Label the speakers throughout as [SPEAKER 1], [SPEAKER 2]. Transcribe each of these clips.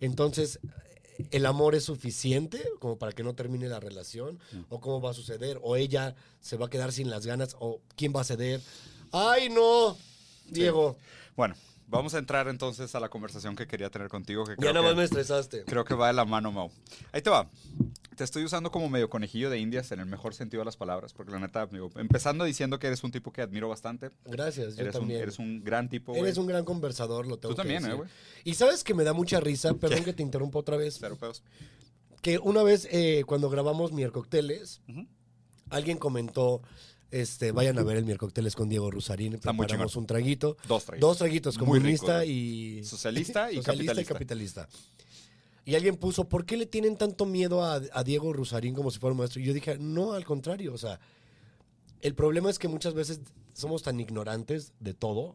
[SPEAKER 1] Entonces, ¿el amor es suficiente como para que no termine la relación?
[SPEAKER 2] Mm.
[SPEAKER 1] ¿O cómo va a suceder? ¿O ella se va a quedar sin las ganas? ¿O quién va a ceder? ¡Ay, no! Diego,
[SPEAKER 2] Bueno, vamos a entrar entonces a la conversación que quería tener contigo. Que creo
[SPEAKER 1] ya nada
[SPEAKER 2] que-
[SPEAKER 1] más me estresaste.
[SPEAKER 2] Creo que va de la mano, Mau. Ahí te va. Te estoy usando como medio conejillo de indias en el mejor sentido de las palabras, porque la neta, digo, empezando diciendo que eres un tipo que admiro bastante.
[SPEAKER 1] Gracias, yo
[SPEAKER 2] Eres un,
[SPEAKER 1] también.
[SPEAKER 2] eres un gran tipo, güey.
[SPEAKER 1] Eres un gran conversador, lo tengo
[SPEAKER 2] Tú también,
[SPEAKER 1] que decir.
[SPEAKER 2] ¿eh, güey?
[SPEAKER 1] Y sabes que me da mucha risa, perdón que te interrumpo otra vez,
[SPEAKER 2] Cero pedos.
[SPEAKER 1] que una vez eh, cuando grabamos Miercocteles, alguien comentó, este, vayan a ver el Miercocteles con Diego Rusarín,
[SPEAKER 2] Está muy
[SPEAKER 1] preparamos un traguito,
[SPEAKER 2] Dos traguitos.
[SPEAKER 1] dos traguitos,
[SPEAKER 2] Muy
[SPEAKER 1] comunista
[SPEAKER 2] rico,
[SPEAKER 1] y...
[SPEAKER 2] Socialista y
[SPEAKER 1] socialista y capitalista. Y alguien puso, ¿por qué le tienen tanto miedo a, a Diego Rusarín como si fuera un maestro? Y yo dije, no, al contrario, o sea, el problema es que muchas veces somos tan ignorantes de todo.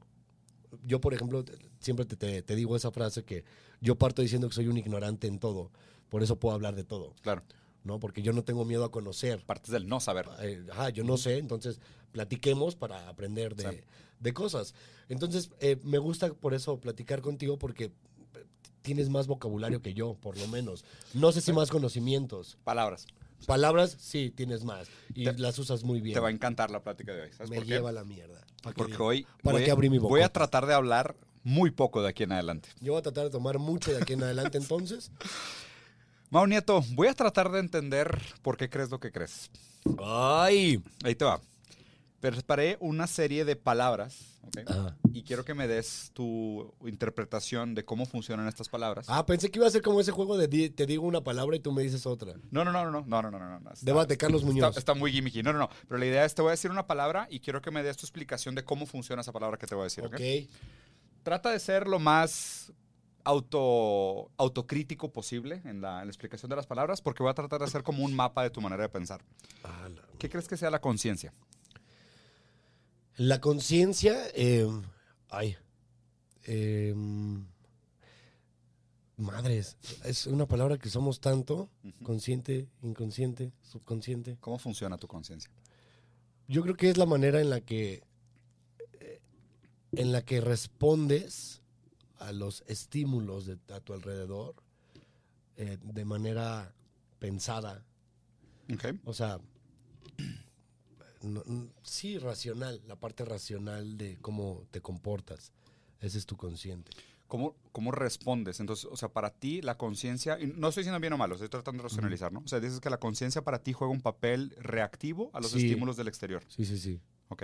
[SPEAKER 1] Yo, por ejemplo, te- siempre te, te- te digo esa frase que yo parto diciendo que soy un ignorante en todo, por eso puedo hablar de todo,
[SPEAKER 2] Claro.
[SPEAKER 1] ¿no? Porque yo no tengo miedo a conocer.
[SPEAKER 2] Partes del no saber.
[SPEAKER 1] Eh, ajá, yo no sé, entonces platiquemos para aprender de,
[SPEAKER 2] Sí.
[SPEAKER 1] de cosas. Entonces, eh, me gusta por eso platicar contigo porque eh, tienes más vocabulario que yo, por lo menos. No sé si más conocimientos.
[SPEAKER 2] Palabras.
[SPEAKER 1] Palabras, sí, tienes más. Y
[SPEAKER 2] Te-
[SPEAKER 1] las usas muy bien.
[SPEAKER 2] Te va a encantar la plática de hoy. ¿Sabes
[SPEAKER 1] me
[SPEAKER 2] por qué?
[SPEAKER 1] lleva a la mierda. ¿Pa' qué
[SPEAKER 2] Porque
[SPEAKER 1] digo?
[SPEAKER 2] hoy
[SPEAKER 1] ¿Para
[SPEAKER 2] voy,
[SPEAKER 1] qué abrí mi boca?
[SPEAKER 2] voy a tratar de hablar muy poco de aquí en adelante.
[SPEAKER 1] Yo voy a tratar de tomar mucho de aquí en adelante entonces.
[SPEAKER 2] Mau Nieto, voy a tratar de entender por qué crees lo que crees.
[SPEAKER 1] ¡Ay!
[SPEAKER 2] Ahí te va. Preparé una serie de palabras. ¿ok?
[SPEAKER 1] Ajá.
[SPEAKER 2] Y quiero que me des tu interpretación de cómo funcionan estas palabras.
[SPEAKER 1] Ah, pensé que iba a ser como ese juego de di- te digo una palabra y tú me dices otra.
[SPEAKER 2] No, no, no, no, no, no, no, no, no, no. Está,
[SPEAKER 1] Debate, Carlos
[SPEAKER 2] está,
[SPEAKER 1] Muñoz.
[SPEAKER 2] está muy gimmicky. No, no, no. Pero la idea es, te voy a decir una palabra y quiero que me des tu explicación de cómo funciona esa palabra que te voy a decir. ¿ok?
[SPEAKER 1] ok.
[SPEAKER 2] Trata de ser lo más auto, autocrítico posible en la, en la explicación de las palabras porque voy a tratar de hacer como un mapa de tu manera de pensar.
[SPEAKER 1] Ah, la-
[SPEAKER 2] ¿Qué crees que sea la conciencia?
[SPEAKER 1] La conciencia, eh, ay, eh, madres, es una palabra que usamos tanto, consciente, inconsciente, subconsciente.
[SPEAKER 2] ¿Cómo funciona tu conciencia?
[SPEAKER 1] Yo creo que es la manera en la que, eh, en la que respondes a los estímulos de, a tu alrededor eh, de manera pensada,
[SPEAKER 2] Ok.
[SPEAKER 1] o sea, no- n- sí, racional, la parte racional de cómo te comportas. Ese es tu consciente.
[SPEAKER 2] ¿Cómo, ¿Cómo respondes? Entonces, o sea, para ti la conciencia, y no estoy diciendo bien o malo, estoy tratando de racionalizar, ¿no? O sea, dices que la conciencia para ti juega un papel reactivo a los
[SPEAKER 1] Sí.
[SPEAKER 2] estímulos del exterior.
[SPEAKER 1] Sí, sí, sí.
[SPEAKER 2] Ok.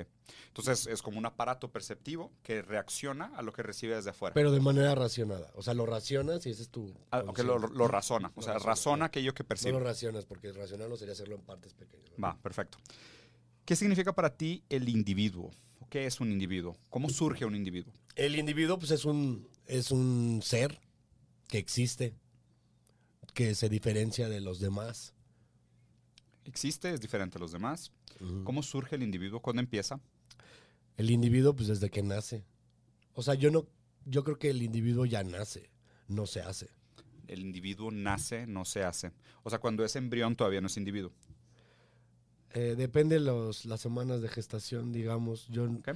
[SPEAKER 2] Entonces, es como un aparato perceptivo que reacciona a lo que recibe desde afuera.
[SPEAKER 1] Pero de manera racionada. O sea, lo racionas y ese es tu.
[SPEAKER 2] Ah, ok, lo,
[SPEAKER 1] consciente.
[SPEAKER 2] lo razona, o
[SPEAKER 1] Lo
[SPEAKER 2] sea,
[SPEAKER 1] razona,
[SPEAKER 2] razona
[SPEAKER 1] claro.
[SPEAKER 2] aquello que
[SPEAKER 1] No
[SPEAKER 2] percibe.
[SPEAKER 1] lo racionas, porque racionarlo sería hacerlo en partes pequeñas. ¿no?
[SPEAKER 2] Va, perfecto. ¿Qué significa para ti el individuo? ¿Qué es un individuo? ¿Cómo surge un individuo?
[SPEAKER 1] El individuo, pues, es un, es un ser que existe, que se diferencia de los demás.
[SPEAKER 2] ¿Existe? ¿Es diferente a los demás? ¿Cómo surge el individuo? ¿Cuándo empieza?
[SPEAKER 1] El individuo, pues desde que nace. O sea, yo no, yo creo que el individuo ya nace, no se hace.
[SPEAKER 2] El individuo nace, no se hace. O sea, cuando es embrión todavía no es individuo.
[SPEAKER 1] Eh, depende los, las semanas de gestación, digamos. Yo,
[SPEAKER 2] ¿ok?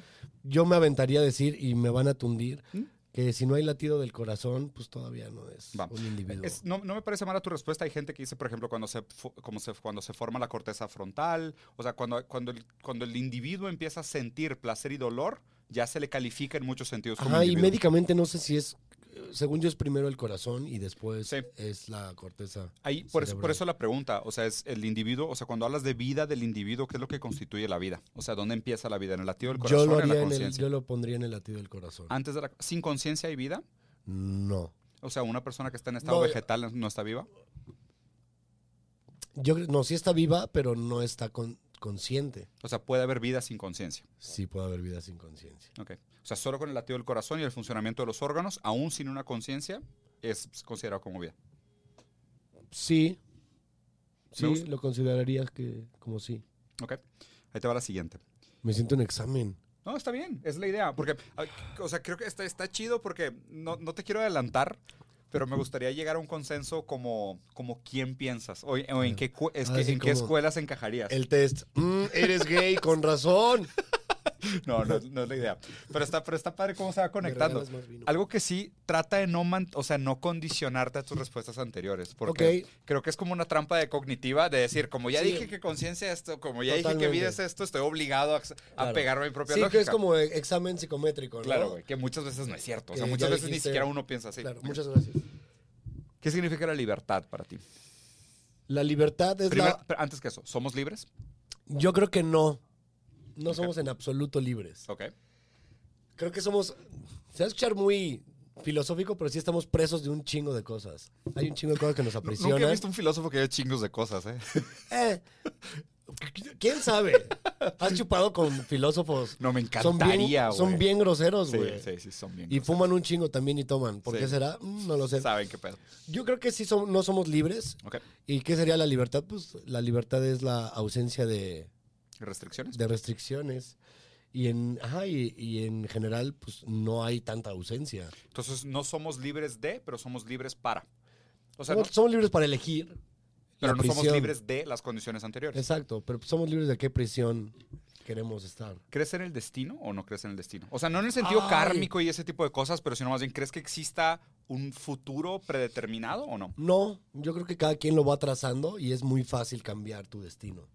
[SPEAKER 1] yo me aventaría a decir, y me van a tundir,
[SPEAKER 2] ¿Mm?
[SPEAKER 1] que si no hay latido del corazón, pues todavía no es
[SPEAKER 2] Va.
[SPEAKER 1] un individuo.
[SPEAKER 2] Es- no, no me parece mala tu respuesta. Hay gente que dice, por ejemplo, cuando se, fo- como se- cuando se forma la corteza frontal, o sea, cuando, cuando, el, cuando el individuo empieza a sentir placer y dolor, ya se le califica en muchos sentidos como
[SPEAKER 1] Ajá, y
[SPEAKER 2] individuo.
[SPEAKER 1] médicamente no sé si es, eh, según yo es primero el corazón y después
[SPEAKER 2] Sí.
[SPEAKER 1] es la corteza.
[SPEAKER 2] Ahí, por, eso, por
[SPEAKER 1] cerebral.
[SPEAKER 2] eso la pregunta, o sea, es el individuo, o sea, cuando hablas de vida del individuo, ¿qué es lo que constituye la vida? O sea, ¿dónde empieza la vida? ¿En el latido del
[SPEAKER 1] Yo
[SPEAKER 2] corazón
[SPEAKER 1] lo,
[SPEAKER 2] o en la
[SPEAKER 1] haría en el-
[SPEAKER 2] conciencia? Ah.
[SPEAKER 1] yo lo pondría en el latido del corazón.
[SPEAKER 2] Antes de la... ¿Sin conciencia hay vida?
[SPEAKER 1] No.
[SPEAKER 2] O sea, ¿una persona que está en estado
[SPEAKER 1] No,
[SPEAKER 2] vegetal no está viva?
[SPEAKER 1] Yo creo- no, sí está viva, pero no está con- consciente.
[SPEAKER 2] O sea, puede haber vida sin conciencia.
[SPEAKER 1] Sí puede haber vida sin conciencia.
[SPEAKER 2] Ok. O sea, solo con el latido del corazón y el funcionamiento de los órganos, aún sin una conciencia, es considerado como vida.
[SPEAKER 1] Sí.
[SPEAKER 2] Me
[SPEAKER 1] Sí,
[SPEAKER 2] gusta.
[SPEAKER 1] lo considerarías que como sí.
[SPEAKER 2] Ok. Ahí te va la siguiente.
[SPEAKER 1] Me siento en examen.
[SPEAKER 2] No, está bien, es la idea. Porque, a- o sea, creo que está, está chido porque no, no te quiero adelantar, pero me gustaría llegar a un consenso como, como quién piensas o, o en, qué, cu- es
[SPEAKER 1] Ah,
[SPEAKER 2] que-
[SPEAKER 1] sí,
[SPEAKER 2] en qué
[SPEAKER 1] como-
[SPEAKER 2] escuelas encajarías.
[SPEAKER 1] El test. Mm, eres gay, con razón.
[SPEAKER 2] No, no, no es la idea. Pero está, pero está padre cómo se va conectando.
[SPEAKER 1] regalas más vino.
[SPEAKER 2] Algo que sí, trata de no, man- o sea, no condicionarte a tus respuestas anteriores. Porque
[SPEAKER 1] Ok.
[SPEAKER 2] creo que es como una trampa de cognitiva de decir, como ya
[SPEAKER 1] Sí.
[SPEAKER 2] dije que conciencia es esto, como ya dije que
[SPEAKER 1] Totalmente.
[SPEAKER 2] vida es esto, estoy obligado a, a
[SPEAKER 1] Claro.
[SPEAKER 2] pegarme a mi propia
[SPEAKER 1] Sí,
[SPEAKER 2] lógica.
[SPEAKER 1] que es como eh, examen psicométrico, ¿no?
[SPEAKER 2] Claro, güey, que muchas veces no es cierto. O sea,
[SPEAKER 1] Que ya
[SPEAKER 2] muchas veces ni
[SPEAKER 1] dijiste-
[SPEAKER 2] siquiera uno piensa así.
[SPEAKER 1] Claro, muchas gracias.
[SPEAKER 2] ¿Qué significa la libertad para ti?
[SPEAKER 1] La libertad es
[SPEAKER 2] Primero,
[SPEAKER 1] la...
[SPEAKER 2] pero antes que eso, ¿somos libres?
[SPEAKER 1] Yo creo que no. No
[SPEAKER 2] Ok.
[SPEAKER 1] somos en absoluto libres.
[SPEAKER 2] Ok.
[SPEAKER 1] Creo que somos... Se va a escuchar muy filosófico, pero sí estamos presos de un chingo de cosas. Hay un chingo de cosas que nos
[SPEAKER 2] Nunca he
[SPEAKER 1] aprisionan.
[SPEAKER 2] visto un filósofo que haya chingos de cosas, ¿eh?
[SPEAKER 1] Eh, ¿Quién sabe? ¿Has chupado con filósofos?
[SPEAKER 2] No, me
[SPEAKER 1] Son bien,
[SPEAKER 2] encantaría, güey.
[SPEAKER 1] son bien groseros,
[SPEAKER 2] Sí,
[SPEAKER 1] güey.
[SPEAKER 2] sí, sí, son bien.
[SPEAKER 1] Y fuman un chingo también y toman. ¿Por
[SPEAKER 2] Sí.
[SPEAKER 1] qué será? Mm, No lo sé.
[SPEAKER 2] Saben qué pedo.
[SPEAKER 1] Yo creo que sí som- no somos libres.
[SPEAKER 2] Ok.
[SPEAKER 1] ¿Y qué sería la libertad? Pues la libertad es la ausencia de,
[SPEAKER 2] ¿Restricciones?
[SPEAKER 1] de restricciones. Y en, ajá, y, y en general, pues no hay tanta ausencia.
[SPEAKER 2] Entonces, no somos libres de, pero somos libres para. O sea,
[SPEAKER 1] somos,
[SPEAKER 2] no-
[SPEAKER 1] somos libres para elegir.
[SPEAKER 2] pero
[SPEAKER 1] la
[SPEAKER 2] no somos
[SPEAKER 1] prisión.
[SPEAKER 2] libres de las condiciones anteriores.
[SPEAKER 1] Exacto, pero somos libres de qué prisión queremos estar.
[SPEAKER 2] ¿Crees en el destino o no crees en el destino? O sea, no en el sentido
[SPEAKER 1] Ay.
[SPEAKER 2] kármico y ese tipo de cosas, pero sino más bien, ¿crees que exista un futuro predeterminado o no?
[SPEAKER 1] No, yo creo que cada quien lo va trazando y es muy fácil cambiar tu destino.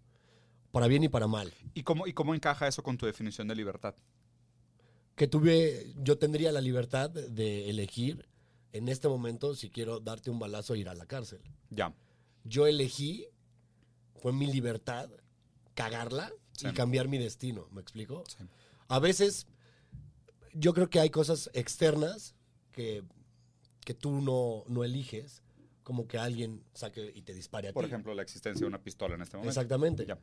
[SPEAKER 1] Para bien y para mal.
[SPEAKER 2] ¿Y cómo, y cómo encaja eso con tu definición de libertad?
[SPEAKER 1] que tuve, yo tendría la libertad de elegir en este momento si quiero darte un balazo e ir a la cárcel.
[SPEAKER 2] Ya.
[SPEAKER 1] Yo elegí, fue mi libertad, cagarla
[SPEAKER 2] Sí.
[SPEAKER 1] y cambiar mi destino, ¿me explico?
[SPEAKER 2] Sí.
[SPEAKER 1] A veces yo creo que hay cosas externas que, que tú no, no eliges, como que alguien saque y te dispare a
[SPEAKER 2] Por
[SPEAKER 1] ti.
[SPEAKER 2] ejemplo, la existencia de una pistola en este momento.
[SPEAKER 1] Exactamente.
[SPEAKER 2] Ya.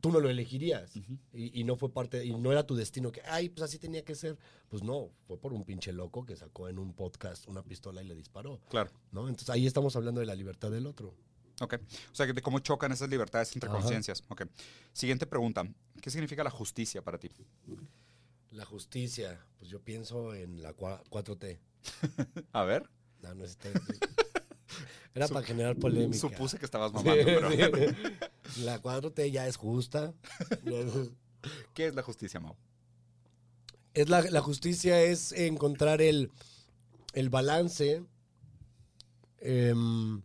[SPEAKER 1] Tú no lo elegirías y, y no fue parte, y no era tu destino que, ay, pues así tenía que ser. Pues no, fue por un pinche loco que sacó en un podcast una pistola y le disparó,
[SPEAKER 2] Claro.
[SPEAKER 1] ¿no? Entonces ahí estamos hablando de la libertad del otro.
[SPEAKER 2] Ok. O sea, que de cómo chocan esas libertades entre
[SPEAKER 1] Ajá.
[SPEAKER 2] conciencias. Ok. Siguiente pregunta. ¿Qué significa la justicia para ti?
[SPEAKER 1] La justicia, pues yo pienso en la cua- 4T.
[SPEAKER 2] A ver.
[SPEAKER 1] No, no es T. Era
[SPEAKER 2] Sup-
[SPEAKER 1] para generar polémica.
[SPEAKER 2] Supuse que estabas
[SPEAKER 1] Sí,
[SPEAKER 2] mamando, pero
[SPEAKER 1] sí. La 4T ya es justa.
[SPEAKER 2] ¿qué es la justicia, Mau?
[SPEAKER 1] Es la, la justicia es encontrar el, el balance em,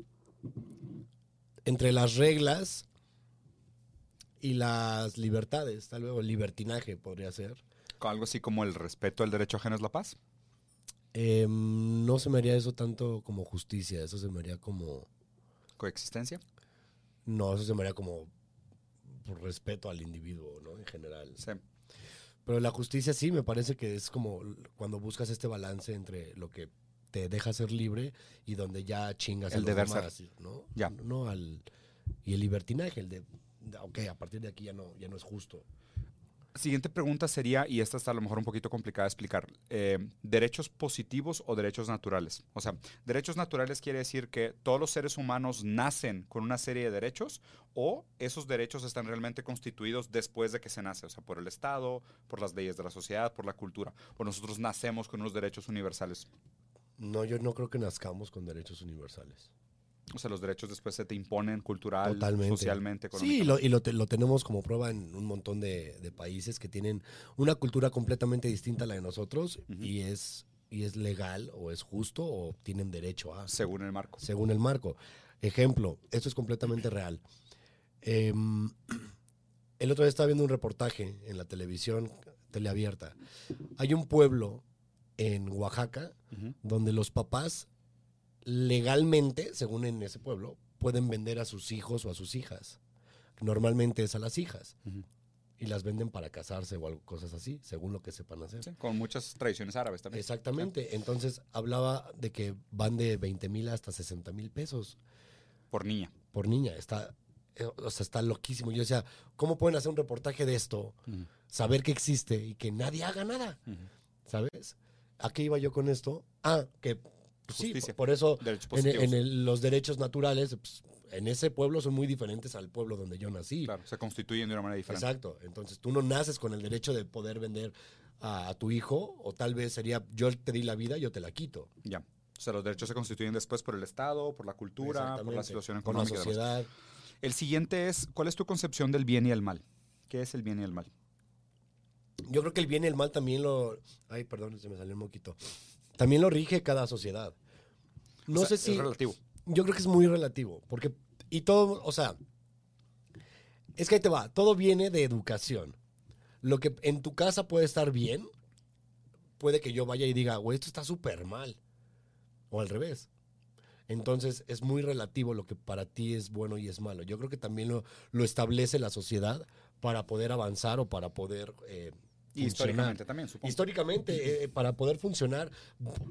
[SPEAKER 1] entre las reglas y las libertades, tal vez, o libertinaje podría ser.
[SPEAKER 2] Algo así como el respeto al derecho ajeno es la paz.
[SPEAKER 1] Em, no se me haría eso tanto como justicia, eso se me haría como...
[SPEAKER 2] Coexistencia.
[SPEAKER 1] No, eso se me haría como por respeto al individuo, ¿no? En general.
[SPEAKER 2] Sí.
[SPEAKER 1] Pero la justicia sí me parece que es como cuando buscas este balance entre lo que te deja ser libre y donde ya chingas
[SPEAKER 2] El
[SPEAKER 1] a los
[SPEAKER 2] deber
[SPEAKER 1] demás, ¿no?
[SPEAKER 2] Ya.
[SPEAKER 1] No al y el libertinaje, el de ok, a partir de aquí ya no ya no es justo.
[SPEAKER 2] Siguiente pregunta sería, y esta está a lo mejor un poquito complicada de explicar, eh, ¿derechos positivos o derechos naturales? O sea, derechos naturales quiere decir que todos los seres humanos nacen con una serie de derechos o esos derechos están realmente constituidos después de que se nace, o sea, por el Estado, por las leyes de la sociedad, por la cultura, o nosotros nacemos con unos derechos universales.
[SPEAKER 1] No, yo no creo que nazcamos con derechos universales.
[SPEAKER 2] O sea, los derechos después se te imponen cultural,
[SPEAKER 1] Totalmente. Sí,
[SPEAKER 2] socialmente,
[SPEAKER 1] y
[SPEAKER 2] económicamente.
[SPEAKER 1] lo, y lo, te- lo tenemos como prueba en un montón de, de países que tienen una cultura completamente distinta a la de nosotros
[SPEAKER 2] Ujú.
[SPEAKER 1] y es y es legal o es justo o tienen derecho a.
[SPEAKER 2] según el marco.
[SPEAKER 1] según el marco. Ejemplo, esto es completamente real. Em, el otro día estaba viendo un reportaje en la televisión teleabierta. Hay un pueblo en Oaxaca
[SPEAKER 2] Ujú.
[SPEAKER 1] donde los papás legalmente, según en ese pueblo, pueden vender a sus hijos o a sus hijas. Normalmente es a las hijas.
[SPEAKER 2] Ujú.
[SPEAKER 1] Y las venden para casarse o algo, cosas así, según lo que sepan hacer.
[SPEAKER 2] Sí, con muchas tradiciones árabes también.
[SPEAKER 1] Exactamente. Entonces hablaba de que van de 20 mil hasta 60 mil pesos
[SPEAKER 2] Por niña.
[SPEAKER 1] por niña. Está, eh, o sea, está loquísimo. Yo decía, ¿cómo pueden hacer un reportaje de esto? Saber que existe y que nadie haga nada,
[SPEAKER 2] Ujú.
[SPEAKER 1] ¿sabes? ¿A qué iba yo con esto? Ah, que pues, sí,
[SPEAKER 2] Justicia.
[SPEAKER 1] por- por eso
[SPEAKER 2] Derechos
[SPEAKER 1] en,
[SPEAKER 2] positivos.
[SPEAKER 1] en el- los derechos naturales, pues, en ese pueblo son muy diferentes al pueblo donde yo nací.
[SPEAKER 2] Claro, se constituyen de una manera diferente.
[SPEAKER 1] Exacto. Entonces tú no naces con el derecho de poder vender a, a tu hijo o tal vez sería yo te di la vida, yo te la quito.
[SPEAKER 2] Ya. O sea, los derechos se constituyen después por el Estado, por la cultura, por la
[SPEAKER 1] Exactamente.
[SPEAKER 2] situación
[SPEAKER 1] Por la
[SPEAKER 2] económica. y demás.
[SPEAKER 1] sociedad.
[SPEAKER 2] El siguiente es, ¿cuál es tu concepción del bien y el mal? ¿Qué es el bien y el mal?
[SPEAKER 1] Yo creo que el bien y el mal también lo. Ay, perdón, se me salió el moquito. También lo rige cada sociedad. No
[SPEAKER 2] O sea,
[SPEAKER 1] sé
[SPEAKER 2] es
[SPEAKER 1] si.
[SPEAKER 2] relativo.
[SPEAKER 1] Yo creo que es muy relativo. Porque. Y todo. O sea. Es que ahí te va. Todo viene de educación. Lo que en tu casa puede estar bien. Puede que yo vaya y diga, güey, esto está súper mal. O al revés. Entonces es muy relativo lo que para ti es bueno y es malo. Yo creo que también lo, lo establece la sociedad para poder avanzar o para poder. eh,
[SPEAKER 2] Y
[SPEAKER 1] funcionar
[SPEAKER 2] históricamente también, supongo.
[SPEAKER 1] históricamente, eh, para poder funcionar,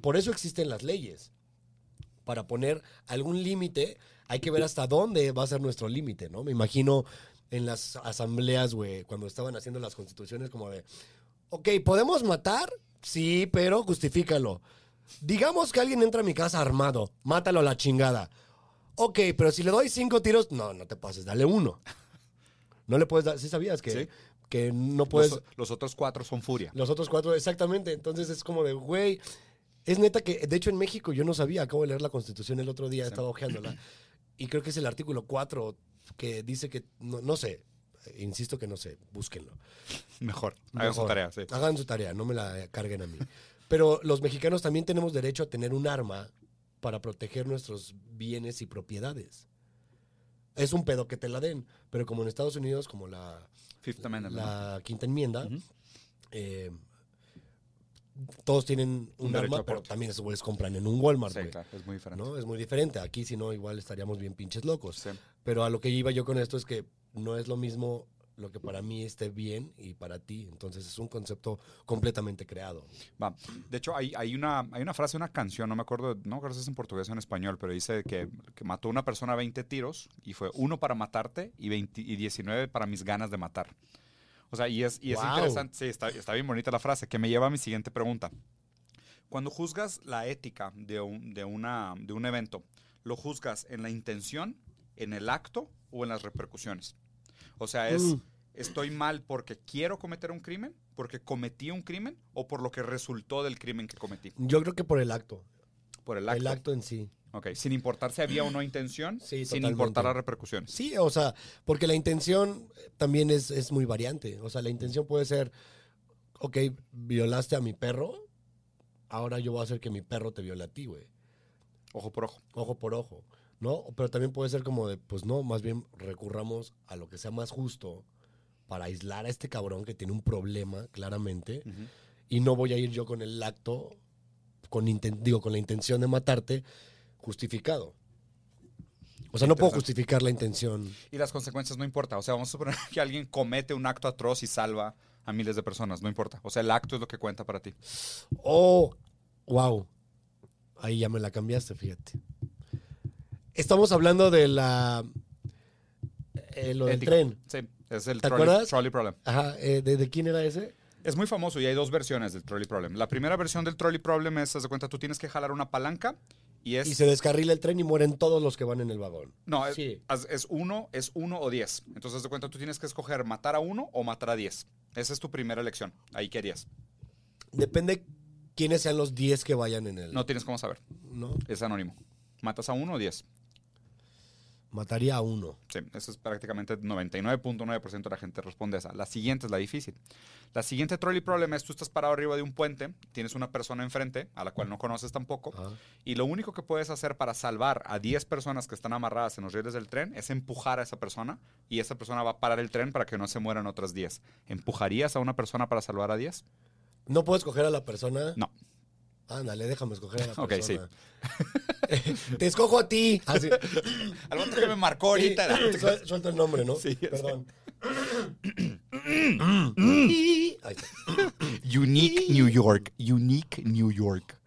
[SPEAKER 1] por eso existen las leyes. Para poner algún límite, hay que ver hasta dónde va a ser nuestro límite, ¿no? Me imagino en las asambleas, güey, cuando estaban haciendo las constituciones, como de, ok, ¿podemos matar? Sí, pero justifícalo. Digamos que alguien entra a mi casa armado, mátalo a la chingada. Ok, pero si le doy cinco tiros, no, no te pases, dale uno. No le puedes dar, sí sabías que,
[SPEAKER 2] Sí.
[SPEAKER 1] que no
[SPEAKER 2] Los-
[SPEAKER 1] puedes...
[SPEAKER 2] los, otros cuatro son furia.
[SPEAKER 1] Los otros cuatro, exactamente. Entonces es como de, güey, es neta que, de hecho en México yo no sabía, acabo de leer la constitución el otro día,
[SPEAKER 2] Sí.
[SPEAKER 1] estaba ojeándola, y creo que es el artículo 4 que dice que, no, no sé, eh, insisto que no sé, búsquenlo.
[SPEAKER 2] Mejor. Hagan su
[SPEAKER 1] Mejor.
[SPEAKER 2] tarea, sí.
[SPEAKER 1] Hagan su tarea, no me la carguen a mí. Pero los mexicanos también tenemos derecho a tener un arma para proteger nuestros bienes y propiedades. Es un pedo que te la den, pero como en Estados Unidos, como la,
[SPEAKER 2] Fifth Amendment. ¿no?
[SPEAKER 1] la quinta enmienda,
[SPEAKER 2] Ujú.
[SPEAKER 1] eh, todos tienen un,
[SPEAKER 2] Un derecho
[SPEAKER 1] arma,
[SPEAKER 2] a
[SPEAKER 1] pero
[SPEAKER 2] porte.
[SPEAKER 1] también esos güeyes compran en un Walmart,
[SPEAKER 2] Sí,
[SPEAKER 1] güey,
[SPEAKER 2] claro, es muy diferente.
[SPEAKER 1] ¿no? pues, Es muy diferente. Aquí, si no, igual estaríamos bien pinches locos.
[SPEAKER 2] Sí.
[SPEAKER 1] Pero a lo que iba yo con esto es que no es lo mismo lo que para mí esté bien y para ti. Entonces es un concepto completamente creado.
[SPEAKER 2] Va. De hecho, hay, hay, una, hay una frase, una canción, no me acuerdo, no me acuerdo si es en portugués o en español, pero dice que, que mató una persona a 20 tiros y fue uno para matarte y, 20 y 19 para mis ganas de matar. O sea, y es, y es
[SPEAKER 1] Wow.
[SPEAKER 2] interesante, sí, está, está bien bonita la frase, que me lleva a mi siguiente pregunta. Cuando juzgas la ética de un, de una, de un evento, ¿lo juzgas en la intención, en el acto o en las repercusiones? O sea, es...
[SPEAKER 1] Mm.
[SPEAKER 2] ¿Estoy mal porque quiero cometer un crimen? ¿Porque cometí un crimen? ¿O por lo que resultó del crimen que cometí?
[SPEAKER 1] Yo creo que por el acto,
[SPEAKER 2] Por el acto.
[SPEAKER 1] el acto en sí.
[SPEAKER 2] Ok, sin importar si había o no intención,
[SPEAKER 1] Sí,
[SPEAKER 2] sin
[SPEAKER 1] totalmente.
[SPEAKER 2] importar las repercusiones.
[SPEAKER 1] Sí, o sea, porque la intención eh, también es, es muy variante. O sea, la intención puede ser, ok, violaste a mi perro, ahora yo voy a hacer que mi perro te viole a ti, güey.
[SPEAKER 2] Ojo por ojo.
[SPEAKER 1] ojo por ojo, ¿no? Pero también puede ser como de, pues no, más bien recurramos a lo que sea más justo para aislar a este cabrón que tiene un problema, claramente,
[SPEAKER 2] Ujú.
[SPEAKER 1] y no voy a ir yo con el acto, con inten- digo, con la intención de matarte, justificado. O sea, no puedo
[SPEAKER 2] Interesante.
[SPEAKER 1] justificar la intención.
[SPEAKER 2] Y las consecuencias no importa. O sea, vamos a suponer que alguien comete un acto atroz y salva a miles de personas. No importa. O sea, el acto es lo que cuenta para ti.
[SPEAKER 1] Oh, wow. Ahí ya me la cambiaste, fíjate. Estamos hablando de la... eh, lo del
[SPEAKER 2] Ética.
[SPEAKER 1] tren.
[SPEAKER 2] Sí, es el
[SPEAKER 1] ¿Te
[SPEAKER 2] trolley,
[SPEAKER 1] acuerdas?
[SPEAKER 2] trolley problem.
[SPEAKER 1] Ajá, eh, ¿de- ¿de quién era ese?
[SPEAKER 2] Es muy famoso y hay dos versiones del trolley problem. La primera versión del trolley problem es, haz de cuenta, tú tienes que jalar una palanca y es...
[SPEAKER 1] Y se descarrila el tren y mueren todos los que van en el vagón.
[SPEAKER 2] No, es,
[SPEAKER 1] Sí.
[SPEAKER 2] haz- es uno, es uno o diez. Entonces, haz de cuenta, tú tienes que escoger matar a uno o matar a diez. Esa es tu primera elección. Ahí qué harías.
[SPEAKER 1] Depende quiénes sean los 10 que vayan en el.
[SPEAKER 2] No tienes cómo saber.
[SPEAKER 1] ¿no?
[SPEAKER 2] Es anónimo. ¿Matas a uno o diez?
[SPEAKER 1] Mataría a uno.
[SPEAKER 2] Sí, eso es prácticamente 99.9% de la gente responde a esa. La siguiente es la difícil. La siguiente trolley problem es tú estás parado arriba de un puente, tienes una persona enfrente a la cual no conoces tampoco,
[SPEAKER 1] Ajá.
[SPEAKER 2] y lo único que puedes hacer para salvar a 10 personas que están amarradas en los rieles del tren es empujar a esa persona y esa persona va a parar el tren para que no se mueran otras 10. ¿Empujarías a una persona para salvar a 10?
[SPEAKER 1] ¿No puedo escoger a la persona?
[SPEAKER 2] No.
[SPEAKER 1] Ándale, déjame escoger a la
[SPEAKER 2] Ok,
[SPEAKER 1] persona. sí. Te escojo a ti. Así.
[SPEAKER 2] Al vato que me marcó ahorita. era-
[SPEAKER 1] Suel- Suelto el nombre, ¿no?
[SPEAKER 2] Sí, ya sé.
[SPEAKER 1] Perdón.
[SPEAKER 2] Mm.
[SPEAKER 1] Ahí está.
[SPEAKER 2] Unique New York. Unique New York.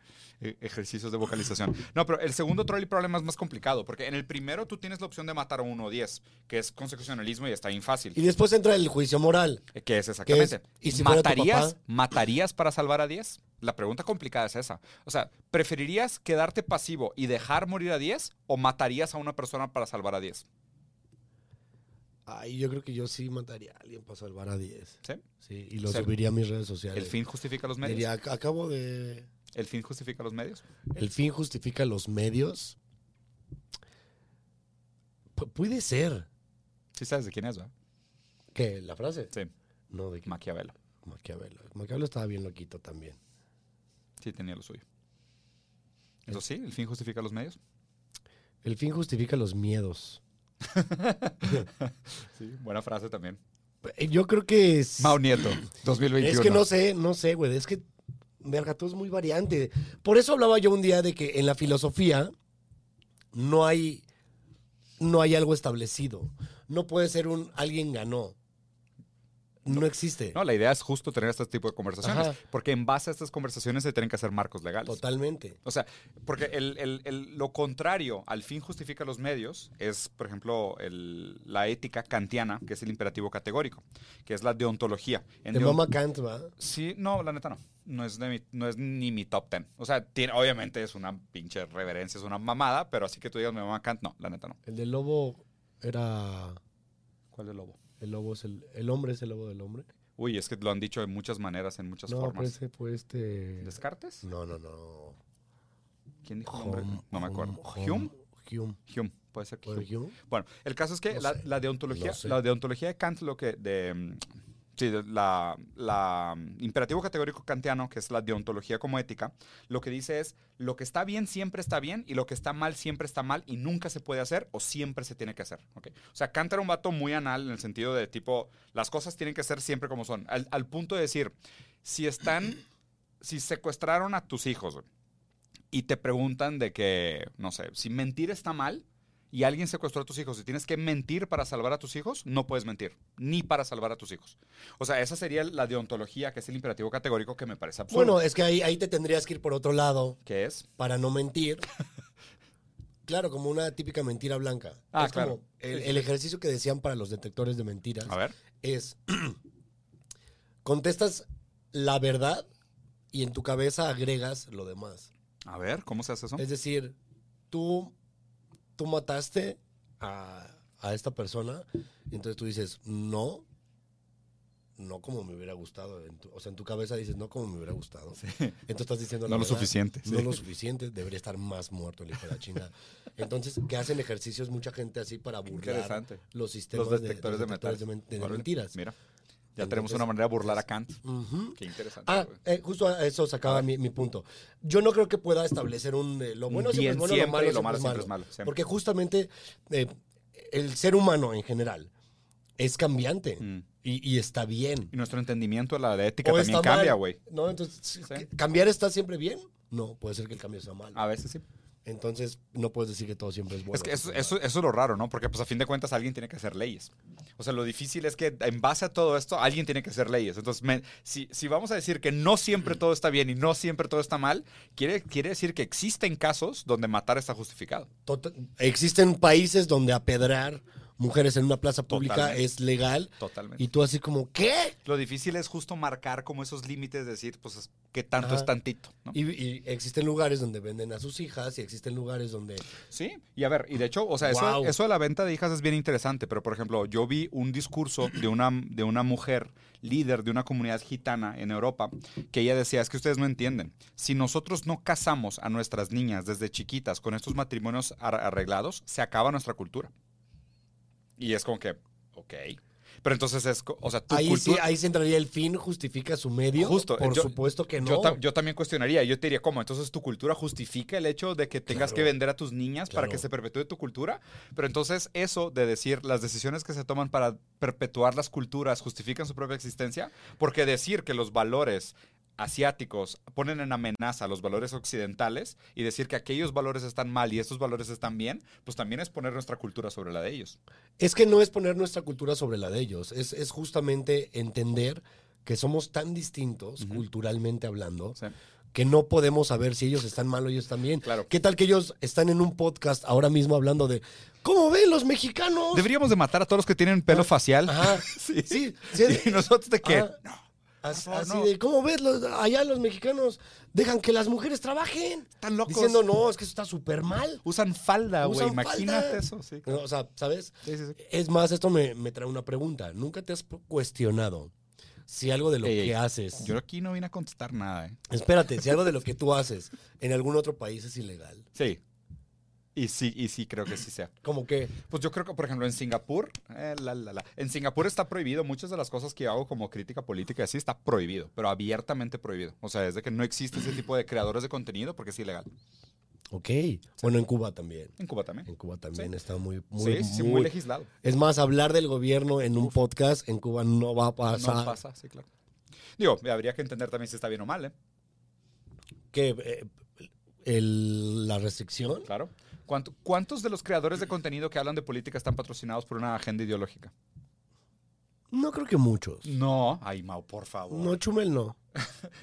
[SPEAKER 2] Eh, Ejercicios de vocalización. No, pero el segundo trolley problema es más complicado, porque en el primero tú tienes la opción de matar a uno o 10, que es consecucionalismo y está bien fácil.
[SPEAKER 1] Y después entra el juicio moral.
[SPEAKER 2] Eh, ¿Qué es exactamente?
[SPEAKER 1] ¿Y si fuera tu
[SPEAKER 2] ¿Matarías,
[SPEAKER 1] papá?
[SPEAKER 2] ¿Matarías para salvar a 10? La pregunta complicada es esa. O sea, ¿preferirías quedarte pasivo y dejar morir a 10 o matarías a una persona para salvar a 10?
[SPEAKER 1] Ay, yo creo que yo sí mataría a alguien para salvar a 10.
[SPEAKER 2] ¿Sí?
[SPEAKER 1] Sí, y lo
[SPEAKER 2] O sea,
[SPEAKER 1] subiría a mis redes sociales.
[SPEAKER 2] ¿El fin justifica los medios?
[SPEAKER 1] Eh, Diría, "Ac- acabo de
[SPEAKER 2] ¿El fin justifica los medios?
[SPEAKER 1] ¿El fin justifica los medios? Pu- puede ser.
[SPEAKER 2] Sí sabes de quién es, ¿verdad?
[SPEAKER 1] ¿Qué? ¿La frase?
[SPEAKER 2] Sí,
[SPEAKER 1] No, de qué?
[SPEAKER 2] Maquiavelo.
[SPEAKER 1] Maquiavelo. Maquiavelo estaba bien loquito también.
[SPEAKER 2] Sí, tenía lo suyo. Eso sí, el fin justifica los medios.
[SPEAKER 1] El fin justifica los miedos.
[SPEAKER 2] Sí, buena frase también.
[SPEAKER 1] Eh, Yo creo que es...
[SPEAKER 2] Mao Nieto, 2021.
[SPEAKER 1] Es que no sé, no sé, güey. Es que, verga, todo es muy variante. Por eso hablaba yo un día de que en la filosofía no hay, no hay algo establecido. No puede ser un alguien ganó. No, existe.
[SPEAKER 2] No, la idea es justo tener este tipo de conversaciones,
[SPEAKER 1] Ajá.
[SPEAKER 2] porque en base a estas conversaciones se tienen que hacer marcos legales.
[SPEAKER 1] Totalmente.
[SPEAKER 2] O sea, porque el- el- el- lo contrario al fin justifica los medios es, por ejemplo, el- la ética kantiana, que es el imperativo categórico, que es la deontología. En
[SPEAKER 1] De
[SPEAKER 2] deon-
[SPEAKER 1] Mama Kant, ¿va?
[SPEAKER 2] Sí, no, la neta no. No es, de mi- no es ni mi top ten. O sea, tiene- obviamente es una pinche reverencia, es una mamada, pero así que tú digas mi mamá Kant, no, la neta no.
[SPEAKER 1] El del lobo era...
[SPEAKER 2] ¿Cuál de lobo?
[SPEAKER 1] El lobo es el... El hombre es el lobo del hombre.
[SPEAKER 2] Uy, es que lo han dicho de muchas maneras, en muchas
[SPEAKER 1] No, pero
[SPEAKER 2] formas.
[SPEAKER 1] ese fue este...
[SPEAKER 2] ¿Descartes?
[SPEAKER 1] No, no, no.
[SPEAKER 2] ¿Quién dijo el nombre?
[SPEAKER 1] Hom-
[SPEAKER 2] No me acuerdo.
[SPEAKER 1] hom-
[SPEAKER 2] ¿Hume?
[SPEAKER 1] Hume.
[SPEAKER 2] Hume, puede ser que
[SPEAKER 1] ¿Fue
[SPEAKER 2] Hume.
[SPEAKER 1] Hume?
[SPEAKER 2] Bueno, el caso es que
[SPEAKER 1] No
[SPEAKER 2] la,
[SPEAKER 1] sé,
[SPEAKER 2] la deontología,
[SPEAKER 1] no sé.
[SPEAKER 2] la deontología de Kant, lo que de mm, sí, de la, la, mm, imperativo categórico kantiano, que es la deontología como ética, lo que dice es lo que está bien siempre está bien y lo que está mal siempre está mal y nunca se puede hacer o siempre se tiene que hacer. ¿ok? O sea, Kant era un vato muy anal en el sentido de tipo las cosas tienen que ser siempre como son, al, al punto de decir si están si secuestraron a tus hijos güey, y te preguntan de que no sé si mentir está mal y alguien secuestró a tus hijos y tienes que mentir para salvar a tus hijos, no puedes mentir, ni para salvar a tus hijos. O sea, esa sería la deontología, que es el imperativo categórico que me parece absurdo.
[SPEAKER 1] Bueno, es que ahí, ahí te tendrías que ir por otro lado
[SPEAKER 2] que es,
[SPEAKER 1] para no mentir. Claro, como una típica mentira blanca.
[SPEAKER 2] Ah,
[SPEAKER 1] Es como
[SPEAKER 2] claro.
[SPEAKER 1] el, el ejercicio que decían para los detectores de mentiras
[SPEAKER 2] a ver,
[SPEAKER 1] es contestas la verdad y en tu cabeza agregas lo demás.
[SPEAKER 2] a ver, ¿cómo se hace eso?
[SPEAKER 1] Es decir, tú, tú mataste a, a esta persona, y entonces tú dices, no, no como me hubiera gustado. En tu- o sea, en tu cabeza dices, no como me hubiera gustado. Entonces estás diciendo la
[SPEAKER 2] No lo
[SPEAKER 1] verdad,
[SPEAKER 2] suficiente,
[SPEAKER 1] No
[SPEAKER 2] sí.
[SPEAKER 1] lo suficiente, debería estar más muerto el hijo de la chingada. Entonces, que hacen ejercicios mucha gente así para burlar
[SPEAKER 2] Interesante.
[SPEAKER 1] los sistemas
[SPEAKER 2] Los detectores de,
[SPEAKER 1] los
[SPEAKER 2] mentiras.
[SPEAKER 1] detectores de men- de
[SPEAKER 2] Órale,
[SPEAKER 1] mentiras.
[SPEAKER 2] Mira, ya
[SPEAKER 1] Entonces-
[SPEAKER 2] tenemos una manera de burlar a Kant.
[SPEAKER 1] Ujú.
[SPEAKER 2] Qué interesante.
[SPEAKER 1] Ah,
[SPEAKER 2] güey.
[SPEAKER 1] eh, justo a eso sacaba mi, mi punto. Yo no creo que pueda establecer un eh, lo
[SPEAKER 2] Un
[SPEAKER 1] bueno siempre es
[SPEAKER 2] bien
[SPEAKER 1] bueno,
[SPEAKER 2] siempre y
[SPEAKER 1] lo malo siempre es malo.
[SPEAKER 2] siempre.
[SPEAKER 1] Porque justamente eh, el ser humano en general es cambiante
[SPEAKER 2] Mm.
[SPEAKER 1] y, y está bien.
[SPEAKER 2] Y nuestro entendimiento de la de ética
[SPEAKER 1] O
[SPEAKER 2] también
[SPEAKER 1] está mal,
[SPEAKER 2] cambia, güey.
[SPEAKER 1] ¿No? Entonces,
[SPEAKER 2] Sí.
[SPEAKER 1] ¿cambiar está siempre bien? No, puede ser que el cambio sea malo.
[SPEAKER 2] A veces sí.
[SPEAKER 1] Entonces, no puedes decir que todo siempre es bueno.
[SPEAKER 2] es que eso, eso, eso es lo raro, ¿no? Porque pues a fin de cuentas alguien tiene que hacer leyes. O sea, lo difícil es que en base a todo esto alguien tiene que hacer leyes. Entonces, me- si, si vamos a decir que no siempre todo está bien y no siempre todo está mal, quiere, quiere decir que existen casos donde matar está justificado.
[SPEAKER 1] Tota- Existen países donde apedrar mujeres en una plaza pública
[SPEAKER 2] Totalmente.
[SPEAKER 1] es legal
[SPEAKER 2] Totalmente.
[SPEAKER 1] y tú así como, ¿qué?
[SPEAKER 2] lo difícil es justo marcar como esos límites, decir, pues, es- qué tanto
[SPEAKER 1] Ajá.
[SPEAKER 2] es tantito, ¿no?
[SPEAKER 1] Y, y existen lugares donde venden a sus hijas y existen lugares donde...
[SPEAKER 2] Sí, y a ver, y de hecho, o sea, eso,
[SPEAKER 1] Guau.
[SPEAKER 2] eso de la venta de hijas es bien interesante, pero por ejemplo, yo vi un discurso de una, de una mujer líder de una comunidad gitana en Europa que ella decía, es que ustedes no entienden, si nosotros no casamos a nuestras niñas desde chiquitas con estos matrimonios ar- arreglados, se acaba nuestra cultura. Y es como que, ok. Pero entonces es, co- o sea, tu
[SPEAKER 1] Ahí sí,
[SPEAKER 2] cultura...
[SPEAKER 1] ahí se entraría el fin, justifica su medio.
[SPEAKER 2] Justo,
[SPEAKER 1] Por
[SPEAKER 2] yo-
[SPEAKER 1] supuesto que
[SPEAKER 2] Yo,
[SPEAKER 1] no.
[SPEAKER 2] ta- yo también cuestionaría, yo te diría, ¿cómo? Entonces tu cultura justifica el hecho de que tengas que
[SPEAKER 1] Claro.
[SPEAKER 2] vender a tus niñas para
[SPEAKER 1] Claro.
[SPEAKER 2] que se perpetúe tu cultura, pero entonces eso de decir las decisiones que se toman para perpetuar las culturas justifican su propia existencia, porque decir que los valores asiáticos ponen en amenaza los valores occidentales y decir que aquellos valores están mal y estos valores están bien, pues también es poner nuestra cultura sobre la de ellos.
[SPEAKER 1] Es que no es poner nuestra cultura sobre la de ellos, es, es justamente entender que somos tan distintos
[SPEAKER 2] Ujú.
[SPEAKER 1] culturalmente hablando
[SPEAKER 2] O sea,
[SPEAKER 1] que no podemos saber si ellos están mal o ellos están bien.
[SPEAKER 2] Claro.
[SPEAKER 1] ¿Qué tal que ellos están en un podcast ahora mismo hablando de cómo ven los mexicanos?
[SPEAKER 2] Deberíamos de matar a todos los que tienen pelo facial.
[SPEAKER 1] Pues Ah, Ajá.
[SPEAKER 2] Sí.
[SPEAKER 1] Sí, sí,
[SPEAKER 2] Y nosotros de que...
[SPEAKER 1] Ah. as-
[SPEAKER 2] No,
[SPEAKER 1] así
[SPEAKER 2] no.
[SPEAKER 1] de, ¿cómo ves? Los, allá los mexicanos dejan que las mujeres trabajen.
[SPEAKER 2] Están locos.
[SPEAKER 1] Diciendo, no, es que eso está súper mal.
[SPEAKER 2] Usan falda, güey.
[SPEAKER 1] Usan
[SPEAKER 2] Imagínate
[SPEAKER 1] falda.
[SPEAKER 2] eso, sí.
[SPEAKER 1] No, O sea, ¿sabes?
[SPEAKER 2] Sí, sí, sí.
[SPEAKER 1] Es más, esto me, me trae una pregunta. ¿Nunca te has cuestionado si algo de lo
[SPEAKER 2] Ey,
[SPEAKER 1] que
[SPEAKER 2] ey.
[SPEAKER 1] haces...
[SPEAKER 2] Yo aquí no vine a contestar nada, ¿eh?
[SPEAKER 1] Espérate, si algo de lo que tú haces en algún otro país es ilegal?
[SPEAKER 2] Sí. Y sí, y sí, creo que sí sea.
[SPEAKER 1] Como que,
[SPEAKER 2] Pues yo creo que, por ejemplo, en Singapur, eh, la, la, la, en Singapur está prohibido. Muchas de las cosas que yo hago como crítica política y así está prohibido, pero abiertamente prohibido. O sea, es de que no existe ese tipo de creadores de contenido porque es ilegal.
[SPEAKER 1] ok. Bueno, en Cuba también.
[SPEAKER 2] En Cuba también.
[SPEAKER 1] En Cuba también
[SPEAKER 2] Sí.
[SPEAKER 1] está muy, muy,
[SPEAKER 2] Muy, sí, sí, muy,
[SPEAKER 1] muy-
[SPEAKER 2] legislado.
[SPEAKER 1] Es más, hablar del gobierno en un podcast en Cuba no va a pasar.
[SPEAKER 2] No pasa, sí, claro. Digo, habría que entender también si está bien o mal, ¿eh?
[SPEAKER 1] Que eh, el- la restricción.
[SPEAKER 2] Claro. ¿Cuánto- ¿Cuántos de los creadores de contenido que hablan de política están patrocinados por una agenda ideológica?
[SPEAKER 1] No creo que muchos.
[SPEAKER 2] No. Ay, Mau, por favor.
[SPEAKER 1] No, Chumel no.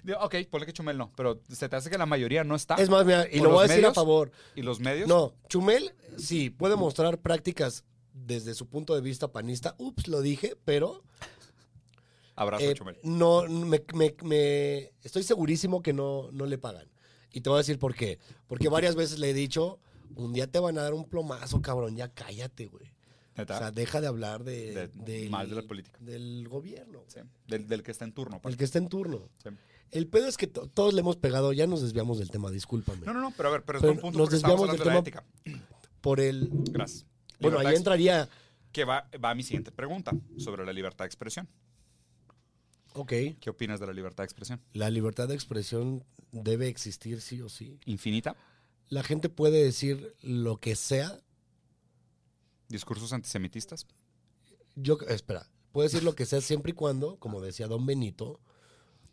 [SPEAKER 2] Digo, ok, ponle que Chumel no, pero se te hace que la mayoría no está.
[SPEAKER 1] Es más, mira, y
[SPEAKER 2] ¿O
[SPEAKER 1] lo voy a
[SPEAKER 2] Ah, los
[SPEAKER 1] decir a
[SPEAKER 2] medios?
[SPEAKER 1] favor.
[SPEAKER 2] ¿Y los medios?
[SPEAKER 1] No, Chumel sí puede mostrar prácticas desde su punto de vista panista. Ups, lo dije, pero
[SPEAKER 2] Abrazo,
[SPEAKER 1] eh,
[SPEAKER 2] Chumel.
[SPEAKER 1] no me, me- me- estoy segurísimo que no, no le pagan. Y te voy a decir por qué. Porque varias veces le he dicho, un día te van a dar un plomazo, cabrón, ya cállate, güey. O
[SPEAKER 2] Neta.
[SPEAKER 1] sea, deja de hablar de,
[SPEAKER 2] De-
[SPEAKER 1] del-
[SPEAKER 2] mal de la política.
[SPEAKER 1] Del gobierno,
[SPEAKER 2] Sí, Del, del que está en turno. pues. aparte.
[SPEAKER 1] el que está en turno.
[SPEAKER 2] Sí.
[SPEAKER 1] El pedo es que to- todos le hemos pegado, ya nos desviamos del tema, discúlpame.
[SPEAKER 2] No, no, no, pero a ver, pero es
[SPEAKER 1] Pero
[SPEAKER 2] buen punto
[SPEAKER 1] nos
[SPEAKER 2] porque estamos
[SPEAKER 1] desviamos
[SPEAKER 2] hablando
[SPEAKER 1] del
[SPEAKER 2] de la ética.
[SPEAKER 1] Por el...
[SPEAKER 2] Gracias.
[SPEAKER 1] Bueno,
[SPEAKER 2] Libertad
[SPEAKER 1] ahí
[SPEAKER 2] ex-
[SPEAKER 1] entraría...
[SPEAKER 2] Que va, va a mi siguiente pregunta sobre la libertad de expresión.
[SPEAKER 1] Ok,
[SPEAKER 2] ¿Qué opinas de la libertad de expresión?
[SPEAKER 1] la libertad de expresión debe existir sí o sí.
[SPEAKER 2] ¿Infinita?
[SPEAKER 1] La gente puede decir lo que sea.
[SPEAKER 2] ¿Discursos antisemitistas?
[SPEAKER 1] Yo, espera, puede decir lo que sea siempre y cuando, como decía don Benito,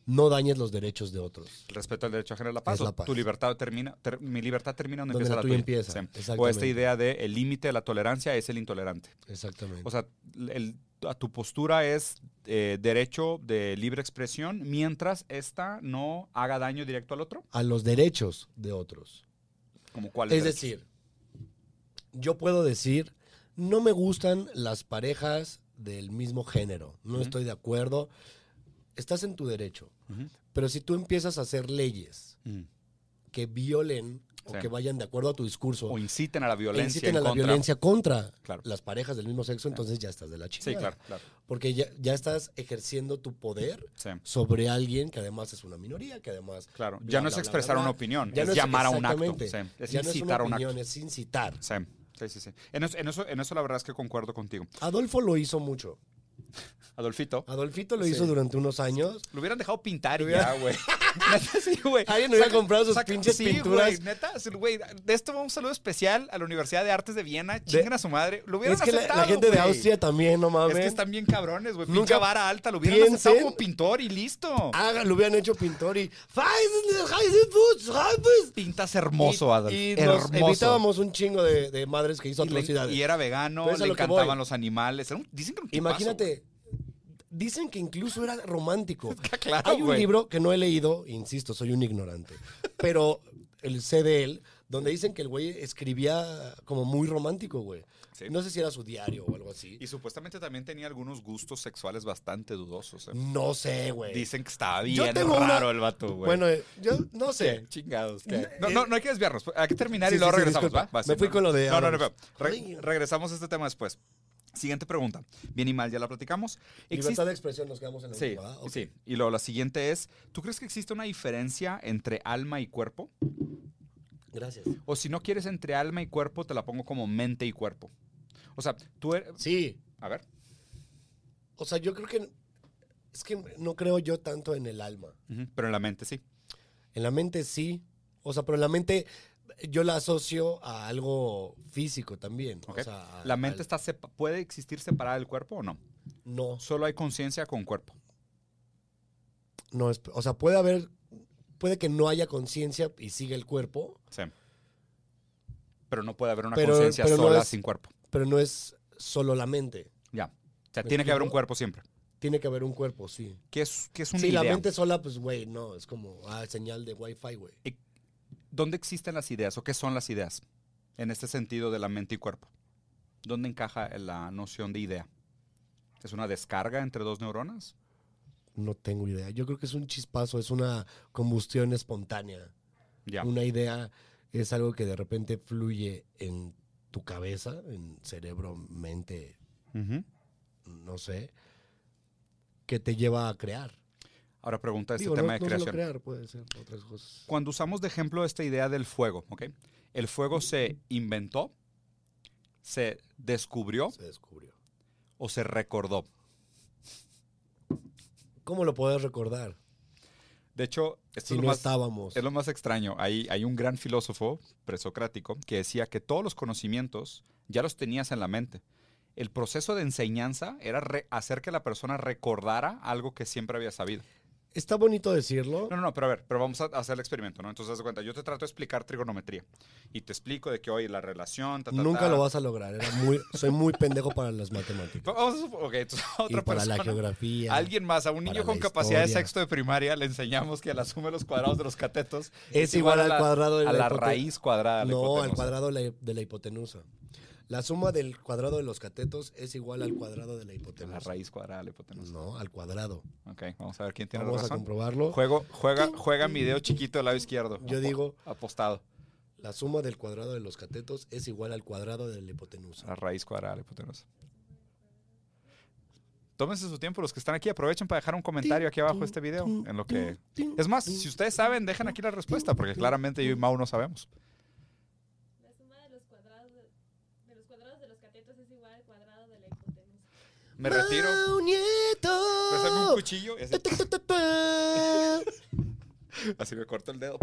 [SPEAKER 1] no dañes los derechos de otros.
[SPEAKER 2] El respeto al derecho a generar la paz.
[SPEAKER 1] Es la
[SPEAKER 2] o
[SPEAKER 1] paz.
[SPEAKER 2] Tu libertad termina, ter- mi libertad termina donde,
[SPEAKER 1] Donde la
[SPEAKER 2] empieza la
[SPEAKER 1] tuya
[SPEAKER 2] tuya.
[SPEAKER 1] empieza,
[SPEAKER 2] Sí. O esta
[SPEAKER 1] exactamente.
[SPEAKER 2] idea de el límite de la tolerancia es el intolerante.
[SPEAKER 1] Exactamente.
[SPEAKER 2] O sea, el- a tu postura es eh, derecho de libre expresión mientras esta no haga daño directo al otro.
[SPEAKER 1] A los derechos de otros.
[SPEAKER 2] Como cuál
[SPEAKER 1] Es decir, yo puedo decir, no me gustan las parejas del mismo género, no
[SPEAKER 2] Ujú.
[SPEAKER 1] estoy de acuerdo, estás en tu derecho, pero si tú empiezas a hacer leyes que violen o
[SPEAKER 2] Sí.
[SPEAKER 1] que vayan de acuerdo a tu discurso,
[SPEAKER 2] o inciten a la
[SPEAKER 1] e
[SPEAKER 2] violencia.
[SPEAKER 1] inciten
[SPEAKER 2] en
[SPEAKER 1] a la
[SPEAKER 2] contra.
[SPEAKER 1] violencia contra
[SPEAKER 2] Claro.
[SPEAKER 1] las parejas del mismo sexo, entonces ya estás de la chica.
[SPEAKER 2] Sí, claro, claro.
[SPEAKER 1] Porque ya, ya estás ejerciendo tu poder
[SPEAKER 2] Sí,
[SPEAKER 1] sobre alguien que además es una minoría, que además...
[SPEAKER 2] claro.
[SPEAKER 1] bla,
[SPEAKER 2] Ya
[SPEAKER 1] bla,
[SPEAKER 2] no es
[SPEAKER 1] bla,
[SPEAKER 2] expresar
[SPEAKER 1] bla,
[SPEAKER 2] una
[SPEAKER 1] bla.
[SPEAKER 2] opinión,
[SPEAKER 1] Ya
[SPEAKER 2] es
[SPEAKER 1] no es-
[SPEAKER 2] llamar a un acto.
[SPEAKER 1] exactamente.
[SPEAKER 2] sí, es
[SPEAKER 1] ya no es una
[SPEAKER 2] incitar a un
[SPEAKER 1] opinión,
[SPEAKER 2] acto.
[SPEAKER 1] es incitar.
[SPEAKER 2] Sí, sí, sí. sí. En, eso, en, eso, en eso la verdad es que concuerdo contigo.
[SPEAKER 1] Adolfo lo hizo mucho.
[SPEAKER 2] Adolfito,
[SPEAKER 1] Adolfito lo
[SPEAKER 2] Sí.
[SPEAKER 1] hizo durante unos años.
[SPEAKER 2] lo hubieran dejado pintar y ya, güey. Neta, sí, güey.
[SPEAKER 1] Alguien hubiera
[SPEAKER 2] Saca-
[SPEAKER 1] comprado sus
[SPEAKER 2] saca-
[SPEAKER 1] pinches
[SPEAKER 2] sí,
[SPEAKER 1] pinturas.
[SPEAKER 2] güey, neta, sí, güey. De esto va un saludo especial a la Universidad de Artes de Viena. Chingan a su madre. Lo hubieran
[SPEAKER 1] Es que la- la,
[SPEAKER 2] aceptado,
[SPEAKER 1] gente de
[SPEAKER 2] güey.
[SPEAKER 1] Austria también, no
[SPEAKER 2] Es
[SPEAKER 1] mames.
[SPEAKER 2] que están bien cabrones, güey.
[SPEAKER 1] Nunca
[SPEAKER 2] Pincha vara alta. Lo hubieran aceptado
[SPEAKER 1] piensen- Ah,
[SPEAKER 2] como pintor y listo.
[SPEAKER 1] Haga- lo hubieran hecho pintor y... Hermoso,
[SPEAKER 2] Pintas hermoso, Adolf.
[SPEAKER 1] Y, nos
[SPEAKER 2] hermoso.
[SPEAKER 1] evitábamos un chingo de, de madres que hizo
[SPEAKER 2] Y, le-
[SPEAKER 1] atrocidades.
[SPEAKER 2] y era vegano,
[SPEAKER 1] Pero es a
[SPEAKER 2] le
[SPEAKER 1] lo que voy.
[SPEAKER 2] encantaban los animales. era un- dicen que era un tipazo, güey.
[SPEAKER 1] Imagínate, dicen que incluso era romántico.
[SPEAKER 2] Claro,
[SPEAKER 1] Hay un
[SPEAKER 2] güey.
[SPEAKER 1] libro que no he leído, insisto, soy un ignorante, pero el sé de él, donde dicen que el güey escribía como muy romántico, güey.
[SPEAKER 2] Sí.
[SPEAKER 1] No sé si era su diario o algo así.
[SPEAKER 2] Y supuestamente también tenía algunos gustos sexuales bastante dudosos. eh.
[SPEAKER 1] No sé, güey.
[SPEAKER 2] Dicen que estaba
[SPEAKER 1] Yo
[SPEAKER 2] bien
[SPEAKER 1] tengo una-
[SPEAKER 2] raro el vato, güey.
[SPEAKER 1] Bueno, eh, yo no sé.
[SPEAKER 2] ¿Qué? Chingados.
[SPEAKER 1] Eh,
[SPEAKER 2] ¿qué? No, no, no hay que desviarnos. Hay que terminar
[SPEAKER 1] Sí,
[SPEAKER 2] y luego
[SPEAKER 1] sí, sí,
[SPEAKER 2] regresamos,
[SPEAKER 1] disculpa.
[SPEAKER 2] ¿va? Va, sí,
[SPEAKER 1] Me fui con lo de
[SPEAKER 2] No, no, no.
[SPEAKER 1] Adams.
[SPEAKER 2] no. Re-
[SPEAKER 1] Ay.
[SPEAKER 2] regresamos a este tema después. Siguiente pregunta. Bien y mal, ya la platicamos. Existe-
[SPEAKER 1] Libertad de expresión nos quedamos en la
[SPEAKER 2] Sí,
[SPEAKER 1] última, ¿verdad? Ok.
[SPEAKER 2] sí. Y luego la siguiente es, ¿tú crees que existe una diferencia entre alma y cuerpo?
[SPEAKER 1] Gracias.
[SPEAKER 2] O si no quieres entre alma y cuerpo, te la pongo como mente y cuerpo. O sea, tú eres...
[SPEAKER 1] Sí,
[SPEAKER 2] A ver.
[SPEAKER 1] o sea, yo creo que... Es que no creo yo tanto en el alma.
[SPEAKER 2] Ujú, Pero en la mente sí.
[SPEAKER 1] En la mente sí. O sea, pero la mente yo la asocio a algo físico también.
[SPEAKER 2] Ok.
[SPEAKER 1] O sea, a-
[SPEAKER 2] la mente
[SPEAKER 1] al-
[SPEAKER 2] está sepa- puede existir separada del cuerpo o no.
[SPEAKER 1] No,
[SPEAKER 2] Solo hay conciencia con cuerpo.
[SPEAKER 1] no es... O sea, puede haber... Puede que no haya conciencia y siga el cuerpo,
[SPEAKER 2] Sí. Pero no puede haber una
[SPEAKER 1] Pero-
[SPEAKER 2] conciencia
[SPEAKER 1] pero no
[SPEAKER 2] sola
[SPEAKER 1] es-
[SPEAKER 2] sin cuerpo.
[SPEAKER 1] pero no es solo la mente.
[SPEAKER 2] Ya. O sea,
[SPEAKER 1] ¿Me
[SPEAKER 2] tiene que haber un
[SPEAKER 1] explico?
[SPEAKER 2] cuerpo siempre.
[SPEAKER 1] Tiene que haber un cuerpo, sí.
[SPEAKER 2] Que es, que es una
[SPEAKER 1] Sí, la
[SPEAKER 2] idea.
[SPEAKER 1] mente sola, pues, güey, no. Es como ah, señal de wifi, güey.
[SPEAKER 2] ¿Dónde existen las ideas o qué son las ideas? En este sentido de la mente y cuerpo. ¿Dónde encaja la noción de idea? ¿Es una descarga entre dos neuronas?
[SPEAKER 1] No tengo idea. Yo creo que es un chispazo, es una combustión espontánea.
[SPEAKER 2] Ya.
[SPEAKER 1] Una idea es algo que de repente fluye en tu cabeza, en cerebro, mente,
[SPEAKER 2] Ujú.
[SPEAKER 1] no sé, que te lleva a crear.
[SPEAKER 2] Ahora pregunta este
[SPEAKER 1] Digo, no,
[SPEAKER 2] tema de
[SPEAKER 1] no solo
[SPEAKER 2] creación.
[SPEAKER 1] crear, puede ser otras cosas.
[SPEAKER 2] Cuando usamos de ejemplo esta idea del fuego, ¿ok? El fuego se inventó, se descubrió
[SPEAKER 1] Se descubrió.
[SPEAKER 2] o se recordó.
[SPEAKER 1] ¿Cómo lo puedes recordar?
[SPEAKER 2] De hecho, esto
[SPEAKER 1] Si
[SPEAKER 2] es
[SPEAKER 1] no
[SPEAKER 2] lo más,
[SPEAKER 1] estábamos.
[SPEAKER 2] Es lo más extraño. Hay, hay un gran filósofo presocrático que decía que todos los conocimientos ya los tenías en la mente. El proceso de enseñanza era re- hacer que la persona recordara algo que siempre había sabido.
[SPEAKER 1] Está bonito decirlo.
[SPEAKER 2] No, no, no, pero a ver, pero vamos a hacer el experimento, ¿no? Entonces, haz de cuenta, yo te trato de explicar trigonometría y te explico de que hoy la relación... ta, ta,
[SPEAKER 1] Nunca
[SPEAKER 2] ta.
[SPEAKER 1] lo vas a lograr. era muy- soy muy pendejo para las matemáticas.
[SPEAKER 2] Vamos a supo- ok, entonces a
[SPEAKER 1] Y
[SPEAKER 2] otra
[SPEAKER 1] para la
[SPEAKER 2] persona.
[SPEAKER 1] geografía.
[SPEAKER 2] Alguien más, a un niño
[SPEAKER 1] para
[SPEAKER 2] con
[SPEAKER 1] la
[SPEAKER 2] capacidad de
[SPEAKER 1] historia.
[SPEAKER 2] sexto de primaria, le enseñamos que la suma de los cuadrados de los catetos
[SPEAKER 1] es igual, al
[SPEAKER 2] la-
[SPEAKER 1] cuadrado de
[SPEAKER 2] a la
[SPEAKER 1] hipote-
[SPEAKER 2] raíz cuadrada. de la
[SPEAKER 1] No, al
[SPEAKER 2] hipotenusa.
[SPEAKER 1] cuadrado de la, de la hipotenusa. La suma del cuadrado de los catetos es igual al cuadrado de la
[SPEAKER 2] De la
[SPEAKER 1] hipotenusa.
[SPEAKER 2] raíz cuadrada de la hipotenusa.
[SPEAKER 1] No, al cuadrado.
[SPEAKER 2] Ok, vamos a ver quién tiene la
[SPEAKER 1] Vamos a
[SPEAKER 2] razón.
[SPEAKER 1] comprobarlo.
[SPEAKER 2] Juego, juega, juega mi dedo chiquito del lado izquierdo.
[SPEAKER 1] Yo
[SPEAKER 2] Apo-
[SPEAKER 1] digo-
[SPEAKER 2] Apostado.
[SPEAKER 1] La suma del cuadrado de los catetos es igual al cuadrado de la hipotenusa.
[SPEAKER 2] La raíz cuadrada de la hipotenusa. Tómense su tiempo, los que están aquí, aprovechen para dejar un comentario aquí abajo de este video. En lo que. Es más, si ustedes saben, dejen aquí la respuesta, porque claramente yo y Mau no sabemos.
[SPEAKER 3] La suma de los cuadrados de, de los cuadrados de los catetos es igual al cuadrado de la hipotenusa.
[SPEAKER 2] Me retiro,
[SPEAKER 1] Mau
[SPEAKER 2] me saco un
[SPEAKER 1] ¡Ah, Nieto.
[SPEAKER 2] cuchillo y así,
[SPEAKER 1] Ta, ta, ta, ta.
[SPEAKER 2] así me corto el dedo.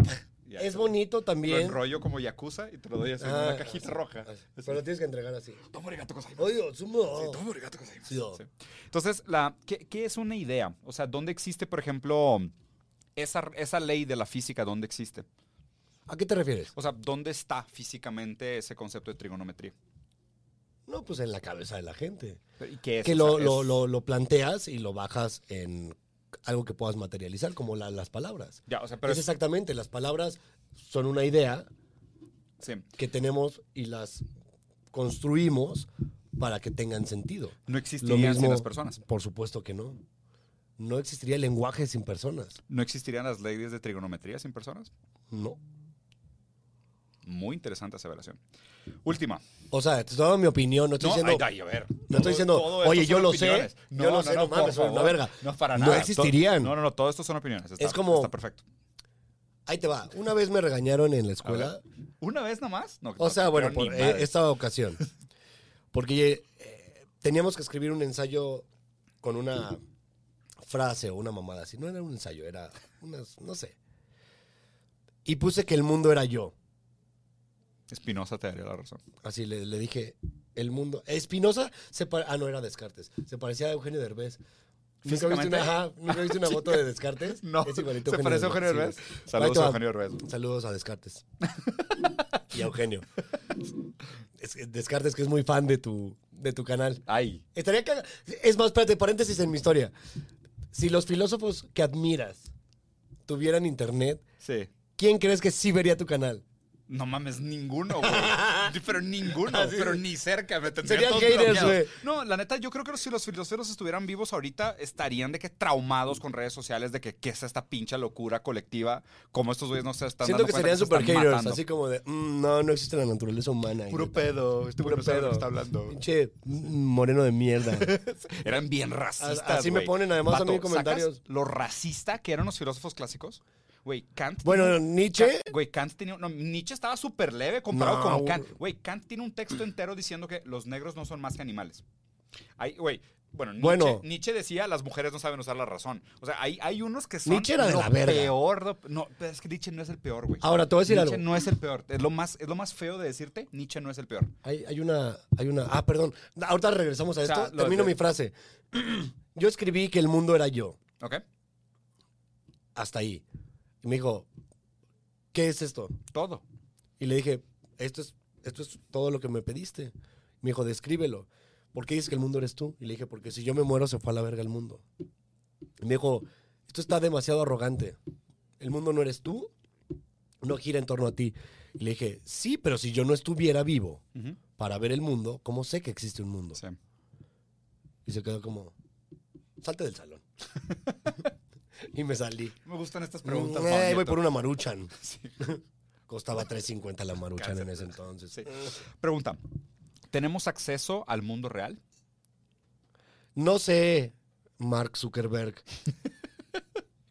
[SPEAKER 2] y ahí
[SPEAKER 1] Es
[SPEAKER 2] te-
[SPEAKER 1] bonito
[SPEAKER 2] Lo
[SPEAKER 1] también.
[SPEAKER 2] enrollo como yakuza y te lo doy así en
[SPEAKER 1] Ah,
[SPEAKER 2] una cajita
[SPEAKER 1] así,
[SPEAKER 2] roja.
[SPEAKER 1] así. Pero lo tienes que entregar así.
[SPEAKER 2] Toma, arigato, gozaimasu.
[SPEAKER 1] Oye,
[SPEAKER 2] Sí,
[SPEAKER 1] sumo.
[SPEAKER 2] todo arigato gozaimasu.
[SPEAKER 1] Sí, oh.
[SPEAKER 2] Sí. Entonces, la, ¿qué, qué es una idea? O sea, ¿dónde existe, por ejemplo, esa, esa ley de la física? ¿Dónde existe?
[SPEAKER 1] ¿A qué te refieres?
[SPEAKER 2] O sea, ¿dónde está físicamente ese concepto de trigonometría?
[SPEAKER 1] No, pues en la cabeza de la gente.
[SPEAKER 2] ¿Y qué es?
[SPEAKER 1] que
[SPEAKER 2] O
[SPEAKER 1] lo,
[SPEAKER 2] sea,
[SPEAKER 1] lo,
[SPEAKER 2] es-
[SPEAKER 1] lo- lo planteas y lo bajas en algo que puedas materializar, como la- las palabras.
[SPEAKER 2] Ya, o sea, pero
[SPEAKER 1] es
[SPEAKER 2] es-
[SPEAKER 1] exactamente, las palabras son una idea
[SPEAKER 2] sí.
[SPEAKER 1] que tenemos y las construimos para que tengan sentido.
[SPEAKER 2] no existirían sin las personas.
[SPEAKER 1] Por supuesto que no. No existiría el lenguaje sin personas.
[SPEAKER 2] ¿No existirían las leyes de trigonometría sin personas?
[SPEAKER 1] No.
[SPEAKER 2] Muy interesante aseveración. Última.
[SPEAKER 1] O sea, te estoy dando mi opinión, no estoy
[SPEAKER 2] no,
[SPEAKER 1] diciendo.
[SPEAKER 2] ay, ay, a ver.
[SPEAKER 1] no estoy diciendo,
[SPEAKER 2] esto
[SPEAKER 1] oye, yo
[SPEAKER 2] son
[SPEAKER 1] lo sé,
[SPEAKER 2] opiniones.
[SPEAKER 1] yo lo sé, no mames,
[SPEAKER 2] por
[SPEAKER 1] soy una
[SPEAKER 2] favor.
[SPEAKER 1] verga.
[SPEAKER 2] No, para
[SPEAKER 1] No
[SPEAKER 2] nada.
[SPEAKER 1] existirían.
[SPEAKER 2] To- No, no, no, todo esto son opiniones. Está-
[SPEAKER 1] Es como-
[SPEAKER 2] Está perfecto.
[SPEAKER 1] Ahí te va. Una vez me regañaron en la escuela.
[SPEAKER 2] ¿Una vez nomás? No,
[SPEAKER 1] O
[SPEAKER 2] no
[SPEAKER 1] sea,
[SPEAKER 2] creo
[SPEAKER 1] bueno,
[SPEAKER 2] ni
[SPEAKER 1] por eh,
[SPEAKER 2] madre.
[SPEAKER 1] esta ocasión. Porque eh, teníamos que escribir un ensayo con una frase o una mamada así. No era un ensayo, era unas, no sé. Y puse que el mundo era yo.
[SPEAKER 2] Espinosa te daría la razón.
[SPEAKER 1] Así le, le dije, el mundo. Espinosa se pa- Ah, no, era Descartes. Se parecía a Eugenio Derbez. ¿Nunca viste
[SPEAKER 2] Físicamente.
[SPEAKER 1] una, ajá, ¿nunca viste una foto de Descartes?
[SPEAKER 2] No,
[SPEAKER 1] Es igualito
[SPEAKER 2] se parece a Eugenio
[SPEAKER 1] sí,
[SPEAKER 2] Derbez.
[SPEAKER 1] güey. Ahí
[SPEAKER 2] Saludos
[SPEAKER 1] te
[SPEAKER 2] a
[SPEAKER 1] va.
[SPEAKER 2] Eugenio Derbez.
[SPEAKER 1] Saludos a Descartes. y a Eugenio. Es que Descartes, que es muy fan de tu, de tu canal.
[SPEAKER 2] Ay,
[SPEAKER 1] Estaría caga- Es más, espérate, paréntesis en mi historia. Si los filósofos que admiras tuvieran internet,
[SPEAKER 2] sí.
[SPEAKER 1] ¿quién crees que sí vería tu canal?
[SPEAKER 2] No mames, ninguno, güey. pero ninguno,
[SPEAKER 1] Así
[SPEAKER 2] pero
[SPEAKER 1] es.
[SPEAKER 2] ni cerca. Me tendrían
[SPEAKER 1] Serían
[SPEAKER 2] todos
[SPEAKER 1] haters,
[SPEAKER 2] bloqueados.
[SPEAKER 1] güey.
[SPEAKER 2] No, la neta, yo creo que si los filósofos estuvieran vivos ahorita, estarían de que traumados con redes sociales, de que qué es esta pincha locura colectiva, como estos güeyes no se están
[SPEAKER 1] Siento
[SPEAKER 2] dando
[SPEAKER 1] que
[SPEAKER 2] cuenta
[SPEAKER 1] serían
[SPEAKER 2] se
[SPEAKER 1] super
[SPEAKER 2] están
[SPEAKER 1] haters,
[SPEAKER 2] matando.
[SPEAKER 1] así como de, "Mm, no, no existe la naturaleza humana. y
[SPEAKER 2] Puro
[SPEAKER 1] neta,
[SPEAKER 2] pedo, este güey
[SPEAKER 1] Puro
[SPEAKER 2] no sabe de lo que
[SPEAKER 1] pedo.
[SPEAKER 2] está hablando.
[SPEAKER 1] Pinche mm, moreno de mierda.
[SPEAKER 2] Eran bien racistas.
[SPEAKER 1] A- así me
[SPEAKER 2] güey.
[SPEAKER 1] ponen además a mí en comentarios.
[SPEAKER 2] ¿sacas Lo racista que eran los filósofos clásicos. Güey, Kant.
[SPEAKER 1] Bueno,
[SPEAKER 2] tiene-
[SPEAKER 1] Nietzsche,
[SPEAKER 2] Ka- Güey, Kant tenía. No, Nietzsche estaba súper leve comparado
[SPEAKER 1] No,
[SPEAKER 2] con
[SPEAKER 1] güey.
[SPEAKER 2] Kant. Güey, Kant tiene un texto entero diciendo que los negros no son más que animales. Hay, güey. Bueno, Nietzsche,
[SPEAKER 1] Bueno.
[SPEAKER 2] Nietzsche decía las mujeres no saben usar la razón. O sea, hay, hay unos que son
[SPEAKER 1] Nietzsche era de
[SPEAKER 2] lo
[SPEAKER 1] la verga.
[SPEAKER 2] peor. do- No, pero es que Nietzsche no es el peor, güey.
[SPEAKER 1] ahora te voy a decir
[SPEAKER 2] Nietzsche
[SPEAKER 1] algo.
[SPEAKER 2] no es el peor. Es lo, más, es lo más feo de decirte, Nietzsche no es el peor.
[SPEAKER 1] Hay, hay una, hay una. Ah, perdón. Ahorita regresamos a
[SPEAKER 2] O sea,
[SPEAKER 1] esto.
[SPEAKER 2] lo
[SPEAKER 1] Termino
[SPEAKER 2] de-
[SPEAKER 1] mi frase. Yo escribí que el mundo era yo.
[SPEAKER 2] ¿Ok?
[SPEAKER 1] Hasta ahí. Y me dijo, ¿qué es esto?
[SPEAKER 2] Todo.
[SPEAKER 1] Y le dije, esto es, esto es todo lo que me pediste. Me dijo, descríbelo. ¿Por qué dices que el mundo eres tú? Y le dije, porque si yo me muero se fue a la verga el mundo. Y me dijo, esto está demasiado arrogante. El mundo no eres tú, no gira en torno a ti. Y le dije, sí, pero si yo no estuviera vivo
[SPEAKER 2] Ujú.
[SPEAKER 1] para ver el mundo, ¿cómo sé que existe un mundo?
[SPEAKER 2] Sí.
[SPEAKER 1] Y se quedó como, salte del salón. y me salí.
[SPEAKER 2] Me gustan estas preguntas.
[SPEAKER 1] Eh,
[SPEAKER 2] Mau
[SPEAKER 1] voy
[SPEAKER 2] Nieto.
[SPEAKER 1] por una maruchan.
[SPEAKER 2] Sí.
[SPEAKER 1] Costaba 3.50 la maruchan en
[SPEAKER 2] Cáncer.
[SPEAKER 1] ese entonces.
[SPEAKER 2] Sí. Pregunta. ¿Tenemos acceso al mundo real?
[SPEAKER 1] No sé, Mark Zuckerberg.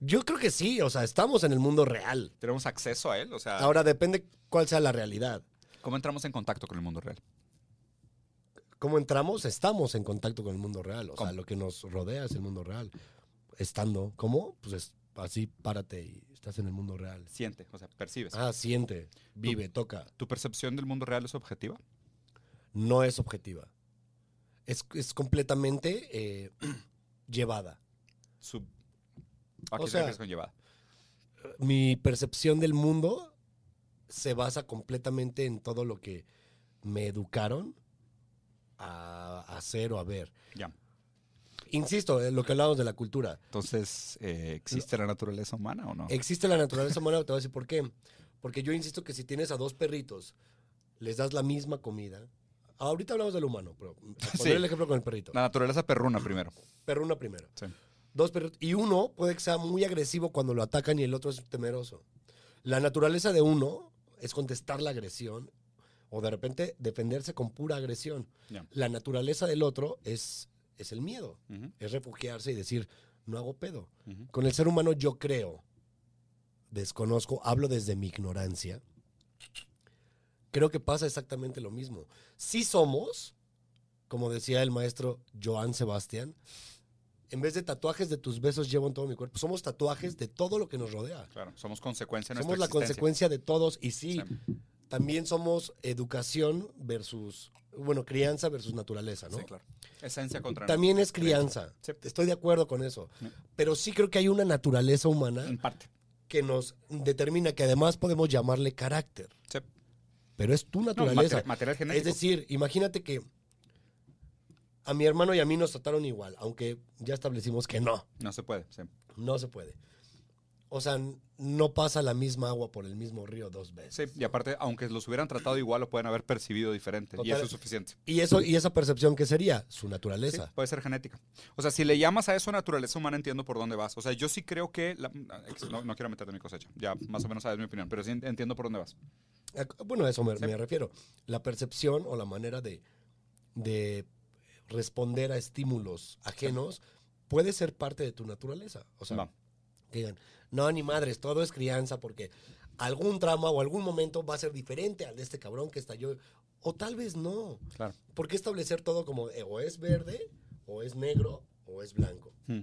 [SPEAKER 1] Yo creo que sí, o sea, estamos en el mundo real.
[SPEAKER 2] ¿Tenemos acceso a él? O sea,
[SPEAKER 1] Ahora depende cuál sea la realidad.
[SPEAKER 2] ¿Cómo entramos en contacto con el mundo real?
[SPEAKER 1] ¿Cómo entramos? Estamos en contacto con el mundo real. O
[SPEAKER 2] ¿Cómo?
[SPEAKER 1] sea, lo que nos rodea es el mundo real. Estando, ¿cómo? Pues es- así, párate y estás en el mundo real.
[SPEAKER 2] Siente, o sea, percibes.
[SPEAKER 1] Ah, siente, vive, toca.
[SPEAKER 2] ¿Tu percepción del mundo real es objetiva?
[SPEAKER 1] No es objetiva. Es, es completamente eh, llevada.
[SPEAKER 2] Sub... ¿A qué te
[SPEAKER 1] sea-
[SPEAKER 2] refieres con llevada?
[SPEAKER 1] Mi percepción del mundo se basa completamente en todo lo que me educaron a hacer o a ver.
[SPEAKER 2] Ya.
[SPEAKER 1] Insisto, en lo que hablábamos de la cultura.
[SPEAKER 2] Entonces, eh, ¿existe la naturaleza humana o no?
[SPEAKER 1] Existe la naturaleza humana, te voy a decir por qué. Porque yo insisto que si tienes a dos perritos, les das la misma comida. Ahorita hablamos del humano, pero para
[SPEAKER 2] Sí.
[SPEAKER 1] poner el ejemplo con el perrito.
[SPEAKER 2] La naturaleza perruna primero.
[SPEAKER 1] Perruna primero.
[SPEAKER 2] Sí.
[SPEAKER 1] Dos perritos. Y uno puede que sea muy agresivo cuando lo atacan y el otro es temeroso. La naturaleza de uno es contestar la agresión o de repente defenderse con pura agresión.
[SPEAKER 2] Ya.
[SPEAKER 1] La naturaleza del otro es, es el miedo,
[SPEAKER 2] Ujú,
[SPEAKER 1] es refugiarse y decir, no hago pedo.
[SPEAKER 2] ujú.
[SPEAKER 1] Con el ser humano yo creo, desconozco, hablo desde mi ignorancia. Creo que pasa exactamente lo mismo. Si somos, como decía el maestro Joan Sebastián, en vez de tatuajes de tus besos llevo en todo mi cuerpo, somos tatuajes de todo lo que nos rodea.
[SPEAKER 2] Claro, somos consecuencia de
[SPEAKER 1] Somos
[SPEAKER 2] nuestra
[SPEAKER 1] la
[SPEAKER 2] existencia.
[SPEAKER 1] consecuencia de todos y sí,
[SPEAKER 2] Sí.
[SPEAKER 1] también somos educación versus, bueno, crianza versus naturaleza, ¿no?
[SPEAKER 2] Sí, claro. Esencia contra
[SPEAKER 1] También es crianza.
[SPEAKER 2] Sí.
[SPEAKER 1] Estoy de acuerdo con eso.
[SPEAKER 2] Sí.
[SPEAKER 1] Pero sí creo que hay una naturaleza humana
[SPEAKER 2] En parte.
[SPEAKER 1] que nos determina que además podemos llamarle carácter,
[SPEAKER 2] Sí.
[SPEAKER 1] pero es tu
[SPEAKER 2] No,
[SPEAKER 1] naturaleza.
[SPEAKER 2] material, material
[SPEAKER 1] es
[SPEAKER 2] genético.
[SPEAKER 1] decir, imagínate que a mi hermano y a mí nos trataron igual, aunque ya establecimos que no,
[SPEAKER 2] no se puede. sí.
[SPEAKER 1] no se puede. O sea, n- no pasa la misma agua por el mismo río dos
[SPEAKER 2] Sí,
[SPEAKER 1] veces.
[SPEAKER 2] y aparte, aunque los hubieran tratado igual, lo pueden haber percibido diferente. Y
[SPEAKER 1] Total.
[SPEAKER 2] eso es suficiente.
[SPEAKER 1] Y eso y esa percepción que sería su
[SPEAKER 2] Sí,
[SPEAKER 1] naturaleza.
[SPEAKER 2] puede ser genética. O sea, si le llamas a eso naturaleza humana, entiendo por dónde vas. O sea, yo sí creo que. la- no, no quiero meterte en mi cosecha. Ya, más o menos sabes mi opinión, pero sí entiendo por dónde vas.
[SPEAKER 1] Ac- Ah, Bueno, a eso me,
[SPEAKER 2] Sí.
[SPEAKER 1] me refiero. La percepción o la manera de, de responder a estímulos ajenos puede ser parte de tu naturaleza. O sea,
[SPEAKER 2] Va.
[SPEAKER 1] que digan, no, ni madres, todo es crianza porque algún trauma o algún momento va a ser diferente al de este cabrón que estalló. O tal vez no.
[SPEAKER 2] Claro.
[SPEAKER 1] ¿Por qué establecer todo como eh, o es verde, o es negro, o es blanco?
[SPEAKER 2] Hmm.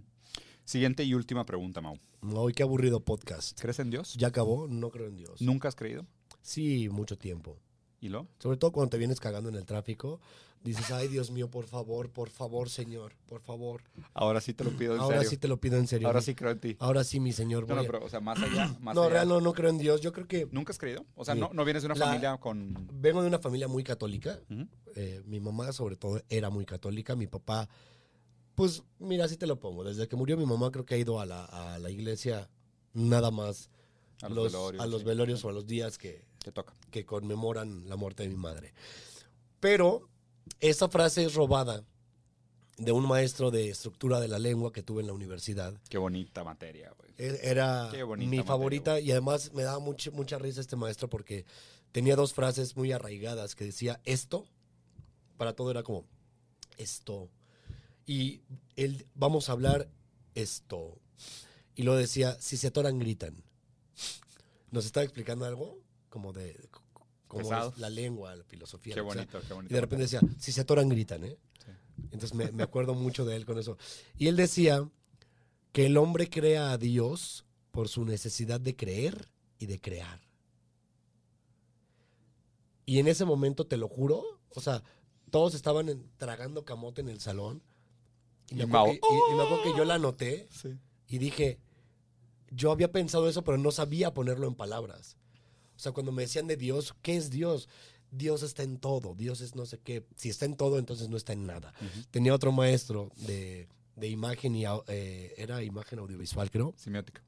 [SPEAKER 2] Siguiente y última pregunta, Mau.
[SPEAKER 1] No, y qué aburrido podcast.
[SPEAKER 2] ¿Crees en Dios?
[SPEAKER 1] Ya acabó, no creo en Dios.
[SPEAKER 2] ¿Nunca has creído?
[SPEAKER 1] Sí, mucho tiempo.
[SPEAKER 2] ¿Y lo?
[SPEAKER 1] Sobre todo cuando te vienes cagando en el tráfico, dices, ay Dios mío, por favor, por favor, Señor, por favor.
[SPEAKER 2] Ahora sí te lo pido en
[SPEAKER 1] Ahora
[SPEAKER 2] serio.
[SPEAKER 1] sí te lo pido en serio. ¿eh?
[SPEAKER 2] Ahora sí creo en ti.
[SPEAKER 1] Ahora sí, mi Señor.
[SPEAKER 2] No, no,
[SPEAKER 1] voy a-
[SPEAKER 2] pero, o sea, más allá. Más
[SPEAKER 1] no,
[SPEAKER 2] allá.
[SPEAKER 1] real, no, no creo en Dios. Yo creo que
[SPEAKER 2] ¿Nunca has creído? O sea,
[SPEAKER 1] Sí.
[SPEAKER 2] no, no vienes de una
[SPEAKER 1] La-
[SPEAKER 2] familia con.
[SPEAKER 1] vengo de una familia muy católica.
[SPEAKER 2] Ujú.
[SPEAKER 1] Eh, mi mamá, sobre todo, era muy católica. Mi papá, pues, mira, así te lo pongo. Desde que murió mi mamá, creo que ha ido a la, a la iglesia nada más
[SPEAKER 2] A los velorios,
[SPEAKER 1] a los
[SPEAKER 2] sí.
[SPEAKER 1] velorios o a los días que,
[SPEAKER 2] Te toca.
[SPEAKER 1] que conmemoran la muerte de mi madre. Pero esa frase es robada de un maestro de estructura de la lengua que tuve en la universidad.
[SPEAKER 2] Qué bonita materia, güey.
[SPEAKER 1] E- Era
[SPEAKER 2] pues. Qué bonita
[SPEAKER 1] mi
[SPEAKER 2] materia,
[SPEAKER 1] favorita y además me daba mucha, mucha risa este maestro porque tenía dos frases muy arraigadas que decía esto, para todo era como esto. Y él, vamos a hablar esto. Y luego decía, si se atoran, gritan. Nos estaba explicando algo como de c- c- cómo es
[SPEAKER 2] Pesado.
[SPEAKER 1] la lengua, la filosofía.
[SPEAKER 2] Qué
[SPEAKER 1] lo que sea.
[SPEAKER 2] bonito, qué
[SPEAKER 1] Y
[SPEAKER 2] bonito.
[SPEAKER 1] de repente decía, si se atoran, gritan, ¿eh? Entonces me, me acuerdo mucho de él con eso. Y él decía que el hombre crea a Dios por su necesidad de creer y de crear. Y en ese momento, te lo juro, o sea, todos estaban en- tragando camote en el salón. Y me,
[SPEAKER 2] Y
[SPEAKER 1] acuerdo
[SPEAKER 2] Mao.
[SPEAKER 1] que, y- y me acuerdo que yo la anoté
[SPEAKER 2] Sí.
[SPEAKER 1] y dije, yo había pensado eso, pero no sabía ponerlo en palabras. O sea, cuando me decían de Dios, ¿qué es Dios? Dios está en todo, Dios es no sé qué. Si está en todo, entonces no está en nada.
[SPEAKER 2] Ujú.
[SPEAKER 1] Tenía otro maestro de, de imagen y au- eh, era imagen audiovisual, creo.
[SPEAKER 2] Semiótica.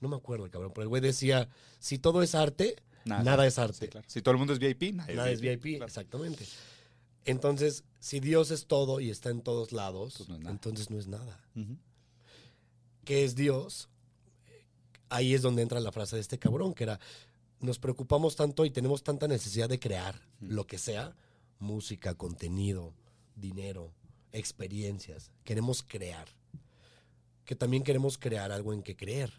[SPEAKER 1] No me acuerdo, cabrón, pero el güey decía, si todo es arte, nada, es arte.
[SPEAKER 2] Sí, claro. Si todo el mundo es VIP, nadie
[SPEAKER 1] Nada es VIP,
[SPEAKER 2] claro.
[SPEAKER 1] exactamente. Entonces, si Dios es todo y está en todos lados,
[SPEAKER 2] Pues no es nada.
[SPEAKER 1] entonces no es nada.
[SPEAKER 2] Ujú.
[SPEAKER 1] que es Dios, ahí es donde entra la frase de este cabrón, que era, nos preocupamos tanto y tenemos tanta necesidad de crear
[SPEAKER 2] Mm.
[SPEAKER 1] lo que sea, música, contenido, dinero, experiencias, queremos crear, que también queremos crear algo en que creer,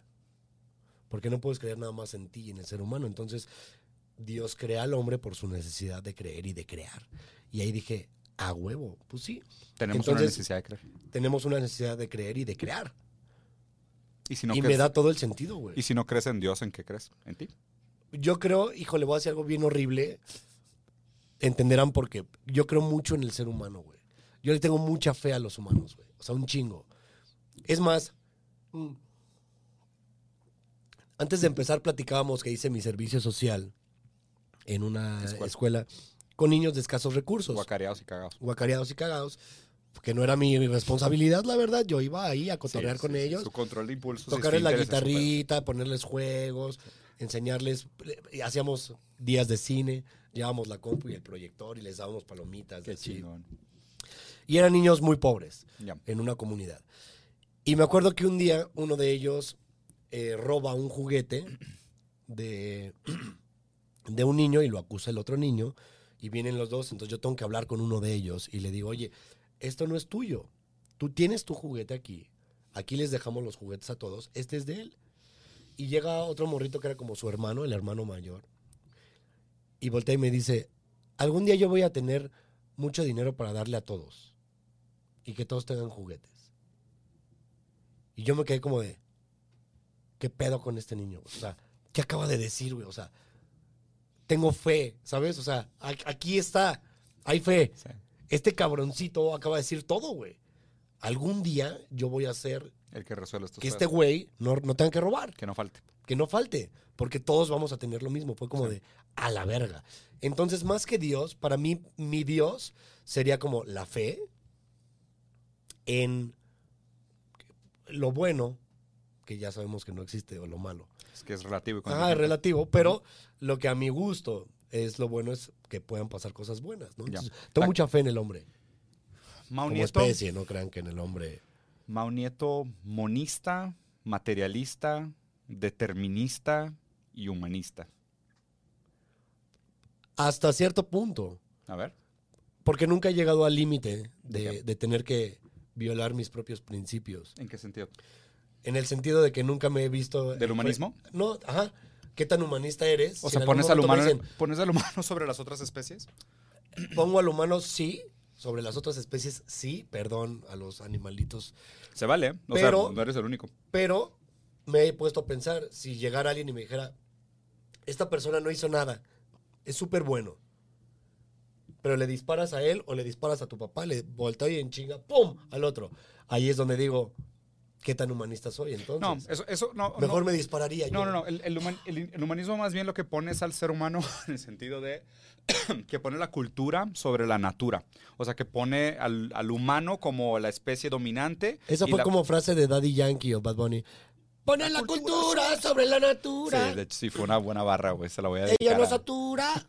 [SPEAKER 1] porque no puedes creer nada más en ti y en el ser humano, entonces Dios crea al hombre por su necesidad de creer y de crear. Y ahí dije, a huevo, pues sí,
[SPEAKER 2] Tenemos una
[SPEAKER 1] Entonces-
[SPEAKER 2] necesidad de creer.
[SPEAKER 1] tenemos una necesidad de creer y de crear.
[SPEAKER 2] Y si no,
[SPEAKER 1] y
[SPEAKER 2] crees,
[SPEAKER 1] me da todo el sentido, güey.
[SPEAKER 2] y si no crees en Dios, ¿en qué crees? ¿En ti?
[SPEAKER 1] Yo creo, hijo, le voy a decir algo bien horrible. Entenderán por qué. Yo creo mucho en el ser humano, güey. Yo le tengo mucha fe a los humanos, güey. O sea, un chingo. Es más, mm, antes de empezar platicábamos que hice mi servicio social en una
[SPEAKER 2] Escuela.
[SPEAKER 1] escuela con niños de escasos recursos
[SPEAKER 2] Guacareados y cagados.
[SPEAKER 1] guacareados y cagados, que no era mi responsabilidad, la verdad. Yo iba ahí a cotorrear
[SPEAKER 2] Sí,
[SPEAKER 1] con
[SPEAKER 2] sí, sí.
[SPEAKER 1] ellos,
[SPEAKER 2] Su control de impulsos. y
[SPEAKER 1] tocarles la
[SPEAKER 2] esfínteres es súper-
[SPEAKER 1] guitarrita, ponerles juegos, enseñarles. y Hacíamos días de cine, llevábamos la compu y el proyector y les dábamos palomitas.
[SPEAKER 2] Qué
[SPEAKER 1] así.
[SPEAKER 2] chingón.
[SPEAKER 1] Y eran niños muy pobres
[SPEAKER 2] Ya.
[SPEAKER 1] en una comunidad. Y me acuerdo que un día uno de ellos eh, roba un juguete de, de un niño y lo acusa el otro niño. Y vienen los dos, entonces yo tengo que hablar con uno de ellos y le digo, oye, esto no es tuyo. Tú tienes tu juguete aquí. Aquí les dejamos los juguetes a todos. Este es de él. Y llega otro morrito que era como su hermano, el hermano mayor. Y voltea y me dice, algún día yo voy a tener mucho dinero para darle a todos y que todos tengan juguetes. Y yo me quedé como de, ¿qué pedo con este niño? güey? O sea, ¿qué acaba de decir, güey? O sea, tengo fe, ¿sabes? O sea, a- aquí está, hay fe.
[SPEAKER 2] Sí.
[SPEAKER 1] Este cabroncito acaba de decir todo, güey. Algún día yo voy a hacer
[SPEAKER 2] El que resuelve estos
[SPEAKER 1] que este
[SPEAKER 2] pedos.
[SPEAKER 1] güey no, no tenga que robar,
[SPEAKER 2] Que no falte.
[SPEAKER 1] que no falte, porque todos vamos a tener lo mismo. Fue como
[SPEAKER 2] Sí.
[SPEAKER 1] de, a la verga. Entonces, más que Dios, para mí, mi Dios sería como la fe, en lo bueno, que ya sabemos que no existe, o lo malo.
[SPEAKER 2] Es que es relativo. y
[SPEAKER 1] Ajá, es
[SPEAKER 2] contingente.
[SPEAKER 1] relativo, pero lo que a mi gusto es lo bueno es que puedan pasar cosas buenas, ¿no?
[SPEAKER 2] Ya.
[SPEAKER 1] Entonces, tengo
[SPEAKER 2] Ah,
[SPEAKER 1] mucha fe en el hombre,
[SPEAKER 2] Mao
[SPEAKER 1] como
[SPEAKER 2] Nieto,
[SPEAKER 1] especie, no crean que en el hombre...
[SPEAKER 2] Mao Nieto monista, materialista, determinista y humanista.
[SPEAKER 1] Hasta cierto punto,
[SPEAKER 2] A ver.
[SPEAKER 1] porque nunca he llegado al límite
[SPEAKER 2] ¿De
[SPEAKER 1] de,
[SPEAKER 2] qué?
[SPEAKER 1] de tener que violar mis propios principios,
[SPEAKER 2] ¿En qué sentido?
[SPEAKER 1] Eh, en el sentido de que nunca me he visto... eh,
[SPEAKER 2] ¿Del humanismo?
[SPEAKER 1] No, ajá, ¿qué tan humanista eres?
[SPEAKER 2] O
[SPEAKER 1] pues, Si
[SPEAKER 2] sea,
[SPEAKER 1] en algún
[SPEAKER 2] pones al,
[SPEAKER 1] momento me
[SPEAKER 2] humano,
[SPEAKER 1] dicen,
[SPEAKER 2] ¿pones al humano sobre las otras especies?
[SPEAKER 1] Pongo al humano sí, sobre las otras especies sí, perdón a los animalitos,
[SPEAKER 2] Se vale, ¿eh? o
[SPEAKER 1] Pero-
[SPEAKER 2] sea, no eres el único.
[SPEAKER 1] pero me he puesto a pensar, si llegara alguien y me dijera, esta persona no hizo nada, es súper bueno, pero le disparas a él o le disparas a tu papá, le voltea y en chinga, ¡pum!, al otro. Ahí es donde digo, ¿qué tan humanista soy
[SPEAKER 2] No,
[SPEAKER 1] entonces?
[SPEAKER 2] eso, eso no.
[SPEAKER 1] Mejor
[SPEAKER 2] no.
[SPEAKER 1] me dispararía yo.
[SPEAKER 2] No, no, no. El, el human- el- el humanismo más bien lo que pone es al ser humano en el sentido de que pone la cultura sobre la natura. O sea, que pone al, al humano como la especie dominante.
[SPEAKER 1] Esa
[SPEAKER 2] y
[SPEAKER 1] fue
[SPEAKER 2] la-
[SPEAKER 1] como frase de Daddy Yankee o Bad Bunny. Poner la, cultura, sobre la
[SPEAKER 2] Sí,
[SPEAKER 1] natura.
[SPEAKER 2] de hecho, sí fue una buena barra, güey. Se la voy a dedicar
[SPEAKER 1] Ella no
[SPEAKER 2] a-
[SPEAKER 1] satura.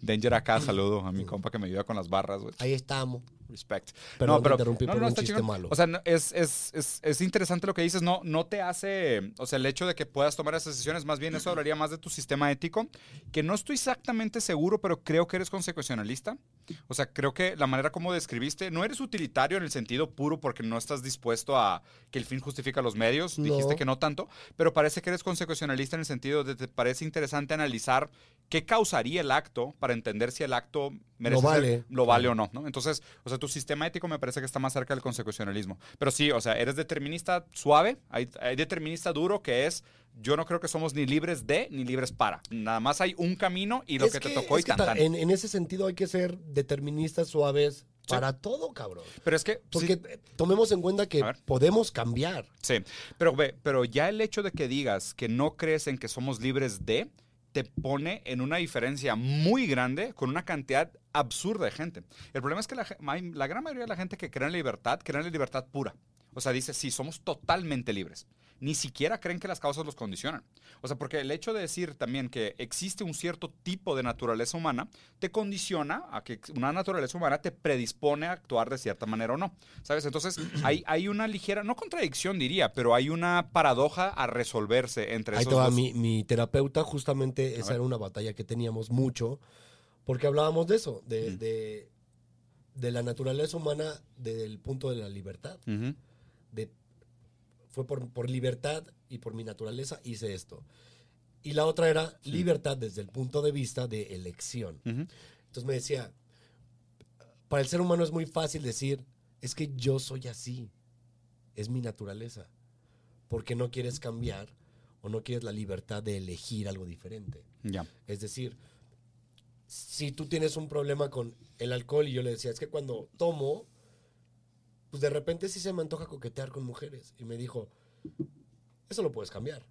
[SPEAKER 2] Danger acá, saludo a mi compa que me ayuda con las barras, güey.
[SPEAKER 1] Ahí estamos.
[SPEAKER 2] Respect.
[SPEAKER 1] Perdón, te interrumpí
[SPEAKER 2] no,
[SPEAKER 1] por
[SPEAKER 2] no,
[SPEAKER 1] un
[SPEAKER 2] está
[SPEAKER 1] chiste
[SPEAKER 2] chingón.
[SPEAKER 1] malo.
[SPEAKER 2] O sea, no, es, es, es, es interesante lo que dices. No, no te hace. O sea, el hecho de que puedas tomar esas decisiones, más bien eso hablaría más de tu sistema ético, que no estoy exactamente seguro, pero creo que eres consecucionalista. O sea, creo que la manera como describiste, no eres utilitario en el sentido puro porque no estás dispuesto a que el fin justifica los medios. Dijiste
[SPEAKER 1] No.
[SPEAKER 2] que no tanto, pero parece que eres consecucionalista en el sentido de te parece interesante analizar qué causaría el acto para entender si el acto merece ser-
[SPEAKER 1] vale.
[SPEAKER 2] lo vale o no, ¿no? Entonces, o sea, tu sistema ético me parece que está más cerca del consecucionalismo. Pero sí, o sea, eres determinista suave, hay, hay determinista duro que es yo no creo que somos ni libres de ni libres para. Nada más hay un camino y lo
[SPEAKER 1] Es
[SPEAKER 2] que, te tocó y
[SPEAKER 1] es que
[SPEAKER 2] tan,
[SPEAKER 1] ta-
[SPEAKER 2] tan.
[SPEAKER 1] En, en ese sentido hay que ser deterministas suaves para todo, cabrón.
[SPEAKER 2] Pero es que sí,
[SPEAKER 1] Porque eh, tomemos en cuenta que
[SPEAKER 2] A ver.
[SPEAKER 1] podemos cambiar.
[SPEAKER 2] Sí, pero ve, pero ya el hecho de que digas que no crees en que somos libres de te pone en una diferencia muy grande con una cantidad absurda de gente. El problema es que la, ge- hay- la gran mayoría de la gente que cree en libertad, cree en la libertad pura. O sea, dice, sí, somos totalmente libres. Ni siquiera creen que las causas los condicionan. O sea, porque el hecho de decir también que existe un cierto tipo de naturaleza humana, te condiciona a que una naturaleza humana te predispone a actuar de cierta manera o no. ¿Sabes? Entonces, hay, hay una ligera, no contradicción diría, pero hay una paradoja a resolverse entre
[SPEAKER 1] Ahí
[SPEAKER 2] esos
[SPEAKER 1] te va,
[SPEAKER 2] dos.
[SPEAKER 1] mi, mi terapeuta, justamente esa
[SPEAKER 2] ver.
[SPEAKER 1] era una batalla que teníamos mucho, porque hablábamos de eso, de,
[SPEAKER 2] Mm.
[SPEAKER 1] de, de la naturaleza humana desde el punto de la libertad.
[SPEAKER 2] Ujú.
[SPEAKER 1] de- fue por, por libertad y por mi naturaleza hice esto. Y la otra era libertad desde el punto de vista de elección.
[SPEAKER 2] Ujú.
[SPEAKER 1] Entonces me decía, para el ser humano es muy fácil decir, es que yo soy así, es mi naturaleza, porque no quieres cambiar o no quieres la libertad de elegir algo diferente.
[SPEAKER 2] Ya.
[SPEAKER 1] Es decir, si tú tienes un problema con el alcohol y yo le decía, es que cuando tomo, pues de repente sí se me antoja coquetear con mujeres. Y me dijo, eso lo puedes cambiar.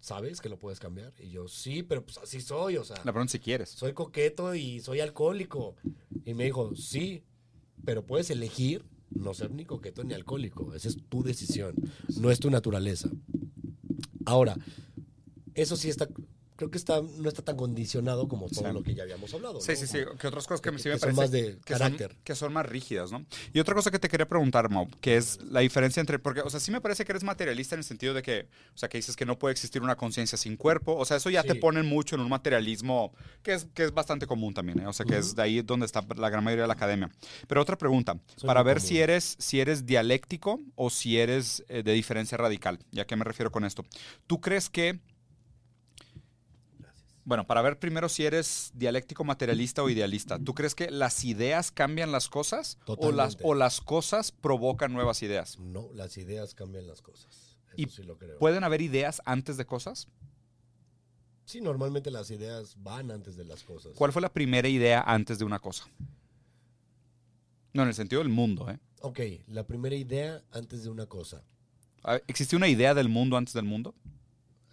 [SPEAKER 1] ¿Sabes que lo puedes cambiar? Y yo, sí, pero pues así soy, o sea,
[SPEAKER 2] La pregunta es si quieres.
[SPEAKER 1] soy coqueto y soy alcohólico. Y me dijo, sí, pero puedes elegir no ser ni coqueto ni alcohólico. Esa es tu decisión, no es tu naturaleza. Ahora, eso sí está, creo que está, no está tan condicionado como todo
[SPEAKER 2] Sí.
[SPEAKER 1] lo que ya habíamos hablado.
[SPEAKER 2] Sí,
[SPEAKER 1] ¿no?
[SPEAKER 2] sí, sí. Que otras cosas que, me- sí me
[SPEAKER 1] que son
[SPEAKER 2] parece
[SPEAKER 1] más de
[SPEAKER 2] que son-
[SPEAKER 1] carácter.
[SPEAKER 2] que son más rígidas, ¿no? Y otra cosa que te quería preguntar, Mau, que es la diferencia entre, porque, o sea, sí me parece que eres materialista en el sentido de que, o sea, que dices que no puede existir una conciencia sin cuerpo, o sea, eso ya te
[SPEAKER 1] Sí.
[SPEAKER 2] ponen mucho en un materialismo que es, que es bastante común también, ¿eh? o sea, que es de ahí donde está la gran mayoría de la academia. Pero otra pregunta,
[SPEAKER 1] Soy
[SPEAKER 2] para
[SPEAKER 1] muy
[SPEAKER 2] ver si
[SPEAKER 1] común.
[SPEAKER 2] eres, si eres dialéctico o si eres eh, de diferencia radical, ya que me refiero con esto, ¿tú crees que... Bueno, para ver primero si eres dialéctico, materialista o idealista, ¿tú crees que las ideas cambian las cosas o las,
[SPEAKER 1] Totalmente.
[SPEAKER 2] o las cosas provocan nuevas ideas?
[SPEAKER 1] Pues, No, las ideas cambian las cosas. Eso
[SPEAKER 2] Y
[SPEAKER 1] sí lo creo.
[SPEAKER 2] ¿Pueden haber ideas antes de cosas?
[SPEAKER 1] sí, normalmente las ideas van antes de las cosas.
[SPEAKER 2] ¿Cuál fue la primera idea antes de una cosa? No, en el sentido del mundo, ¿eh?
[SPEAKER 1] Ok, la primera idea antes de una cosa.
[SPEAKER 2] A ver, Ah, ¿Existe una idea del mundo antes del mundo?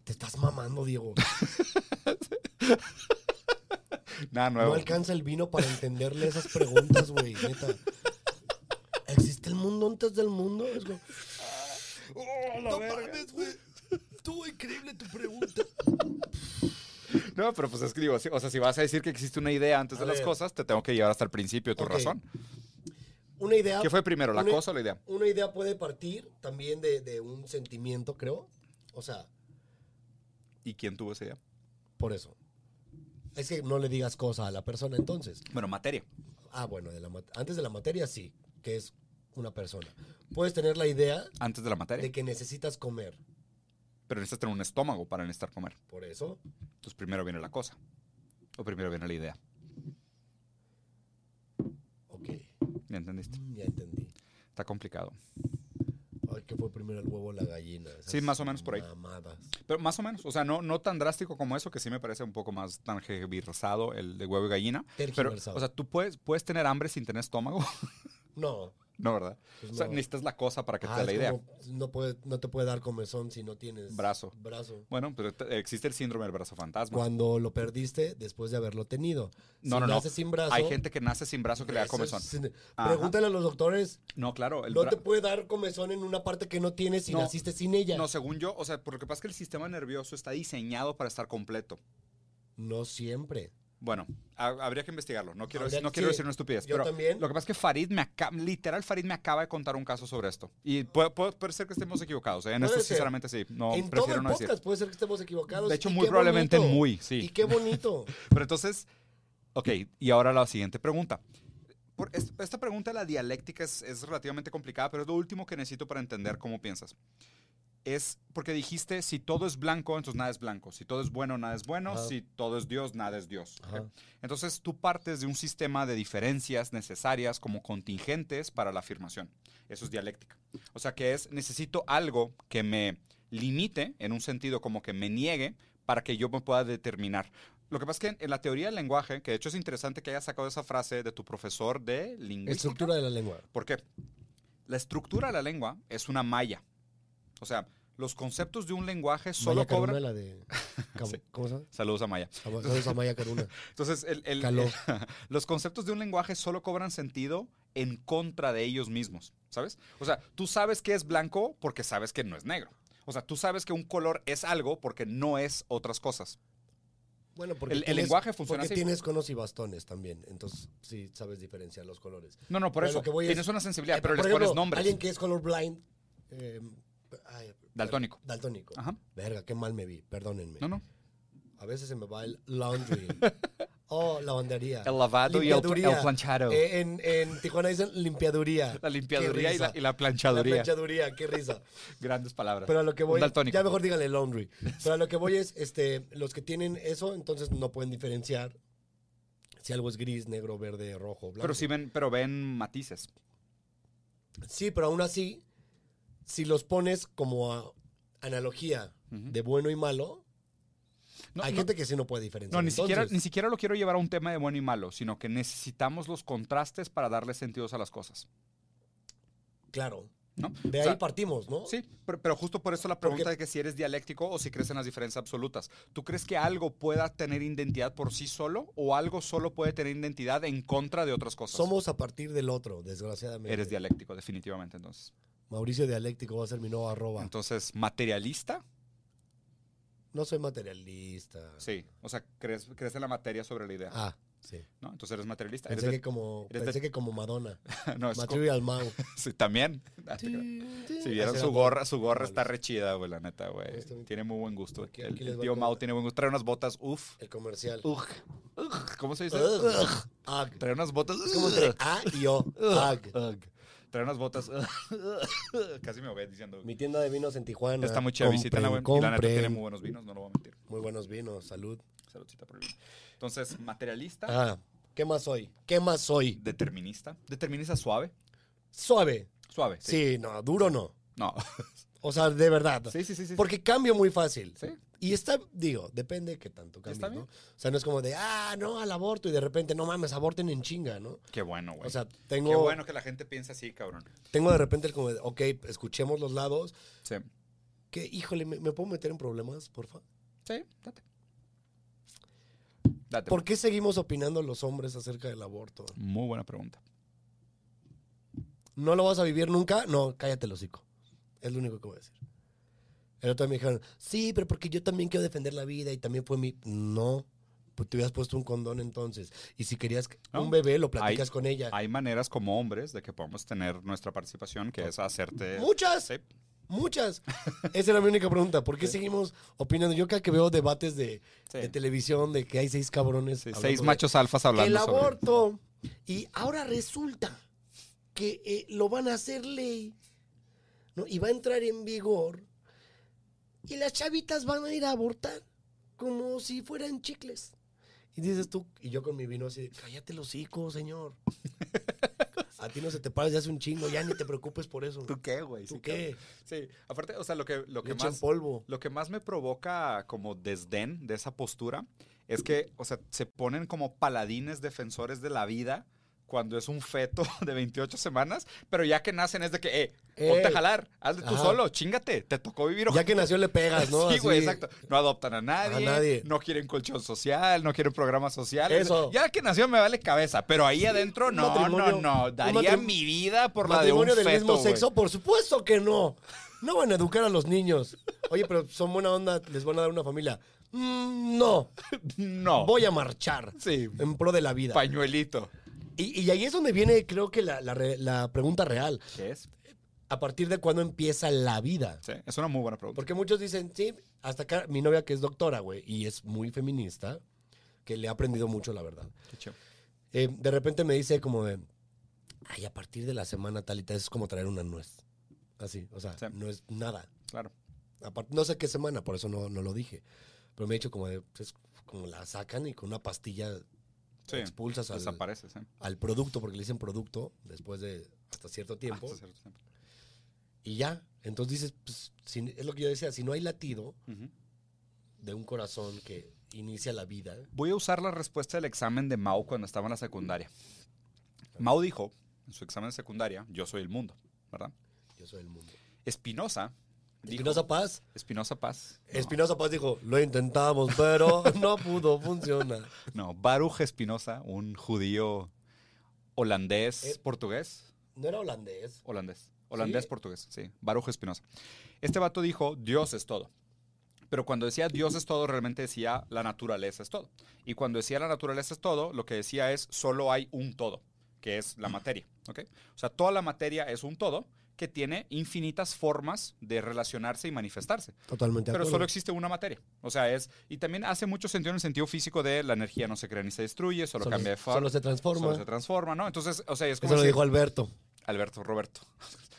[SPEAKER 1] Te estás mamando, Diego.
[SPEAKER 2] Nada
[SPEAKER 1] No
[SPEAKER 2] nuevo.
[SPEAKER 1] alcanza el vino para entenderle esas preguntas, güey, neta. ¿Existe el mundo antes del mundo? Es como,
[SPEAKER 2] Oh,
[SPEAKER 1] no mames, güey. Estuvo increíble tu pregunta.
[SPEAKER 2] No, pero pues escribo. O sea, si vas a decir que existe una idea antes
[SPEAKER 1] A
[SPEAKER 2] de las
[SPEAKER 1] ver.
[SPEAKER 2] cosas, te tengo que llevar hasta el principio de tu
[SPEAKER 1] Ok.
[SPEAKER 2] razón.
[SPEAKER 1] Una idea,
[SPEAKER 2] ¿Qué fue primero, la
[SPEAKER 1] Una-
[SPEAKER 2] cosa o la idea?
[SPEAKER 1] una idea puede partir también de, de un sentimiento, creo. O sea,
[SPEAKER 2] ¿Y quién tuvo esa idea?
[SPEAKER 1] por eso. Es que no le digas cosa a la persona entonces.
[SPEAKER 2] Bueno, materia.
[SPEAKER 1] Ah, bueno, de la mat- antes de la materia sí, que es una persona. Puedes tener la idea
[SPEAKER 2] Antes de la materia.
[SPEAKER 1] de que necesitas comer.
[SPEAKER 2] Pero necesitas tener un estómago para necesitar comer.
[SPEAKER 1] Por eso,
[SPEAKER 2] Entonces primero viene la cosa. O primero viene la idea.
[SPEAKER 1] ok,
[SPEAKER 2] ¿Ya entendiste?
[SPEAKER 1] mm, ya entendí.
[SPEAKER 2] Está complicado.
[SPEAKER 1] Ay, que fue primero el huevo o la gallina. Esas
[SPEAKER 2] Sí, más o menos por ahí.
[SPEAKER 1] mamadas.
[SPEAKER 2] Pero más o menos. O sea, no, no tan drástico como eso, que sí me parece un poco más tangiversado el de huevo y gallina. Pero,
[SPEAKER 1] Tergiversado.
[SPEAKER 2] o sea, tú puedes, puedes tener hambre sin tener estómago.
[SPEAKER 1] no.
[SPEAKER 2] no, ¿verdad?
[SPEAKER 1] pues
[SPEAKER 2] O sea,
[SPEAKER 1] no.
[SPEAKER 2] necesitas la cosa para que te
[SPEAKER 1] Ah,
[SPEAKER 2] dé
[SPEAKER 1] es
[SPEAKER 2] la idea.
[SPEAKER 1] como, no, puede- no te puede dar comezón si no tienes...
[SPEAKER 2] Brazo.
[SPEAKER 1] Brazo.
[SPEAKER 2] Bueno, pero te- existe el síndrome del brazo fantasma.
[SPEAKER 1] Cuando lo perdiste después de haberlo tenido.
[SPEAKER 2] No,
[SPEAKER 1] si
[SPEAKER 2] no, no.
[SPEAKER 1] naces sin brazo...
[SPEAKER 2] Hay gente que nace sin brazo que le da
[SPEAKER 1] eso
[SPEAKER 2] comezón.
[SPEAKER 1] es-
[SPEAKER 2] Ajá.
[SPEAKER 1] Pregúntale a los doctores.
[SPEAKER 2] No, claro. El
[SPEAKER 1] no
[SPEAKER 2] bra-
[SPEAKER 1] te puede dar comezón en una parte que no tienes si
[SPEAKER 2] No,
[SPEAKER 1] naciste sin ella.
[SPEAKER 2] no, según yo, o sea, por lo que pasa es que el sistema nervioso está diseñado para estar completo.
[SPEAKER 1] No siempre.
[SPEAKER 2] Bueno, ha- habría que investigarlo. No quiero,
[SPEAKER 1] Habría
[SPEAKER 2] no
[SPEAKER 1] que-
[SPEAKER 2] quiero
[SPEAKER 1] sí,
[SPEAKER 2] decir una estupidez.
[SPEAKER 1] yo
[SPEAKER 2] pero
[SPEAKER 1] también.
[SPEAKER 2] Lo que pasa es que Farid me acaba, literal, Farid me acaba de contar un caso sobre esto. Y puede, puede- puede ser que estemos equivocados. ¿eh? En
[SPEAKER 1] Puede
[SPEAKER 2] esto,
[SPEAKER 1] ser.
[SPEAKER 2] sinceramente, sí. No,
[SPEAKER 1] en todo
[SPEAKER 2] prefiero
[SPEAKER 1] el
[SPEAKER 2] no
[SPEAKER 1] podcast
[SPEAKER 2] decir.
[SPEAKER 1] puede ser que estemos equivocados.
[SPEAKER 2] De hecho,
[SPEAKER 1] y
[SPEAKER 2] muy
[SPEAKER 1] qué
[SPEAKER 2] probablemente
[SPEAKER 1] bonito.
[SPEAKER 2] muy,
[SPEAKER 1] Y
[SPEAKER 2] sí.
[SPEAKER 1] qué bonito.
[SPEAKER 2] Pero entonces, ok, y ahora la siguiente pregunta. Por es- esta pregunta, la dialéctica, es, es relativamente complicada, pero es lo último que necesito para entender cómo piensas. Es porque dijiste, si todo es blanco, entonces nada es blanco. Si todo es bueno, nada es bueno.
[SPEAKER 1] Ajá.
[SPEAKER 2] Si todo es Dios, nada es Dios. ¿ok?
[SPEAKER 1] Ajá.
[SPEAKER 2] Entonces tú partes de un sistema de diferencias necesarias como contingentes para la afirmación. Eso es dialéctica. O sea que es necesito algo que me limite en un sentido como que me niegue para que yo me pueda determinar. Lo que pasa es que en, en la teoría del lenguaje, que de hecho es interesante que hayas sacado esa frase de tu profesor de lingüística.
[SPEAKER 1] Estructura de la lengua.
[SPEAKER 2] ¿Por qué? La estructura de la lengua es una malla. O sea, los conceptos de un lenguaje solo
[SPEAKER 1] Maya Caruna,
[SPEAKER 2] cobran...
[SPEAKER 1] la de... Cabo-
[SPEAKER 2] Sí.
[SPEAKER 1] ¿Cómo se llama?
[SPEAKER 2] Saludos a Maya.
[SPEAKER 1] Vamos, Saludos a Maya Caruna.
[SPEAKER 2] Entonces, el, el-
[SPEAKER 1] Caló.
[SPEAKER 2] los conceptos de un lenguaje solo cobran sentido en contra de ellos mismos, ¿sabes? O sea, tú sabes que es blanco porque sabes que no es negro. O sea, tú sabes que un color es algo porque no es otras cosas.
[SPEAKER 1] Bueno, porque
[SPEAKER 2] El- el lenguaje funciona
[SPEAKER 1] porque
[SPEAKER 2] así.
[SPEAKER 1] tienes conos y bastones también, entonces sí sabes diferenciar los colores.
[SPEAKER 2] No, no, por
[SPEAKER 1] Pero
[SPEAKER 2] eso
[SPEAKER 1] lo que voy es-
[SPEAKER 2] tienes una sensibilidad,
[SPEAKER 1] Eh,
[SPEAKER 2] pero
[SPEAKER 1] por
[SPEAKER 2] les
[SPEAKER 1] ejemplo,
[SPEAKER 2] pones nombres.
[SPEAKER 1] Alguien que es colorblind. eh, ay,
[SPEAKER 2] Daltónico. Ah.
[SPEAKER 1] Daltónico.
[SPEAKER 2] Ajá.
[SPEAKER 1] Verga, qué mal me vi, perdónenme.
[SPEAKER 2] No, no.
[SPEAKER 1] A veces se me va el laundry. Oh, lavandería.
[SPEAKER 2] El lavado y el, pl-
[SPEAKER 1] Limpiaduría.
[SPEAKER 2] el planchado.
[SPEAKER 1] Eh, en, en Tijuana dicen limpiaduría.
[SPEAKER 2] la limpiaduría
[SPEAKER 1] Qué
[SPEAKER 2] y la,
[SPEAKER 1] risa.
[SPEAKER 2] y la
[SPEAKER 1] La
[SPEAKER 2] planchaduría.
[SPEAKER 1] planchaduría, qué risa.
[SPEAKER 2] Grandes palabras.
[SPEAKER 1] Pero a lo que voy.
[SPEAKER 2] Un daltónico.
[SPEAKER 1] Ya mejor díganle laundry. Pero a lo que voy es, este, los que tienen eso, entonces no pueden diferenciar si algo es gris, negro, verde, rojo, blanco.
[SPEAKER 2] Pero sí ven, pero ven matices.
[SPEAKER 1] Sí, pero aún así, si los pones como a- analogía
[SPEAKER 2] Ujú.
[SPEAKER 1] de bueno y malo,
[SPEAKER 2] No,
[SPEAKER 1] hay
[SPEAKER 2] no-
[SPEAKER 1] gente que sí no puede diferenciar.
[SPEAKER 2] no, ni siquiera,
[SPEAKER 1] Entonces,
[SPEAKER 2] ni siquiera lo quiero llevar a un tema de bueno y malo, sino que necesitamos los contrastes para darle sentidos a las cosas.
[SPEAKER 1] Claro.
[SPEAKER 2] ¿no?
[SPEAKER 1] De
[SPEAKER 2] O
[SPEAKER 1] ahí
[SPEAKER 2] sea,
[SPEAKER 1] partimos, ¿no?
[SPEAKER 2] Sí, pero, pero justo por eso la pregunta de que si eres dialéctico o si crees en las diferencias absolutas. ¿Tú crees que algo pueda tener identidad por sí solo o algo solo puede tener identidad en contra de otras cosas?
[SPEAKER 1] Somos a partir del otro, desgraciadamente.
[SPEAKER 2] Eres dialéctico, definitivamente, entonces.
[SPEAKER 1] Mauricio Dialéctico va a ser mi nuevo arroba.
[SPEAKER 2] Entonces, ¿materialista?
[SPEAKER 1] No soy materialista.
[SPEAKER 2] Sí. O sea, crees, crees en la materia sobre la idea,
[SPEAKER 1] Ah, sí.
[SPEAKER 2] ¿no? Entonces eres materialista. Eres
[SPEAKER 1] Pensé,
[SPEAKER 2] de-
[SPEAKER 1] que, como,
[SPEAKER 2] eres de-
[SPEAKER 1] pensé que como Madonna.
[SPEAKER 2] no, es co-
[SPEAKER 1] Material Mao.
[SPEAKER 2] sí, también. Ah, te creo. Si vieran su gorra, su gorra está rechida, güey, la neta, güey.
[SPEAKER 1] Justamente.
[SPEAKER 2] Tiene muy buen gusto.
[SPEAKER 1] Aquí-
[SPEAKER 2] El,
[SPEAKER 1] aquí
[SPEAKER 2] el
[SPEAKER 1] les va
[SPEAKER 2] tío
[SPEAKER 1] como-
[SPEAKER 2] Mao tiene buen gusto. Trae unas botas, uff.
[SPEAKER 1] El comercial.
[SPEAKER 2] ¿Cómo se dice?
[SPEAKER 1] Ugh. Ag.
[SPEAKER 2] Trae unas botas.
[SPEAKER 1] Es como entre
[SPEAKER 2] ugh.
[SPEAKER 1] A Ah, y O. Ag.
[SPEAKER 2] Ugh. Trae unas botas. Casi me voy diciendo.
[SPEAKER 1] Mi tienda de vinos en Tijuana.
[SPEAKER 2] Está muy chévere. Visítala, güey.
[SPEAKER 1] Compren,
[SPEAKER 2] Y la neta tiene
[SPEAKER 1] compren.
[SPEAKER 2] muy buenos vinos, no lo voy a mentir.
[SPEAKER 1] Muy buenos vinos, salud.
[SPEAKER 2] Saludcita por el vino. Entonces, materialista,
[SPEAKER 1] Ah, ¿qué más soy? ¿Qué más soy?
[SPEAKER 2] determinista. Determinista suave.
[SPEAKER 1] Suave.
[SPEAKER 2] Suave. Sí.
[SPEAKER 1] Sí, no, duro no.
[SPEAKER 2] No.
[SPEAKER 1] O sea, de verdad.
[SPEAKER 2] Sí, sí, sí. sí.
[SPEAKER 1] Porque cambio muy fácil.
[SPEAKER 2] Sí.
[SPEAKER 1] Y está, digo, depende de qué tanto
[SPEAKER 2] Está
[SPEAKER 1] cambies, ¿no?
[SPEAKER 2] bien.
[SPEAKER 1] O sea, no es como de, ah, no, al aborto y de repente, no mames, aborten en chinga, ¿no?
[SPEAKER 2] Qué bueno, güey.
[SPEAKER 1] O sea,
[SPEAKER 2] Qué
[SPEAKER 1] tengo,
[SPEAKER 2] bueno que la gente piensa así, cabrón.
[SPEAKER 1] tengo de repente el como, de, ok, escuchemos los lados.
[SPEAKER 2] Sí.
[SPEAKER 1] Que, híjole, ¿me, me puedo meter en problemas, porfa?
[SPEAKER 2] Sí, date. Date. pues.
[SPEAKER 1] ¿Por qué seguimos opinando los hombres acerca del aborto?
[SPEAKER 2] Muy buena pregunta.
[SPEAKER 1] ¿No lo vas a vivir nunca? No, cállate el hocico. Es lo único que voy a decir. El otro día me dijeron, sí, pero porque yo también quiero defender la vida y también fue mi... No, pues te hubieras puesto un condón entonces. Y si querías que-
[SPEAKER 2] No.
[SPEAKER 1] un bebé, lo platicas con ella.
[SPEAKER 2] Hay maneras como hombres de que podamos tener nuestra participación, que es hacerte...
[SPEAKER 1] Muchas,
[SPEAKER 2] eh, Sí.
[SPEAKER 1] muchas. Esa era mi única pregunta. ¿Por qué seguimos opinando? Yo cada que veo debates de,
[SPEAKER 2] Sí.
[SPEAKER 1] de televisión de que hay seis cabrones...
[SPEAKER 2] Sí,
[SPEAKER 1] hablando
[SPEAKER 2] seis
[SPEAKER 1] de-
[SPEAKER 2] machos alfas hablando
[SPEAKER 1] El
[SPEAKER 2] sobre-
[SPEAKER 1] aborto. Y ahora resulta que eh, lo van a hacer ley, ¿no? Y va a entrar en vigor. Y las chavitas van a ir a abortar como si fueran chicles. Y dices tú, y yo con mi vino así, de, cállate los hocico, señor. A ti no se te paras ya hace un chingo, ya ni te preocupes por eso. ¿Tú,
[SPEAKER 2] ¿Tú qué, güey? Sí,
[SPEAKER 1] qué?
[SPEAKER 2] cabrón. Sí, aparte, o sea, lo que, lo que
[SPEAKER 1] Leche en
[SPEAKER 2] más...
[SPEAKER 1] polvo.
[SPEAKER 2] Lo que más me provoca como desdén de esa postura es que, o sea, se ponen como paladines defensores de la vida cuando es un feto de 28 semanas, pero ya que nacen es de que, eh, ponte a
[SPEAKER 1] Ey.
[SPEAKER 2] jalar, hazle tú
[SPEAKER 1] Ajá.
[SPEAKER 2] solo, chingate, te tocó vivir
[SPEAKER 1] Ya que nació le pegas, ¿no?
[SPEAKER 2] Sí,
[SPEAKER 1] Así.
[SPEAKER 2] güey, exacto. No adoptan a nadie,
[SPEAKER 1] nadie.
[SPEAKER 2] No quieren colchón social, no quieren programa social.
[SPEAKER 1] Eso.
[SPEAKER 2] Ya que nació me vale cabeza, pero ahí adentro no, no,
[SPEAKER 1] matrimonio-
[SPEAKER 2] no.
[SPEAKER 1] un
[SPEAKER 2] Daría
[SPEAKER 1] matrim-
[SPEAKER 2] mi vida por la de un
[SPEAKER 1] ¿Matrimonio
[SPEAKER 2] feto,
[SPEAKER 1] del mismo
[SPEAKER 2] güey.
[SPEAKER 1] sexo? Por supuesto que no. No van a educar a los niños. Oye, pero son buena onda, les van a dar una familia. Mm, no,
[SPEAKER 2] No.
[SPEAKER 1] voy a marchar
[SPEAKER 2] Sí,
[SPEAKER 1] en pro de la vida.
[SPEAKER 2] pañuelito.
[SPEAKER 1] Y, y ahí es donde viene, creo que, la, la re- la pregunta real.
[SPEAKER 2] ¿Qué es?
[SPEAKER 1] ¿A partir de cuándo empieza la vida?
[SPEAKER 2] Sí, es una muy buena pregunta.
[SPEAKER 1] Porque muchos dicen, sí, hasta acá mi novia que es doctora, güey, y es muy feminista, que le ha aprendido mucho, la verdad.
[SPEAKER 2] Qué chido.
[SPEAKER 1] Eh, de repente me dice como de, ay, a partir de la semana tal y tal, es como traer una nuez. Así, o sea,
[SPEAKER 2] Sí.
[SPEAKER 1] no es nada.
[SPEAKER 2] Claro.
[SPEAKER 1] Apart- no sé qué semana, por eso no, no lo dije. Pero me he dicho como de, es como la sacan y con una pastilla
[SPEAKER 2] Sí.
[SPEAKER 1] expulsas al,
[SPEAKER 2] Desaparece, sí.
[SPEAKER 1] al producto, porque le dicen producto después de hasta cierto tiempo.
[SPEAKER 2] Ah, sí, cierto, tiempo.
[SPEAKER 1] Y ya, entonces dices, pues, si- es lo que yo decía, si no hay latido
[SPEAKER 2] Ujú.
[SPEAKER 1] de un corazón que inicia la vida,
[SPEAKER 2] Voy a usar la respuesta del examen de Mao cuando estaba en la secundaria. Mao dijo, en su examen de secundaria, yo soy el mundo, ¿verdad?
[SPEAKER 1] yo soy el mundo.
[SPEAKER 2] Espinosa. dijo-
[SPEAKER 1] Espinosa Paz,
[SPEAKER 2] Espinosa Paz. No.
[SPEAKER 1] Espinosa Paz dijo, lo intentamos, pero no pudo funcionar.
[SPEAKER 2] No, Baruch Espinosa, un judío holandés,
[SPEAKER 1] Eh.
[SPEAKER 2] portugués,
[SPEAKER 1] No era holandés.
[SPEAKER 2] holandés, holandés,
[SPEAKER 1] ¿Sí?
[SPEAKER 2] portugués, sí, Baruch Espinosa. Este vato dijo, Dios es todo. Pero cuando decía Dios es todo, realmente decía la naturaleza es todo. Y cuando decía la naturaleza es todo, lo que decía es solo hay un todo, que es la materia. ¿ok? O sea, toda la materia es un todo, que tiene infinitas formas de relacionarse y manifestarse.
[SPEAKER 1] Totalmente de
[SPEAKER 2] Pero
[SPEAKER 1] acuerdo.
[SPEAKER 2] solo existe una materia. O sea, es. Y también hace mucho sentido en el sentido físico de la energía no se crea ni se destruye, solo,
[SPEAKER 1] Solo-
[SPEAKER 2] cambia de forma.
[SPEAKER 1] solo se transforma.
[SPEAKER 2] Solo se transforma, ¿no? Entonces, o sea, es como.
[SPEAKER 1] Eso lo
[SPEAKER 2] si-
[SPEAKER 1] dijo Alberto.
[SPEAKER 2] Alberto, Roberto.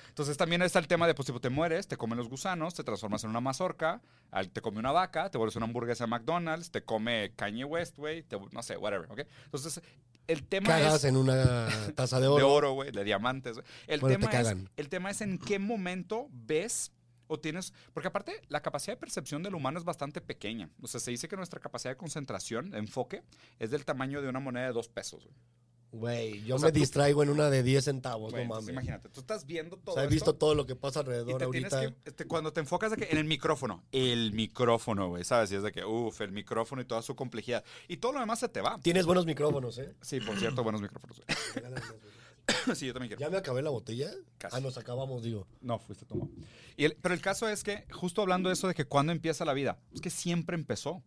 [SPEAKER 2] Entonces también está el tema de, pues, tipo, te mueres, te comen los gusanos, te transformas en una mazorca, al- te come una vaca, te vuelves una hamburguesa de McDonald's, te come Kanye West, güey, te- no sé, whatever, ¿ok? Entonces, el tema
[SPEAKER 1] Cagas
[SPEAKER 2] es
[SPEAKER 1] en una taza de
[SPEAKER 2] de
[SPEAKER 1] oro.
[SPEAKER 2] oro, güey, de diamantes. güey. El,
[SPEAKER 1] Bueno,
[SPEAKER 2] tema
[SPEAKER 1] te
[SPEAKER 2] es,
[SPEAKER 1] cagan.
[SPEAKER 2] el tema es en qué momento ves o tienes... Porque aparte, la capacidad de percepción del humano es bastante pequeña. O sea, se dice que nuestra capacidad de concentración, de enfoque, es del tamaño de una moneda de dos pesos, güey.
[SPEAKER 1] Güey, yo
[SPEAKER 2] O sea,
[SPEAKER 1] me
[SPEAKER 2] tú-
[SPEAKER 1] distraigo en una de 10 centavos,
[SPEAKER 2] Güey,
[SPEAKER 1] Pues no
[SPEAKER 2] entonces,
[SPEAKER 1] mames.
[SPEAKER 2] imagínate, tú estás viendo todo
[SPEAKER 1] o sea, he
[SPEAKER 2] esto.
[SPEAKER 1] visto todo lo que pasa
[SPEAKER 2] Y
[SPEAKER 1] alrededor
[SPEAKER 2] te tienes
[SPEAKER 1] ahorita.
[SPEAKER 2] que- este, cuando te enfocas de que en el micrófono, el micrófono, güey, ¿sabes? Y es de que, uff, el micrófono y toda su complejidad. Y todo lo demás se te va.
[SPEAKER 1] Tienes buenos micrófonos, ¿eh?
[SPEAKER 2] Sí, por cierto, buenos micrófonos. güey. sí, yo también quiero.
[SPEAKER 1] ¿Ya me acabé la botella?
[SPEAKER 2] Casi.
[SPEAKER 1] Ah, nos acabamos, digo.
[SPEAKER 2] No, fuiste tomado. Y el- pero el caso es que, justo hablando de eso de que cuando empieza la vida, es que siempre empezó.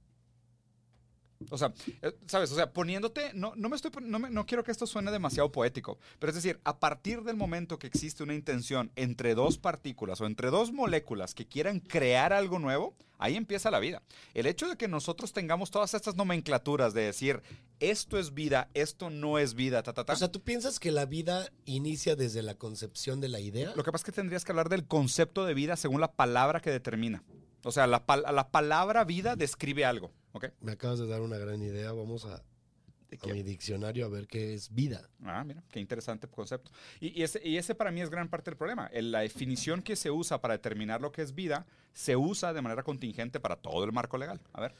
[SPEAKER 2] O sea, eh, ¿sabes? O sea, poniéndote, no, no me estoy, pon- no, me- no quiero que esto suene demasiado poético, pero es decir, a partir del momento que existe una intención entre dos partículas o entre dos moléculas que quieran crear algo nuevo, ahí empieza la vida. El hecho de que nosotros tengamos todas estas nomenclaturas de decir, esto es vida, esto no es vida, ta, ta, ta.
[SPEAKER 1] O sea, ¿tú piensas que la vida inicia desde la concepción de la idea?
[SPEAKER 2] Lo que pasa es que tendrías que hablar del concepto de vida según la palabra que determina. O sea, la, pal- la palabra vida describe algo, ¿ok?
[SPEAKER 1] Me acabas de dar una gran idea. Vamos a, a mi diccionario a ver qué es vida.
[SPEAKER 2] Ah, mira, qué interesante concepto. Y, y ese, y ese para mí es gran parte del problema. El- la definición que se usa para determinar lo que es vida se usa de manera contingente para todo el marco legal. A ver.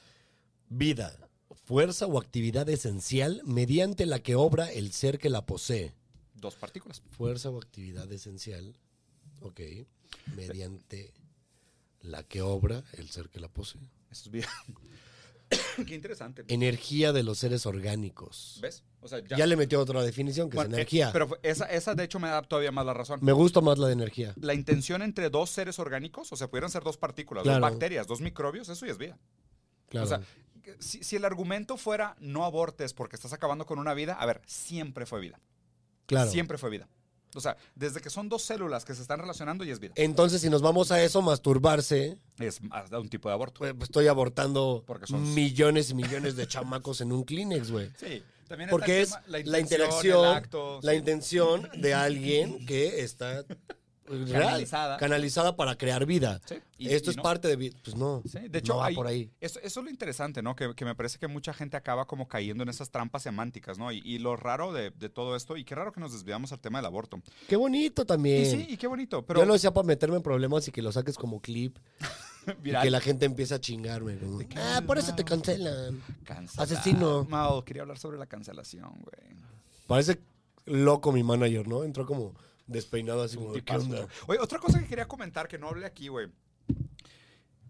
[SPEAKER 1] Vida, fuerza o actividad esencial mediante la que obra el ser que la posee.
[SPEAKER 2] Dos partículas.
[SPEAKER 1] Fuerza o actividad esencial, ok, mediante la que obra el ser que la posee.
[SPEAKER 2] Eso es vida. Qué interesante.
[SPEAKER 1] Energía de los seres orgánicos.
[SPEAKER 2] ¿Ves? O sea, ya.
[SPEAKER 1] Ya le metió otra definición, que
[SPEAKER 2] Bueno, eh,
[SPEAKER 1] es energía.
[SPEAKER 2] pero esa, esa, de hecho, me da todavía más la razón.
[SPEAKER 1] Me gusta más la de energía.
[SPEAKER 2] la intención entre dos seres orgánicos, o sea, pudieran ser dos partículas,
[SPEAKER 1] Claro.
[SPEAKER 2] dos bacterias, dos microbios, eso ya es vida.
[SPEAKER 1] Claro.
[SPEAKER 2] O sea, que- si, si el argumento fuera no abortes porque estás acabando con una vida, a ver, siempre fue vida.
[SPEAKER 1] claro.
[SPEAKER 2] Siempre fue vida. O sea, desde que son dos células que se están relacionando y es vida.
[SPEAKER 1] Entonces, si nos vamos a eso, masturbarse,
[SPEAKER 2] Es más da un tipo de aborto.
[SPEAKER 1] pues, pues, estoy abortando
[SPEAKER 2] Porque son-
[SPEAKER 1] millones y millones de chamacos en un Kleenex, güey.
[SPEAKER 2] Sí, también está
[SPEAKER 1] Porque
[SPEAKER 2] el
[SPEAKER 1] es
[SPEAKER 2] tema-
[SPEAKER 1] la,
[SPEAKER 2] el
[SPEAKER 1] interacción,
[SPEAKER 2] acto,
[SPEAKER 1] la
[SPEAKER 2] sí.
[SPEAKER 1] intención de alguien que está eh, real,
[SPEAKER 2] Canalizada.
[SPEAKER 1] canalizada para crear vida.
[SPEAKER 2] Sí, y-
[SPEAKER 1] Esto
[SPEAKER 2] y
[SPEAKER 1] es
[SPEAKER 2] no.
[SPEAKER 1] parte de vida. Pues no,
[SPEAKER 2] Sí, de hecho,
[SPEAKER 1] no va
[SPEAKER 2] hay-
[SPEAKER 1] por ahí.
[SPEAKER 2] Eso, eso es lo interesante, ¿no? Que, que me parece que mucha gente acaba como cayendo en esas trampas semánticas, ¿no? Y, y lo raro de, de todo esto, y qué raro que nos desviamos al tema del aborto.
[SPEAKER 1] Qué bonito también.
[SPEAKER 2] Y sí, y qué bonito, pero
[SPEAKER 1] Eh, Yo lo hacía para meterme en problemas y que lo saques como clip y
[SPEAKER 2] viral.
[SPEAKER 1] que la gente empiece a chingarme. como,
[SPEAKER 2] De que,
[SPEAKER 1] ah, por eso te
[SPEAKER 2] "Wow".
[SPEAKER 1] cancelan.
[SPEAKER 2] Cancelar.
[SPEAKER 1] Asesino.
[SPEAKER 2] Mao, quería hablar sobre la cancelación, güey.
[SPEAKER 1] Parece loco mi manager, ¿no? Entró como despeinado así como, ¿qué onda?
[SPEAKER 2] Oye, otra cosa que quería comentar que no hablé aquí, güey.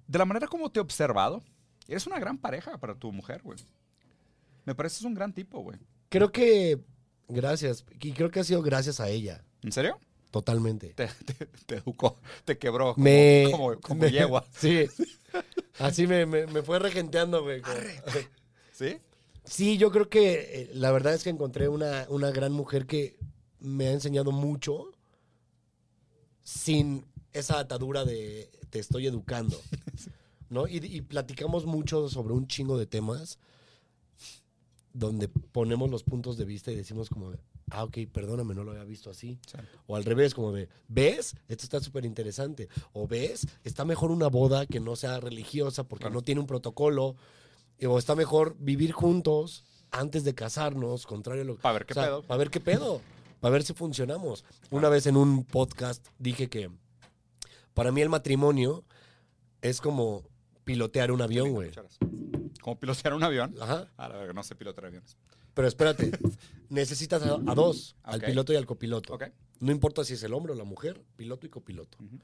[SPEAKER 2] De la manera como te he observado, eres una gran pareja para tu mujer, güey. Me pareces un gran tipo, güey.
[SPEAKER 1] Creo que, gracias, y creo que ha sido gracias a ella,
[SPEAKER 2] ¿En serio?
[SPEAKER 1] totalmente.
[SPEAKER 2] Te, te- te educó, te quebró como,
[SPEAKER 1] me,
[SPEAKER 2] como, como
[SPEAKER 1] me-
[SPEAKER 2] yegua,
[SPEAKER 1] Sí. Así me, me- me fue regenteando, güey. como-
[SPEAKER 2] ¿sí?
[SPEAKER 1] Sí, yo creo que eh, la verdad es que encontré una, una gran mujer que me ha enseñado mucho sin esa atadura de te estoy educando. ¿No? Y, y platicamos mucho sobre un chingo de temas donde ponemos los puntos de vista y decimos como de, ah, ok, perdóname, no lo había visto así.
[SPEAKER 2] Sí.
[SPEAKER 1] O al revés, como de, ¿ves? Esto está súper interesante. O ¿ves? Está mejor una boda que no sea religiosa porque
[SPEAKER 2] Claro.
[SPEAKER 1] no tiene un protocolo. Y, O está mejor vivir juntos antes de casarnos, contrario a lo
[SPEAKER 2] Para ver qué
[SPEAKER 1] o sea,
[SPEAKER 2] pedo.
[SPEAKER 1] Para ver qué pedo. Para ver si funcionamos. Una vez en un podcast dije que para mí el matrimonio es como pilotear un avión, güey.
[SPEAKER 2] Cucharas. Como pilotear un avión.
[SPEAKER 1] Ajá.
[SPEAKER 2] A la verga, no sé pilotar aviones.
[SPEAKER 1] Pero espérate, necesitas a, a dos, al
[SPEAKER 2] Ok.
[SPEAKER 1] piloto y al copiloto.
[SPEAKER 2] Ok.
[SPEAKER 1] No importa si es el hombre o la mujer, piloto y copiloto.
[SPEAKER 2] Ujú.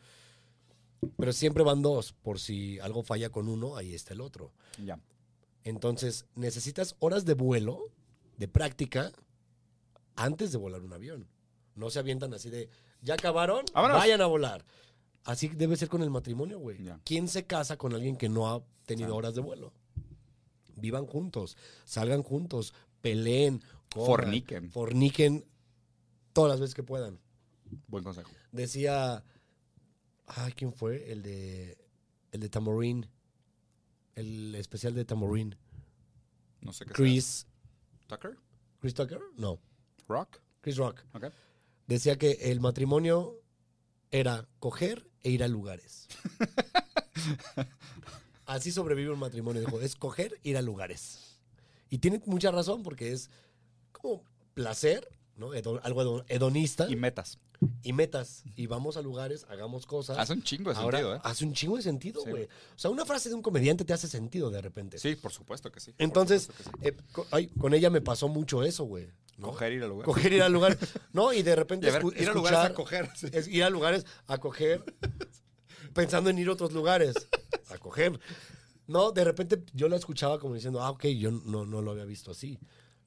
[SPEAKER 1] Pero siempre van dos, por si algo falla con uno, ahí está el otro.
[SPEAKER 2] Ya.
[SPEAKER 1] Entonces, necesitas horas de vuelo, de práctica, antes de volar un avión. No se avientan así de, ya acabaron,
[SPEAKER 2] Vámonos.
[SPEAKER 1] vayan a volar. Así debe ser con el matrimonio, güey.
[SPEAKER 2] Ya.
[SPEAKER 1] ¿Quién se casa con alguien que no ha tenido
[SPEAKER 2] Ah.
[SPEAKER 1] horas de vuelo? Vivan juntos, salgan juntos, peleen, coman,
[SPEAKER 2] Forniquen.
[SPEAKER 1] forniquen todas las veces que puedan.
[SPEAKER 2] Buen consejo.
[SPEAKER 1] Decía. Ay, ¿quién fue? El de. El de Tamorín. El especial de Tamorín.
[SPEAKER 2] No sé qué
[SPEAKER 1] Chris.
[SPEAKER 2] sea. Tucker?
[SPEAKER 1] ¿Chris Tucker? No.
[SPEAKER 2] Rock?
[SPEAKER 1] Chris Rock.
[SPEAKER 2] Ok.
[SPEAKER 1] Decía que el matrimonio era coger e ir a lugares. Así sobrevive un matrimonio. Dijo, es coger, ir a lugares. Y tiene mucha razón porque es como placer, ¿no? Hedo- algo hedo- hedonista.
[SPEAKER 2] Y metas.
[SPEAKER 1] y metas. Y vamos a lugares, hagamos cosas.
[SPEAKER 2] Hace un chingo de
[SPEAKER 1] Ahora,
[SPEAKER 2] sentido, ¿eh?
[SPEAKER 1] Hace un chingo de sentido,
[SPEAKER 2] Sí,
[SPEAKER 1] güey.
[SPEAKER 2] güey.
[SPEAKER 1] O sea, una frase de un comediante te hace sentido de repente.
[SPEAKER 2] Sí, por supuesto que sí. por
[SPEAKER 1] Entonces,
[SPEAKER 2] supuesto que sí.
[SPEAKER 1] eh, co- ay, con ella me pasó mucho eso, güey. ¿no?
[SPEAKER 2] coger ir al lugar.
[SPEAKER 1] Coger, ir al lugar. No, y de repente
[SPEAKER 2] Y a ver,
[SPEAKER 1] escu-
[SPEAKER 2] ir a lugares a
[SPEAKER 1] escuchar-
[SPEAKER 2] coger. sí.
[SPEAKER 1] es ir a lugares a coger, pensando en ir a otros lugares a coger. No, de repente yo la escuchaba como diciendo, ah, ok, yo no, no lo había visto así.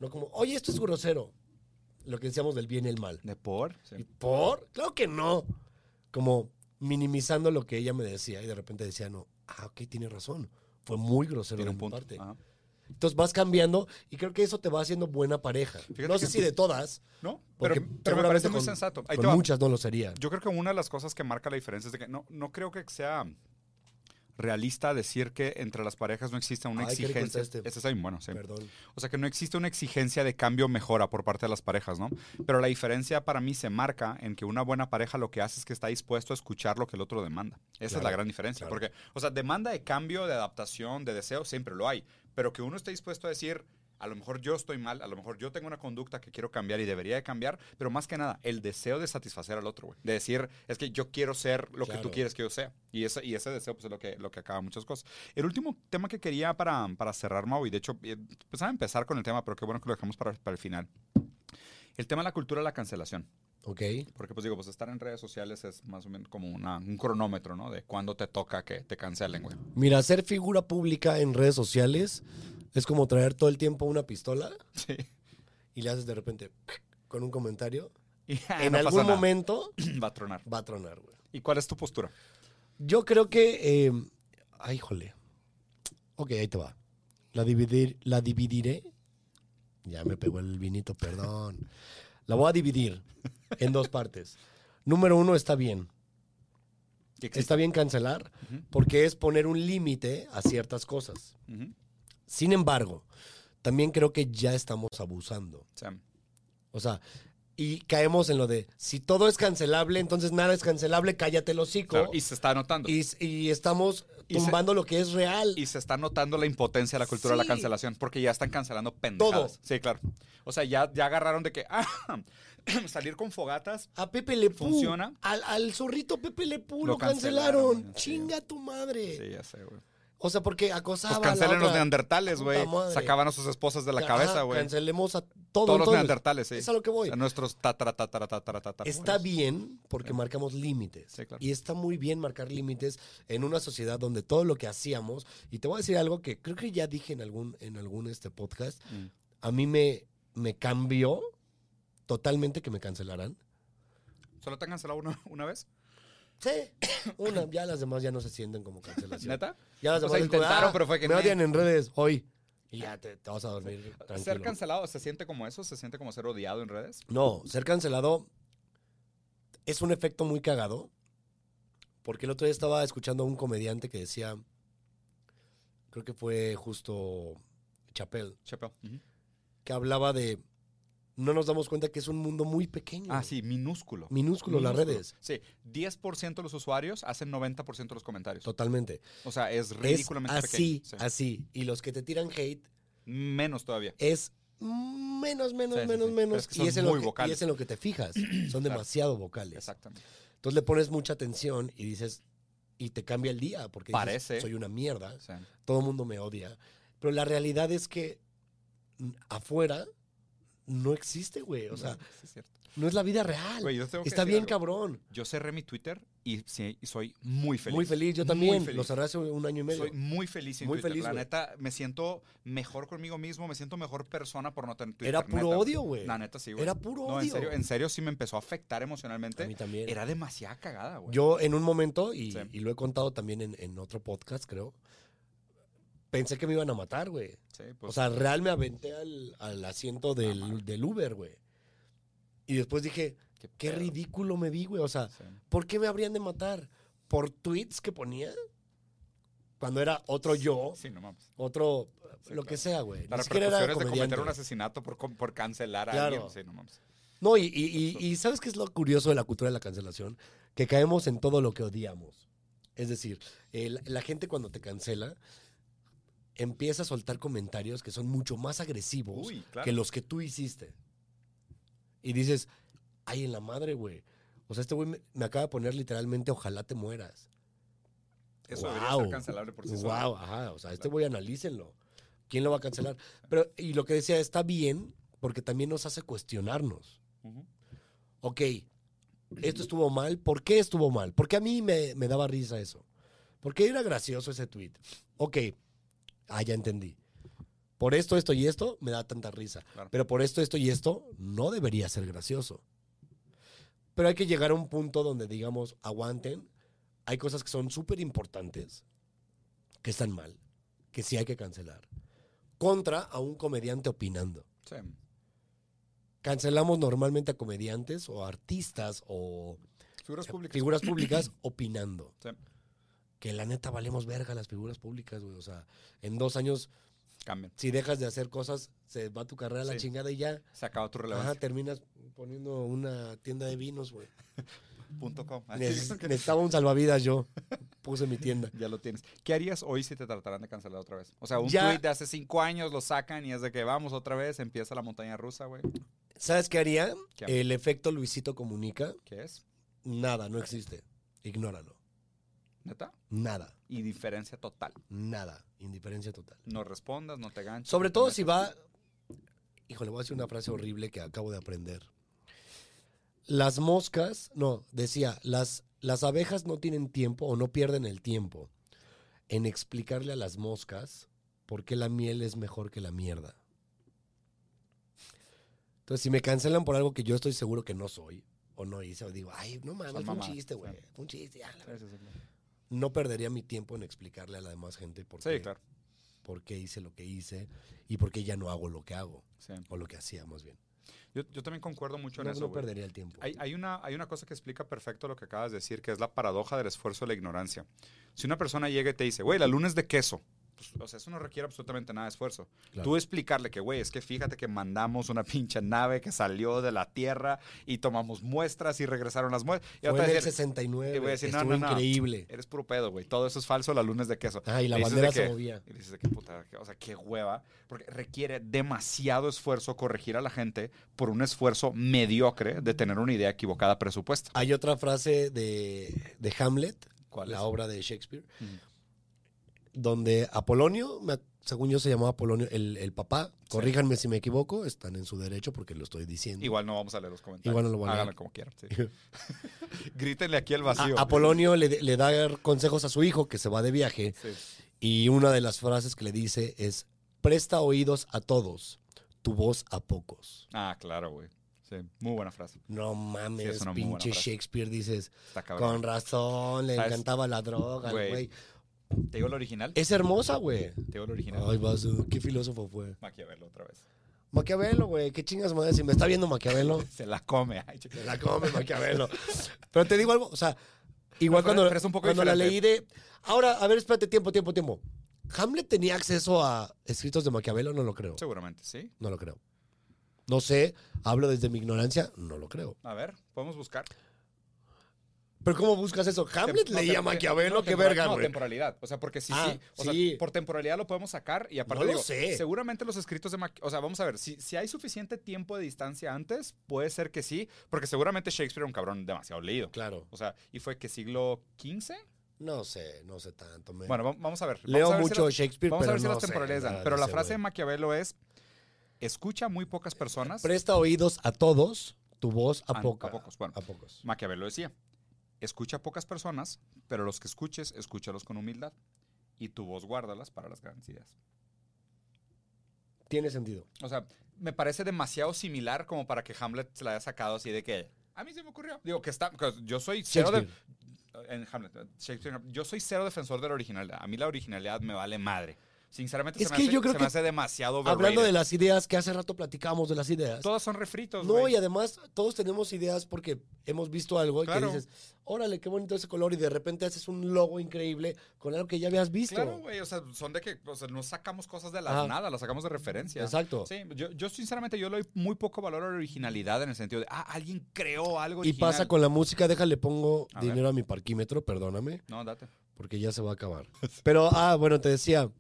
[SPEAKER 1] No como, oye, esto es grosero. Lo que decíamos del bien y el mal.
[SPEAKER 2] ¿De por? Sí.
[SPEAKER 1] ¿Y por? Claro que no. Como minimizando lo que ella me decía y de repente decía, no, ah, ok, tiene razón. Fue muy grosero
[SPEAKER 2] Tiene
[SPEAKER 1] de
[SPEAKER 2] un
[SPEAKER 1] mi
[SPEAKER 2] punto.
[SPEAKER 1] parte.
[SPEAKER 2] Ajá.
[SPEAKER 1] Entonces vas cambiando y creo que eso te va haciendo buena pareja.
[SPEAKER 2] Fíjate
[SPEAKER 1] no sé
[SPEAKER 2] que-
[SPEAKER 1] si de todas,
[SPEAKER 2] No, pero,
[SPEAKER 1] porque
[SPEAKER 2] pero me
[SPEAKER 1] seguramente
[SPEAKER 2] parece muy
[SPEAKER 1] con-
[SPEAKER 2] sensato. Ahí te
[SPEAKER 1] con
[SPEAKER 2] va.
[SPEAKER 1] muchas no lo sería.
[SPEAKER 2] Yo creo que una de las cosas que marca la diferencia es de que no, no creo que sea realista decir que entre las parejas no exista una
[SPEAKER 1] Ay, qué rico
[SPEAKER 2] exigencia.
[SPEAKER 1] está este.
[SPEAKER 2] Este está bien bueno, sí.
[SPEAKER 1] Perdón.
[SPEAKER 2] O sea, que no existe una exigencia de cambio o mejora por parte de las parejas, ¿no? Pero la diferencia para mí se marca en que una buena pareja lo que hace es que está dispuesto a escuchar lo que el otro demanda. Esa es la
[SPEAKER 1] Claro,
[SPEAKER 2] gran diferencia.
[SPEAKER 1] claro.
[SPEAKER 2] Porque, o sea, demanda de cambio, de adaptación, de deseo, siempre lo hay. Pero que uno esté dispuesto a decir, a lo mejor yo estoy mal, a lo mejor yo tengo una conducta que quiero cambiar y debería de cambiar, pero más que nada, el deseo de satisfacer al otro, güey. De decir, es que yo quiero ser lo que
[SPEAKER 1] Claro.
[SPEAKER 2] tú quieres que yo sea. Y ese, y ese deseo, pues, es lo que, lo que acaba muchas cosas. El último tema que quería para, para cerrar, Mau, y de hecho, eh, pensaba empezar con el tema, pero qué bueno que lo dejamos para, para el final. El tema de la cultura de la cancelación.
[SPEAKER 1] Ok.
[SPEAKER 2] Porque, pues digo, pues estar en redes sociales es más o menos como una- un cronómetro, ¿no? De cuándo te toca que te cancelen, güey.
[SPEAKER 1] Mira, ser figura pública en redes sociales es como traer todo el tiempo una pistola
[SPEAKER 2] Sí.
[SPEAKER 1] y le haces de repente con un comentario.
[SPEAKER 2] Y, ah,
[SPEAKER 1] en
[SPEAKER 2] no pasa
[SPEAKER 1] algún
[SPEAKER 2] nada.
[SPEAKER 1] momento
[SPEAKER 2] Va a tronar.
[SPEAKER 1] va a tronar, güey.
[SPEAKER 2] ¿Y cuál es tu postura?
[SPEAKER 1] Yo creo que. eh, ay, jole. Ok, ahí te va. La, dividir, la dividiré. Ya me pegó el vinito, perdón. La voy a dividir en dos partes. Número uno, está bien.
[SPEAKER 2] ¿Qué existe?
[SPEAKER 1] Está bien cancelar
[SPEAKER 2] Ujú,
[SPEAKER 1] porque es poner un límite a ciertas cosas.
[SPEAKER 2] ujú.
[SPEAKER 1] Sin embargo, también creo que ya estamos abusando.
[SPEAKER 2] O sea,
[SPEAKER 1] O sea, y caemos en lo de, si todo es cancelable, entonces nada es cancelable, cállate el hocico.
[SPEAKER 2] claro, y se está notando. Y,
[SPEAKER 1] y, y estamos
[SPEAKER 2] Y se-
[SPEAKER 1] tumbando lo que es real.
[SPEAKER 2] se está notando la impotencia de la cultura de
[SPEAKER 1] Sí.
[SPEAKER 2] la cancelación, porque ya están cancelando pendejadas. Sí, claro. O sea, ya, ya agarraron de que ah, salir con fogatas.
[SPEAKER 1] A Pepe Le Pew.
[SPEAKER 2] ¿Funciona?
[SPEAKER 1] Al, al zorrito Pepe Le Pew lo,
[SPEAKER 2] Lo
[SPEAKER 1] cancelaron.
[SPEAKER 2] cancelaron, sí.
[SPEAKER 1] Chinga tu madre.
[SPEAKER 2] Sí, ya sé, güey.
[SPEAKER 1] O sea, porque acosaba
[SPEAKER 2] Pues
[SPEAKER 1] a
[SPEAKER 2] cancelen
[SPEAKER 1] la
[SPEAKER 2] los
[SPEAKER 1] otra.
[SPEAKER 2] neandertales,
[SPEAKER 1] Puta
[SPEAKER 2] güey.
[SPEAKER 1] madre.
[SPEAKER 2] Sacaban a sus esposas de la
[SPEAKER 1] Ajá,
[SPEAKER 2] cabeza, güey.
[SPEAKER 1] Cancelemos a todo,
[SPEAKER 2] Todos los
[SPEAKER 1] entonces.
[SPEAKER 2] neandertales, sí.
[SPEAKER 1] Es a lo que voy.
[SPEAKER 2] A nuestros tatara, tatara, tatara, tatara.
[SPEAKER 1] Está bien porque
[SPEAKER 2] Sí.
[SPEAKER 1] marcamos límites.
[SPEAKER 2] Sí, claro.
[SPEAKER 1] Y está muy bien marcar límites en una sociedad donde todo lo que hacíamos, y te voy a decir algo que creo que ya dije en algún, en algún este podcast,
[SPEAKER 2] Mm.
[SPEAKER 1] a mí me, me cambió totalmente que me cancelaran.
[SPEAKER 2] ¿Solo te han cancelado una, una vez?
[SPEAKER 1] Sí, una, ya las demás ya no se sienten como cancelación.
[SPEAKER 2] ¿Neta?
[SPEAKER 1] Ya las
[SPEAKER 2] O
[SPEAKER 1] demás
[SPEAKER 2] sea,
[SPEAKER 1] es como,
[SPEAKER 2] intentaron,
[SPEAKER 1] "Ah,
[SPEAKER 2] pero fue que
[SPEAKER 1] me
[SPEAKER 2] no".
[SPEAKER 1] odian en redes hoy. Y ya te, te vas a dormir
[SPEAKER 2] ¿Ser
[SPEAKER 1] tranquilo.
[SPEAKER 2] cancelado se siente como eso? ¿Se siente como ser odiado en redes?
[SPEAKER 1] No, ser cancelado es un efecto muy cagado. Porque el otro día estaba escuchando a un comediante que decía, creo que fue justo Chapel,
[SPEAKER 2] Chapeo. Ujú.
[SPEAKER 1] que hablaba de, no nos damos cuenta que es un mundo muy pequeño.
[SPEAKER 2] Ah, sí, minúsculo.
[SPEAKER 1] Minúsculo las
[SPEAKER 2] Minúsculo.
[SPEAKER 1] redes.
[SPEAKER 2] Sí, 10% de los usuarios hacen 90% de los comentarios.
[SPEAKER 1] Totalmente.
[SPEAKER 2] O sea, es
[SPEAKER 1] Es
[SPEAKER 2] ridículamente
[SPEAKER 1] así,
[SPEAKER 2] pequeño. Sí.
[SPEAKER 1] así. Y los que te tiran hate
[SPEAKER 2] Menos todavía.
[SPEAKER 1] es menos, menos,
[SPEAKER 2] Sí, sí,
[SPEAKER 1] menos,
[SPEAKER 2] sí.
[SPEAKER 1] menos.
[SPEAKER 2] Pero es que son
[SPEAKER 1] y, es en lo
[SPEAKER 2] muy
[SPEAKER 1] que-
[SPEAKER 2] vocales.
[SPEAKER 1] y es en lo que te fijas. Son demasiado vocales.
[SPEAKER 2] Exactamente.
[SPEAKER 1] Entonces le pones mucha atención y dices, y te cambia el día porque dices,
[SPEAKER 2] Parece.
[SPEAKER 1] soy una mierda,
[SPEAKER 2] Sí.
[SPEAKER 1] todo el mundo me odia. Pero la realidad es que mm, afuera no existe, güey. O sea,
[SPEAKER 2] Sí, es cierto.
[SPEAKER 1] no es la vida real.
[SPEAKER 2] Güey, yo tengo que
[SPEAKER 1] Está
[SPEAKER 2] decir
[SPEAKER 1] bien,
[SPEAKER 2] algo.
[SPEAKER 1] cabrón.
[SPEAKER 2] Yo cerré mi Twitter y, sí, y soy muy feliz.
[SPEAKER 1] Muy feliz, yo
[SPEAKER 2] Muy
[SPEAKER 1] también.
[SPEAKER 2] feliz.
[SPEAKER 1] Lo cerré hace un año y medio.
[SPEAKER 2] Soy muy feliz en
[SPEAKER 1] Muy
[SPEAKER 2] Twitter.
[SPEAKER 1] feliz,
[SPEAKER 2] la
[SPEAKER 1] güey.
[SPEAKER 2] neta, me siento mejor conmigo mismo, me siento mejor persona por no tener Twitter.
[SPEAKER 1] Era puro
[SPEAKER 2] neta.
[SPEAKER 1] odio, güey.
[SPEAKER 2] La neta, sí, güey.
[SPEAKER 1] Era puro
[SPEAKER 2] No,
[SPEAKER 1] odio.
[SPEAKER 2] en serio, en serio sí me empezó a afectar
[SPEAKER 1] A mí
[SPEAKER 2] emocionalmente.
[SPEAKER 1] también.
[SPEAKER 2] Era demasiada cagada, güey.
[SPEAKER 1] Yo en un momento, y,
[SPEAKER 2] Sí.
[SPEAKER 1] y lo he contado también en, en otro podcast, creo, pensé que me iban a matar, güey.
[SPEAKER 2] Sí,
[SPEAKER 1] O
[SPEAKER 2] pues,
[SPEAKER 1] sea, real me aventé al, al asiento del,
[SPEAKER 2] Ajá.
[SPEAKER 1] del Uber, güey. Y después dije,
[SPEAKER 2] Qué,
[SPEAKER 1] Qué
[SPEAKER 2] pedo.
[SPEAKER 1] ridículo me vi, güey. O sea,
[SPEAKER 2] Sí.
[SPEAKER 1] ¿por qué me habrían de matar? ¿Por tweets que ponía? Cuando era otro yo,
[SPEAKER 2] Sí, no mames.
[SPEAKER 1] otro
[SPEAKER 2] Sí,
[SPEAKER 1] lo
[SPEAKER 2] claro.
[SPEAKER 1] que sea, güey. Ni
[SPEAKER 2] Las
[SPEAKER 1] siquiera era
[SPEAKER 2] repercusiones de cometer
[SPEAKER 1] comediante.
[SPEAKER 2] un asesinato por, com- por cancelar a
[SPEAKER 1] Claro.
[SPEAKER 2] alguien. Sí, no mames.
[SPEAKER 1] No, y, y- y- y ¿sabes qué es lo curioso de la cultura de la cancelación? Que caemos en todo lo que odiamos. Es decir, el- la gente cuando te cancela empieza a soltar comentarios que son mucho más agresivos
[SPEAKER 2] Uy, claro.
[SPEAKER 1] que los que tú hiciste. Y dices, ay, en la madre, güey. O sea, este güey me, me acaba de poner literalmente, ojalá te mueras.
[SPEAKER 2] Eso debería ser
[SPEAKER 1] Wow.
[SPEAKER 2] cancelable por sí solo.
[SPEAKER 1] wow, ajá. O sea, este
[SPEAKER 2] Claro.
[SPEAKER 1] güey analícenlo. ¿Quién lo va a cancelar? Pero, y lo que decía, está bien, porque también nos hace cuestionarnos.
[SPEAKER 2] Ujú.
[SPEAKER 1] ok, esto estuvo mal, ¿por qué estuvo mal? ¿Por qué a mí me, me daba risa eso? ¿Por qué era gracioso ese tweet? Ok, ah, ya entendí. Por esto, esto y esto me da tanta risa.
[SPEAKER 2] Claro.
[SPEAKER 1] Pero por esto, esto y esto no debería ser gracioso. Pero hay que llegar a un punto donde digamos, aguanten. Hay cosas que son súper importantes, que están mal, que sí hay que cancelar. Contra a un comediante opinando
[SPEAKER 2] Sí.
[SPEAKER 1] cancelamos normalmente a comediantes o artistas o
[SPEAKER 2] Figuras públicas.
[SPEAKER 1] figuras públicas opinando.
[SPEAKER 2] Sí.
[SPEAKER 1] Que la neta valemos verga las figuras públicas, güey. O sea, en dos años,
[SPEAKER 2] Cambian.
[SPEAKER 1] si dejas de hacer cosas, se va tu carrera a la
[SPEAKER 2] Sí.
[SPEAKER 1] chingada y ya.
[SPEAKER 2] Se acaba tu
[SPEAKER 1] Ajá,
[SPEAKER 2] relevancia.
[SPEAKER 1] terminas poniendo una tienda de vinos, güey.
[SPEAKER 2] Punto com. Así
[SPEAKER 1] Neces-
[SPEAKER 2] que-
[SPEAKER 1] Necesitaba un salvavidas yo. Puse mi tienda.
[SPEAKER 2] Ya lo tienes. ¿Qué harías hoy si te trataran de cancelar otra vez? O sea, un
[SPEAKER 1] Ya.
[SPEAKER 2] tweet de hace cinco años lo sacan y es de que vamos otra vez, empieza la montaña rusa, güey.
[SPEAKER 1] ¿Sabes qué haría?
[SPEAKER 2] ¿Qué?
[SPEAKER 1] El efecto Luisito comunica.
[SPEAKER 2] ¿Qué es?
[SPEAKER 1] Nada, no existe. Ignóralo.
[SPEAKER 2] ¿Neta?
[SPEAKER 1] Nada,
[SPEAKER 2] Indiferencia total.
[SPEAKER 1] nada. Indiferencia total.
[SPEAKER 2] No respondas, no te ganches.
[SPEAKER 1] Sobre
[SPEAKER 2] no te
[SPEAKER 1] todo
[SPEAKER 2] metas.
[SPEAKER 1] si va. Híjole, voy a decir una frase horrible que acabo de aprender. Las moscas, no, decía, las, las abejas no tienen tiempo o no pierden el tiempo en explicarle a las moscas por qué la miel es mejor que la mierda. Entonces, si me cancelan por algo que yo estoy seguro que no soy o no hice, o digo, ay, no mames,
[SPEAKER 2] Son
[SPEAKER 1] fue un
[SPEAKER 2] mamadas,
[SPEAKER 1] chiste, güey,
[SPEAKER 2] sí.
[SPEAKER 1] fue un chiste, ya, la
[SPEAKER 2] Sí,
[SPEAKER 1] verdad.
[SPEAKER 2] sí, sí, claro.
[SPEAKER 1] No perdería mi tiempo en explicarle a la demás gente por
[SPEAKER 2] Sí,
[SPEAKER 1] qué
[SPEAKER 2] claro.
[SPEAKER 1] por qué hice lo que hice y por qué ya no hago lo que hago,
[SPEAKER 2] Sí.
[SPEAKER 1] o lo que hacía más bien.
[SPEAKER 2] Yo, yo también concuerdo mucho
[SPEAKER 1] Yo
[SPEAKER 2] en
[SPEAKER 1] no,
[SPEAKER 2] eso.
[SPEAKER 1] no
[SPEAKER 2] güey.
[SPEAKER 1] perdería el tiempo.
[SPEAKER 2] Hay, hay una, hay una cosa que explica perfecto lo que acabas de decir, que es la paradoja del esfuerzo de la ignorancia. Si una persona llega y te dice, güey, la luna es de queso, pues, o sea, eso no requiere absolutamente nada de esfuerzo.
[SPEAKER 1] Claro.
[SPEAKER 2] Tú explicarle que, güey, es que fíjate que mandamos una pinche nave que salió de la Tierra y tomamos muestras y regresaron las muestras. Y
[SPEAKER 1] Fue
[SPEAKER 2] ahora te
[SPEAKER 1] en
[SPEAKER 2] va a
[SPEAKER 1] el
[SPEAKER 2] decir,
[SPEAKER 1] 69,
[SPEAKER 2] te voy a decir, no,
[SPEAKER 1] estuvo
[SPEAKER 2] no, no.
[SPEAKER 1] increíble.
[SPEAKER 2] eres puro pedo, güey, todo eso es falso, la luna es de queso.
[SPEAKER 1] Ah, y la
[SPEAKER 2] Le dices de
[SPEAKER 1] bandera se
[SPEAKER 2] que-
[SPEAKER 1] movía.
[SPEAKER 2] Y dices de qué puta, o sea, qué hueva, porque requiere demasiado esfuerzo corregir a la gente por un esfuerzo mediocre de tener una idea equivocada presupuesta.
[SPEAKER 1] Hay otra frase de, de Hamlet,
[SPEAKER 2] ¿Cuál
[SPEAKER 1] la
[SPEAKER 2] es?
[SPEAKER 1] obra de Shakespeare,
[SPEAKER 2] Mm.
[SPEAKER 1] donde Apolonio, me ac- según yo se llamaba Apolonio, el, el papá, corríjanme si me equivoco, están en su derecho porque lo estoy diciendo.
[SPEAKER 2] Igual no vamos a leer los comentarios.
[SPEAKER 1] Igual no lo voy a leer.
[SPEAKER 2] Háganlo como quieran. sí. Grítenle aquí al vacío.
[SPEAKER 1] A- Apolonio le, le da consejos a su hijo que se va de viaje
[SPEAKER 2] Sí.
[SPEAKER 1] Y una de las frases que le dice es, presta oídos a todos, tu voz a pocos.
[SPEAKER 2] Ah, claro, güey. Sí, muy buena frase.
[SPEAKER 1] No mames,
[SPEAKER 2] es una muy buena
[SPEAKER 1] pinche
[SPEAKER 2] frase.
[SPEAKER 1] Shakespeare, dices,
[SPEAKER 2] Está
[SPEAKER 1] con
[SPEAKER 2] cabrón.
[SPEAKER 1] razón, le
[SPEAKER 2] ¿Sabes?
[SPEAKER 1] encantaba la droga, al
[SPEAKER 2] Güey.
[SPEAKER 1] güey.
[SPEAKER 2] ¿Te digo el original?
[SPEAKER 1] Es hermosa, güey.
[SPEAKER 2] Te digo el original.
[SPEAKER 1] Ay, vaso, qué filósofo fue.
[SPEAKER 2] Maquiavelo otra vez.
[SPEAKER 1] Maquiavelo, güey, qué chingas madre, si me está viendo Maquiavelo,
[SPEAKER 2] Se la come. Ay, chica.
[SPEAKER 1] me la come Maquiavelo. Pero te digo algo, o sea, igual
[SPEAKER 2] Pero-
[SPEAKER 1] cuando,
[SPEAKER 2] pero es un poco
[SPEAKER 1] cuando la leí
[SPEAKER 2] diferente.
[SPEAKER 1] de... Ahora, a ver, espérate, tiempo, tiempo, tiempo. ¿Hamlet tenía acceso a escritos de Maquiavelo? No lo creo.
[SPEAKER 2] Seguramente, sí.
[SPEAKER 1] No lo creo. No sé, hablo desde mi ignorancia, no lo creo.
[SPEAKER 2] A ver, podemos buscar.
[SPEAKER 1] Pero ¿cómo buscas eso? Hamlet
[SPEAKER 2] Tem- no,
[SPEAKER 1] leía
[SPEAKER 2] tem-
[SPEAKER 1] Maquiavelo,
[SPEAKER 2] no,
[SPEAKER 1] qué
[SPEAKER 2] temporal-
[SPEAKER 1] verga,
[SPEAKER 2] No,
[SPEAKER 1] güey.
[SPEAKER 2] temporalidad. O sea, porque sí,
[SPEAKER 1] Ah,
[SPEAKER 2] sí. O sea,
[SPEAKER 1] sí.
[SPEAKER 2] por temporalidad lo podemos sacar y aparte
[SPEAKER 1] No lo
[SPEAKER 2] digo,
[SPEAKER 1] sé.
[SPEAKER 2] seguramente los escritos de Maqui- O sea, vamos a ver, si, si hay suficiente tiempo de distancia antes, puede ser que sí, porque seguramente Shakespeare era un cabrón demasiado leído.
[SPEAKER 1] Claro.
[SPEAKER 2] O sea, ¿y fue que siglo XV?
[SPEAKER 1] No sé, no sé tanto. men.
[SPEAKER 2] Bueno, va- vamos a ver.
[SPEAKER 1] Leo
[SPEAKER 2] Vamos a ver si
[SPEAKER 1] mucho
[SPEAKER 2] las-
[SPEAKER 1] Shakespeare,
[SPEAKER 2] Vamos
[SPEAKER 1] pero
[SPEAKER 2] a ver si
[SPEAKER 1] no
[SPEAKER 2] las
[SPEAKER 1] sé
[SPEAKER 2] temporalidades dan.
[SPEAKER 1] nada
[SPEAKER 2] Pero
[SPEAKER 1] de
[SPEAKER 2] la
[SPEAKER 1] ese
[SPEAKER 2] frase de
[SPEAKER 1] güey.
[SPEAKER 2] Maquiavelo es: escucha muy pocas personas.
[SPEAKER 1] Presta oídos a todos, tu voz a,
[SPEAKER 2] Ah,
[SPEAKER 1] poca-
[SPEAKER 2] a pocos, bueno.
[SPEAKER 1] a pocos.
[SPEAKER 2] Maquiavelo decía: escucha a pocas personas, pero los que escuches, escúchalos con humildad. Y tu voz guárdalas para las grandes ideas.
[SPEAKER 1] Tiene sentido.
[SPEAKER 2] O sea, me parece demasiado similar como para que Hamlet se la haya sacado así de que. A mí se me ocurrió. Digo que está. que Yo soy cero de-
[SPEAKER 1] Shakespeare.
[SPEAKER 2] en Hamlet, Shakespeare, yo soy cero defensor de la originalidad. A mí la originalidad me vale madre. O Sinceramente,
[SPEAKER 1] Es
[SPEAKER 2] se, me
[SPEAKER 1] que
[SPEAKER 2] hace,
[SPEAKER 1] yo creo
[SPEAKER 2] se me
[SPEAKER 1] que-
[SPEAKER 2] hace demasiado overrated.
[SPEAKER 1] Hablando de las ideas, que hace rato platicábamos de las ideas.
[SPEAKER 2] Todas son refritos,
[SPEAKER 1] No,
[SPEAKER 2] güey.
[SPEAKER 1] y además todos tenemos ideas porque hemos visto algo y
[SPEAKER 2] Claro.
[SPEAKER 1] que dices, órale, qué bonito ese color, y de repente haces un logo increíble con algo que ya habías visto.
[SPEAKER 2] Claro, güey. O sea, son de que o sea, no sacamos cosas de las
[SPEAKER 1] Ajá.
[SPEAKER 2] nada, las sacamos de referencia.
[SPEAKER 1] Exacto.
[SPEAKER 2] Sí, yo, yo sinceramente yo le doy muy poco valor a la originalidad en el sentido de, ah, alguien creó algo
[SPEAKER 1] Y
[SPEAKER 2] original.
[SPEAKER 1] pasa con la música, déjale, pongo
[SPEAKER 2] A ver.
[SPEAKER 1] dinero a mi parquímetro, perdóname,
[SPEAKER 2] No, date.
[SPEAKER 1] porque ya se va a acabar. Pero, ah, bueno, te decía,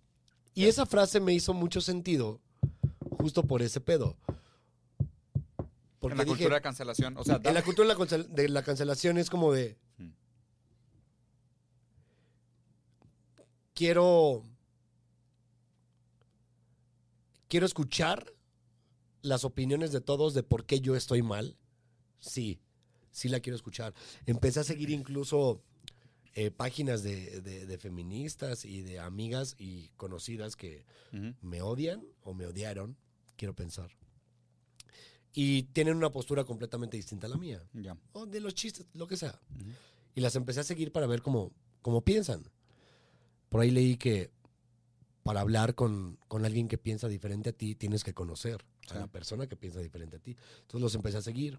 [SPEAKER 1] y esa frase me hizo mucho sentido justo por ese pedo. Porque
[SPEAKER 2] en la
[SPEAKER 1] dije,
[SPEAKER 2] cultura de cancelación. O sea,
[SPEAKER 1] en
[SPEAKER 2] dame-
[SPEAKER 1] la cultura de la cancel- de la cancelación es como de...
[SPEAKER 2] Mm.
[SPEAKER 1] Quiero... Quiero escuchar las opiniones de todos de por qué yo estoy mal. Sí, sí la quiero escuchar. Empecé a seguir incluso eh, páginas de, de- de feministas y de amigas y conocidas que
[SPEAKER 2] Ujú.
[SPEAKER 1] me odian o me odiaron, quiero pensar. Y tienen una postura completamente distinta a la mía.
[SPEAKER 2] Ya.
[SPEAKER 1] O de los chistes, lo que sea.
[SPEAKER 2] Ujú.
[SPEAKER 1] Y las empecé a seguir para ver cómo, cómo piensan. Por ahí leí que para hablar con, con alguien que piensa diferente a ti, tienes que conocer
[SPEAKER 2] Sí.
[SPEAKER 1] a la persona que piensa diferente a ti. Entonces los empecé a seguir.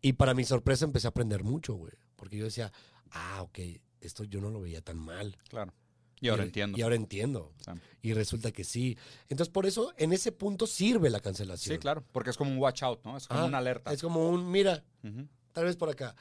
[SPEAKER 1] Y para mi sorpresa empecé a aprender mucho, güey. Porque yo decía, ah, ok, esto yo no lo veía tan mal.
[SPEAKER 2] Claro. Y ahora
[SPEAKER 1] re-
[SPEAKER 2] entiendo.
[SPEAKER 1] Y ahora entiendo.
[SPEAKER 2] Sí.
[SPEAKER 1] Y resulta que sí. Entonces, por eso, en ese punto sirve la cancelación.
[SPEAKER 2] Sí, claro. Porque es como un watch out, ¿no? Es como
[SPEAKER 1] Ah,
[SPEAKER 2] una alerta.
[SPEAKER 1] Es como un, mira,
[SPEAKER 2] Ujú.
[SPEAKER 1] tal vez por acá.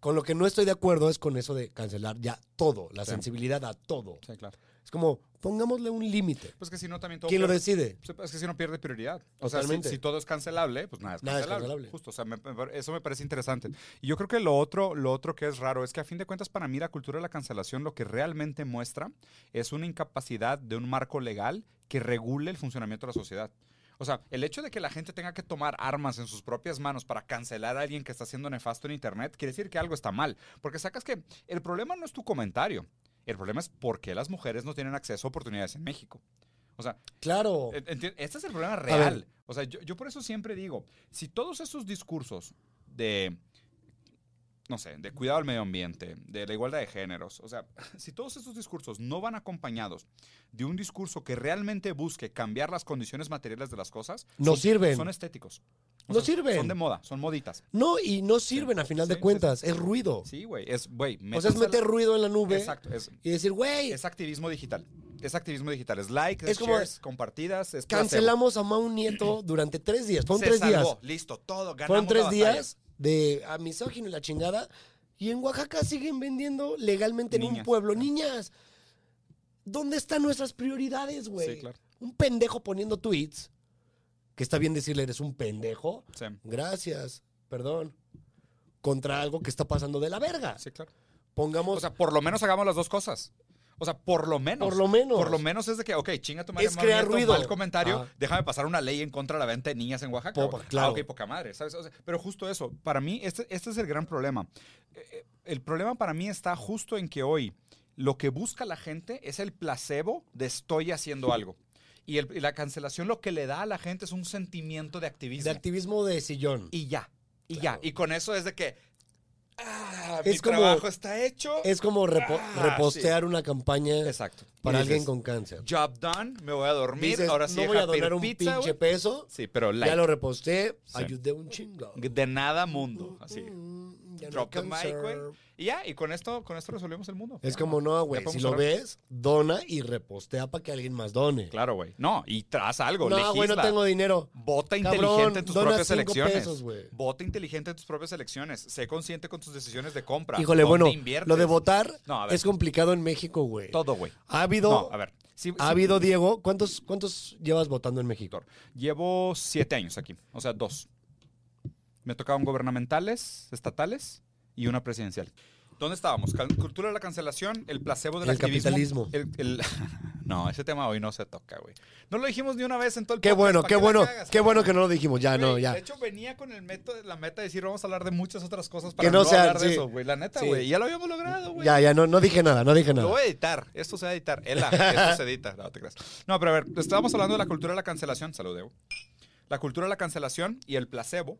[SPEAKER 1] Con lo que no estoy de acuerdo es con eso de cancelar ya todo, la
[SPEAKER 2] Sí.
[SPEAKER 1] sensibilidad a todo.
[SPEAKER 2] Sí, claro.
[SPEAKER 1] Es como, pongámosle un límite.
[SPEAKER 2] Pues que si no también todo
[SPEAKER 1] ¿Quién lo
[SPEAKER 2] pierde-
[SPEAKER 1] decide?
[SPEAKER 2] Sí, pues, Es que si no pierde prioridad. O sea, si,
[SPEAKER 1] Totalmente.
[SPEAKER 2] si todo es cancelable, pues nada es
[SPEAKER 1] Nada es
[SPEAKER 2] cancelable.
[SPEAKER 1] cancelable.
[SPEAKER 2] Justo, o sea, me- me- eso me parece interesante. Y yo creo que lo otro, lo otro que es raro es que a fin de cuentas para mí la cultura de la cancelación lo que realmente muestra es una incapacidad de un marco legal que regule el funcionamiento de la sociedad. O sea, el hecho de que la gente tenga que tomar armas en sus propias manos para cancelar a alguien que está siendo nefasto en Internet quiere decir que algo está mal. Porque sacas que el problema no es tu comentario. El problema es por qué las mujeres no tienen acceso a oportunidades en México. O sea,
[SPEAKER 1] Claro.
[SPEAKER 2] en- enti- Este es el problema
[SPEAKER 1] Oh. ver.
[SPEAKER 2] real. O sea, yo, yo por eso siempre digo, si todos esos discursos de, no sé, de cuidado al medio ambiente, de la igualdad de géneros, o sea, si todos esos discursos no van acompañados de un discurso que realmente busque cambiar las condiciones materiales de las cosas,
[SPEAKER 1] No
[SPEAKER 2] son-
[SPEAKER 1] sirven.
[SPEAKER 2] Son estéticos.
[SPEAKER 1] No sirven.
[SPEAKER 2] Son de moda, son moditas.
[SPEAKER 1] No, y no sirven a final
[SPEAKER 2] Sí,
[SPEAKER 1] de
[SPEAKER 2] sí,
[SPEAKER 1] cuentas. Es ruido.
[SPEAKER 2] Sí, güey, es, güey.
[SPEAKER 1] o sea, es
[SPEAKER 2] métanse a la-
[SPEAKER 1] meter ruido en la nube
[SPEAKER 2] Exacto, es,
[SPEAKER 1] y decir, güey,
[SPEAKER 2] es activismo digital. Es activismo digital, es likes, es,
[SPEAKER 1] Es como-
[SPEAKER 2] shares, compartidas, es placebo.
[SPEAKER 1] cancelamos a Mau Nieto durante tres días. Fueron
[SPEAKER 2] Se
[SPEAKER 1] tres
[SPEAKER 2] salvó,
[SPEAKER 1] días.
[SPEAKER 2] Listo, todo, ganamos
[SPEAKER 1] Fueron
[SPEAKER 2] la
[SPEAKER 1] tres
[SPEAKER 2] batalla.
[SPEAKER 1] días de a misógino y la chingada. Y en Oaxaca siguen vendiendo legalmente en un
[SPEAKER 2] Niñas.
[SPEAKER 1] pueblo. Niñas, ¿dónde están nuestras prioridades, güey?
[SPEAKER 2] Sí, claro.
[SPEAKER 1] Un pendejo poniendo tweets, que está bien decirle eres un pendejo.
[SPEAKER 2] Sí,
[SPEAKER 1] Gracias, perdón. Contra algo que está pasando de la verga.
[SPEAKER 2] sí, claro.
[SPEAKER 1] Pongamos.
[SPEAKER 2] O sea, por lo menos hagamos las dos cosas. O sea, por lo menos.
[SPEAKER 1] Por lo menos.
[SPEAKER 2] Por lo menos es de que, ok, chinga tu madre.
[SPEAKER 1] Es crear
[SPEAKER 2] Manuel,
[SPEAKER 1] ruido.
[SPEAKER 2] Mal comentario.
[SPEAKER 1] Ajá.
[SPEAKER 2] Déjame pasar una ley en contra de la venta de niñas en Oaxaca.
[SPEAKER 1] Popa,
[SPEAKER 2] güey.
[SPEAKER 1] claro.
[SPEAKER 2] Ah, ok, poca madre, ¿sabes? O sea, pero justo eso. Para mí, este, este es el gran problema. Eh, eh, El problema para mí está justo en que hoy lo que busca la gente es el placebo de estoy haciendo algo. Y, el- y la cancelación lo que le da a la gente es un sentimiento de activismo.
[SPEAKER 1] de activismo de sillón.
[SPEAKER 2] y ya. Y
[SPEAKER 1] Claro.
[SPEAKER 2] ya. Y con eso es de que. Ah, mi
[SPEAKER 1] Es como-
[SPEAKER 2] trabajo está hecho.
[SPEAKER 1] es como repo-
[SPEAKER 2] Ah,
[SPEAKER 1] repostear una campaña
[SPEAKER 2] Exacto.
[SPEAKER 1] para
[SPEAKER 2] Y
[SPEAKER 1] alguien
[SPEAKER 2] dices,
[SPEAKER 1] con cáncer.
[SPEAKER 2] Job done, me voy a dormir.
[SPEAKER 1] Dices,
[SPEAKER 2] ahora sí,
[SPEAKER 1] no voy a
[SPEAKER 2] deja pedir
[SPEAKER 1] donar un
[SPEAKER 2] pizza,
[SPEAKER 1] pinche
[SPEAKER 2] güey".
[SPEAKER 1] peso.
[SPEAKER 2] Sí, pero
[SPEAKER 1] Ya
[SPEAKER 2] like.
[SPEAKER 1] lo reposté,
[SPEAKER 2] Sí.
[SPEAKER 1] ayudé un chingo.
[SPEAKER 2] De nada mundo. Así.
[SPEAKER 1] Mm, ya no
[SPEAKER 2] Drop the
[SPEAKER 1] hay
[SPEAKER 2] mic, güey.
[SPEAKER 1] cáncer.
[SPEAKER 2] Y ya, y con esto, con esto resolvemos el mundo.
[SPEAKER 1] Es como, no, güey,
[SPEAKER 2] podemos
[SPEAKER 1] si lo
[SPEAKER 2] hablar.
[SPEAKER 1] ves, dona y repostea para que alguien más done.
[SPEAKER 2] Claro, güey. No, y tras algo,
[SPEAKER 1] no,
[SPEAKER 2] legisla.
[SPEAKER 1] güey, no tengo dinero.
[SPEAKER 2] Vota
[SPEAKER 1] Cabrón,
[SPEAKER 2] inteligente en tus
[SPEAKER 1] dona
[SPEAKER 2] propias
[SPEAKER 1] cinco
[SPEAKER 2] elecciones.
[SPEAKER 1] pesos, güey.
[SPEAKER 2] Vota inteligente en tus propias elecciones. Sé consciente con tus decisiones de compra.
[SPEAKER 1] Híjole,
[SPEAKER 2] ¿Dónde
[SPEAKER 1] bueno,
[SPEAKER 2] inviertes?
[SPEAKER 1] lo de votar
[SPEAKER 2] No, a ver.
[SPEAKER 1] es complicado en México, güey.
[SPEAKER 2] Todo, güey.
[SPEAKER 1] Ha habido,
[SPEAKER 2] No, a ver. Sí,
[SPEAKER 1] ha
[SPEAKER 2] sí,
[SPEAKER 1] habido, Diego, ¿cuántos, ¿cuántos llevas votando en México?
[SPEAKER 2] Víctor. Llevo siete años aquí, o sea, dos. Me tocaban gubernamentales, estatales y una presidencial. ¿Dónde estábamos? Cal- Cultura de la cancelación, el placebo del
[SPEAKER 1] El
[SPEAKER 2] activismo,
[SPEAKER 1] capitalismo.
[SPEAKER 2] El el- no, ese tema hoy no se toca, güey. No lo dijimos ni una vez en todo el
[SPEAKER 1] Qué
[SPEAKER 2] podcast,
[SPEAKER 1] bueno,
[SPEAKER 2] ¿pa'
[SPEAKER 1] qué
[SPEAKER 2] la
[SPEAKER 1] bueno,
[SPEAKER 2] cagas?
[SPEAKER 1] qué bueno que no lo dijimos, ya,
[SPEAKER 2] Güey,
[SPEAKER 1] no, ya.
[SPEAKER 2] De hecho, venía con el meto- la meta de decir, vamos a hablar de muchas otras cosas para
[SPEAKER 1] Que no
[SPEAKER 2] no,
[SPEAKER 1] sean,
[SPEAKER 2] hablar de
[SPEAKER 1] sí.
[SPEAKER 2] eso, güey. La neta,
[SPEAKER 1] Sí.
[SPEAKER 2] güey. Ya lo habíamos logrado, güey.
[SPEAKER 1] Ya, ya, no, no dije nada, no dije nada.
[SPEAKER 2] Lo voy a editar. Esto se va a editar. Ela, esto se edita. No, te creas. No, pero a ver, estábamos hablando de la cultura de la cancelación. Salud, Evo. La cultura de la cancelación y el placebo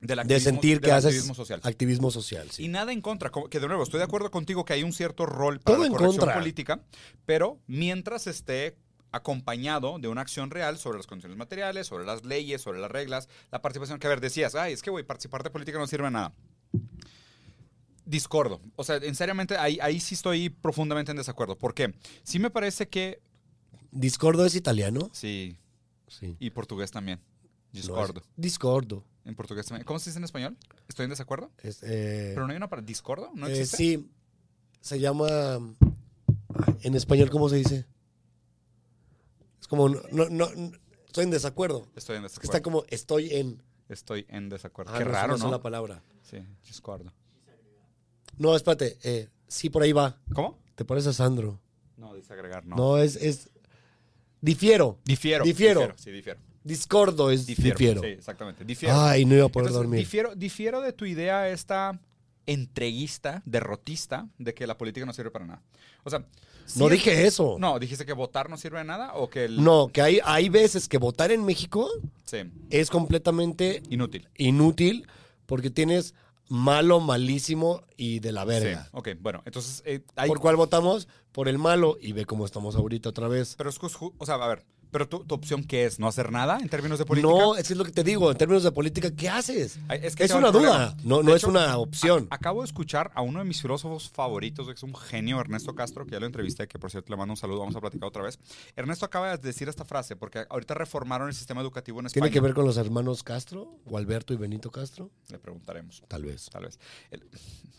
[SPEAKER 2] Del
[SPEAKER 1] de
[SPEAKER 2] activismo-
[SPEAKER 1] sentir
[SPEAKER 2] del
[SPEAKER 1] que haces
[SPEAKER 2] activismo social.
[SPEAKER 1] activismo social, sí.
[SPEAKER 2] Y nada en contra, como que de nuevo, estoy de acuerdo contigo que hay un cierto rol para
[SPEAKER 1] Todo
[SPEAKER 2] la
[SPEAKER 1] en
[SPEAKER 2] corrección
[SPEAKER 1] contra.
[SPEAKER 2] política, pero mientras esté acompañado de una acción real sobre las condiciones materiales, sobre las leyes, sobre las reglas, la participación que, a ver, decías, ay, es que, güey, participar de política no sirve a nada. Discordo. O sea, en seriamente, ahí, ahí sí estoy profundamente en desacuerdo. ¿Por qué? Sí me parece que...
[SPEAKER 1] ¿Discordo es italiano?
[SPEAKER 2] Sí,
[SPEAKER 1] Sí.
[SPEAKER 2] y portugués también.
[SPEAKER 1] No, es-
[SPEAKER 2] Discordo.
[SPEAKER 1] discordo.
[SPEAKER 2] En portugués también. ¿Cómo se dice en español? ¿Estoy en desacuerdo?
[SPEAKER 1] Es, eh,
[SPEAKER 2] ¿Pero no hay una para discordo? ¿No
[SPEAKER 1] eh,
[SPEAKER 2] existe?
[SPEAKER 1] sí, se llama... ay, En español, ¿cómo se dice? Es como... No, no, no- estoy en desacuerdo.
[SPEAKER 2] Estoy en
[SPEAKER 1] Es
[SPEAKER 2] desacuerdo.
[SPEAKER 1] que está como estoy en...
[SPEAKER 2] Estoy en desacuerdo.
[SPEAKER 1] Ah,
[SPEAKER 2] Qué
[SPEAKER 1] no, es
[SPEAKER 2] raro,
[SPEAKER 1] una
[SPEAKER 2] ¿no?
[SPEAKER 1] sola palabra.
[SPEAKER 2] Sí, discordo.
[SPEAKER 1] No, espérate. eh, sí, por ahí va.
[SPEAKER 2] ¿Cómo?
[SPEAKER 1] Te pones a Sandro.
[SPEAKER 2] No, desagregar, no.
[SPEAKER 1] No, es, es... Difiero.
[SPEAKER 2] Difiero.
[SPEAKER 1] Difiero.
[SPEAKER 2] Sí, difiero.
[SPEAKER 1] Discordo es
[SPEAKER 2] Difiero.
[SPEAKER 1] difiero.
[SPEAKER 2] Sí, exactamente. Difiero.
[SPEAKER 1] Ay, no iba a poder
[SPEAKER 2] Entonces,
[SPEAKER 1] dormir.
[SPEAKER 2] Difiero, difiero de tu idea esta entreguista, derrotista, de que la política no sirve para nada. O sea... sí
[SPEAKER 1] no
[SPEAKER 2] es-
[SPEAKER 1] dije eso. No,
[SPEAKER 2] No, dijiste que votar no sirve de nada o que el...
[SPEAKER 1] que hay, hay veces que votar en México
[SPEAKER 2] Sí,
[SPEAKER 1] es completamente
[SPEAKER 2] inútil.
[SPEAKER 1] inútil porque tienes malo, malísimo y de la
[SPEAKER 2] Sí,
[SPEAKER 1] verga.
[SPEAKER 2] ok, bueno, entonces eh, hay...
[SPEAKER 1] ¿Por cuál votamos? Por el malo y ve cómo estamos ahorita otra vez.
[SPEAKER 2] Pero es que es ju- o sea, a ver, pero tu, tu opción qué es, no hacer nada en términos de política.
[SPEAKER 1] No, es que es lo que te digo, en términos de política, ¿qué haces?
[SPEAKER 2] Ay,
[SPEAKER 1] Es,
[SPEAKER 2] que ese va
[SPEAKER 1] una
[SPEAKER 2] el
[SPEAKER 1] duda,
[SPEAKER 2] problema.
[SPEAKER 1] no,
[SPEAKER 2] De
[SPEAKER 1] no es
[SPEAKER 2] hecho,
[SPEAKER 1] una opción.
[SPEAKER 2] A- acabo de escuchar a uno de mis filósofos favoritos, que es un genio, Ernesto Castro, que ya lo entrevisté, que por cierto le mando un saludo, vamos a platicar otra vez. Ernesto acaba de decir esta frase, porque ahorita reformaron el sistema educativo en España.
[SPEAKER 1] ¿Tiene que ver con los hermanos Castro? ¿O Alberto y Benito Castro?
[SPEAKER 2] Le preguntaremos.
[SPEAKER 1] Tal vez.
[SPEAKER 2] Tal vez. El-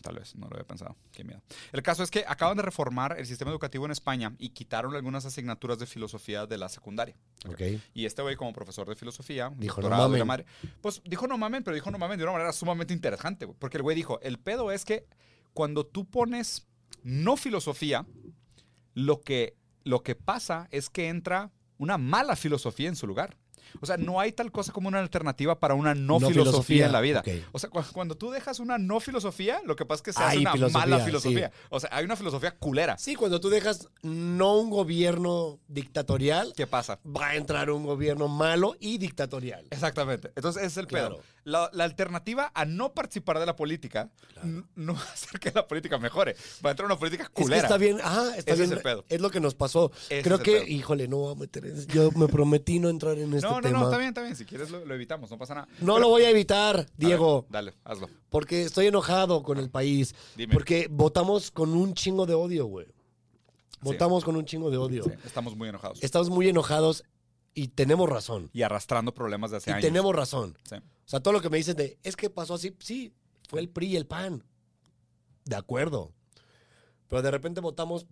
[SPEAKER 2] tal vez, no lo había pensado. Qué miedo. El caso es que acaban de reformar el sistema educativo en España y quitaron algunas asignaturas de filosofía de la secundaria.
[SPEAKER 1] Ok.
[SPEAKER 2] Y este güey, como profesor de filosofía,
[SPEAKER 1] Dijo, no
[SPEAKER 2] doctorado y la
[SPEAKER 1] mamen.
[SPEAKER 2] madre, pues dijo no mamen, pero dijo no mamen de una manera sumamente interesante, güey. porque el güey dijo, el pedo es que cuando tú pones no filosofía, lo que, lo que pasa es que entra una mala filosofía en su lugar. O sea, no hay tal cosa como una alternativa para una no, filosofía, en la vida.
[SPEAKER 1] ok.
[SPEAKER 2] O sea, cu- cuando tú dejas una no filosofía, lo que pasa es que se hace
[SPEAKER 1] Hay
[SPEAKER 2] una
[SPEAKER 1] filosofía,
[SPEAKER 2] mala
[SPEAKER 1] sí.
[SPEAKER 2] filosofía. O sea, hay una filosofía culera.
[SPEAKER 1] Sí, cuando tú dejas no un gobierno dictatorial,
[SPEAKER 2] ¿Qué pasa?
[SPEAKER 1] va a entrar un gobierno malo y dictatorial.
[SPEAKER 2] Exactamente. Entonces, ese es el pedo.
[SPEAKER 1] Claro.
[SPEAKER 2] La, la alternativa a no participar de la política
[SPEAKER 1] Claro.
[SPEAKER 2] n- no va a hacer que la política mejore. Va a entrar una política
[SPEAKER 1] Es que
[SPEAKER 2] culera.
[SPEAKER 1] está bien, ajá, está
[SPEAKER 2] Ese es
[SPEAKER 1] bien.
[SPEAKER 2] el pedo.
[SPEAKER 1] lo que nos pasó.
[SPEAKER 2] Ese
[SPEAKER 1] Creo
[SPEAKER 2] es el
[SPEAKER 1] que,
[SPEAKER 2] pedo.
[SPEAKER 1] híjole, no voy a meter. en- Yo me prometí no entrar en este
[SPEAKER 2] no, no,
[SPEAKER 1] tema.
[SPEAKER 2] no, está bien, está bien. Si quieres lo, lo evitamos, no pasa nada.
[SPEAKER 1] No
[SPEAKER 2] Pero-
[SPEAKER 1] lo voy a evitar,
[SPEAKER 2] ver,
[SPEAKER 1] Diego,
[SPEAKER 2] dale, hazlo.
[SPEAKER 1] porque estoy enojado con el país.
[SPEAKER 2] Dime.
[SPEAKER 1] Porque votamos con un chingo de odio, güey. Votamos con un chingo de odio.
[SPEAKER 2] Sí, estamos muy enojados.
[SPEAKER 1] Estamos muy enojados y tenemos razón.
[SPEAKER 2] Y arrastrando problemas de hace
[SPEAKER 1] Y
[SPEAKER 2] años.
[SPEAKER 1] tenemos razón.
[SPEAKER 2] Sí.
[SPEAKER 1] O sea, todo lo que me dices de, es que pasó así, sí, fue el PRI y el PAN. De acuerdo. Pero de repente votamos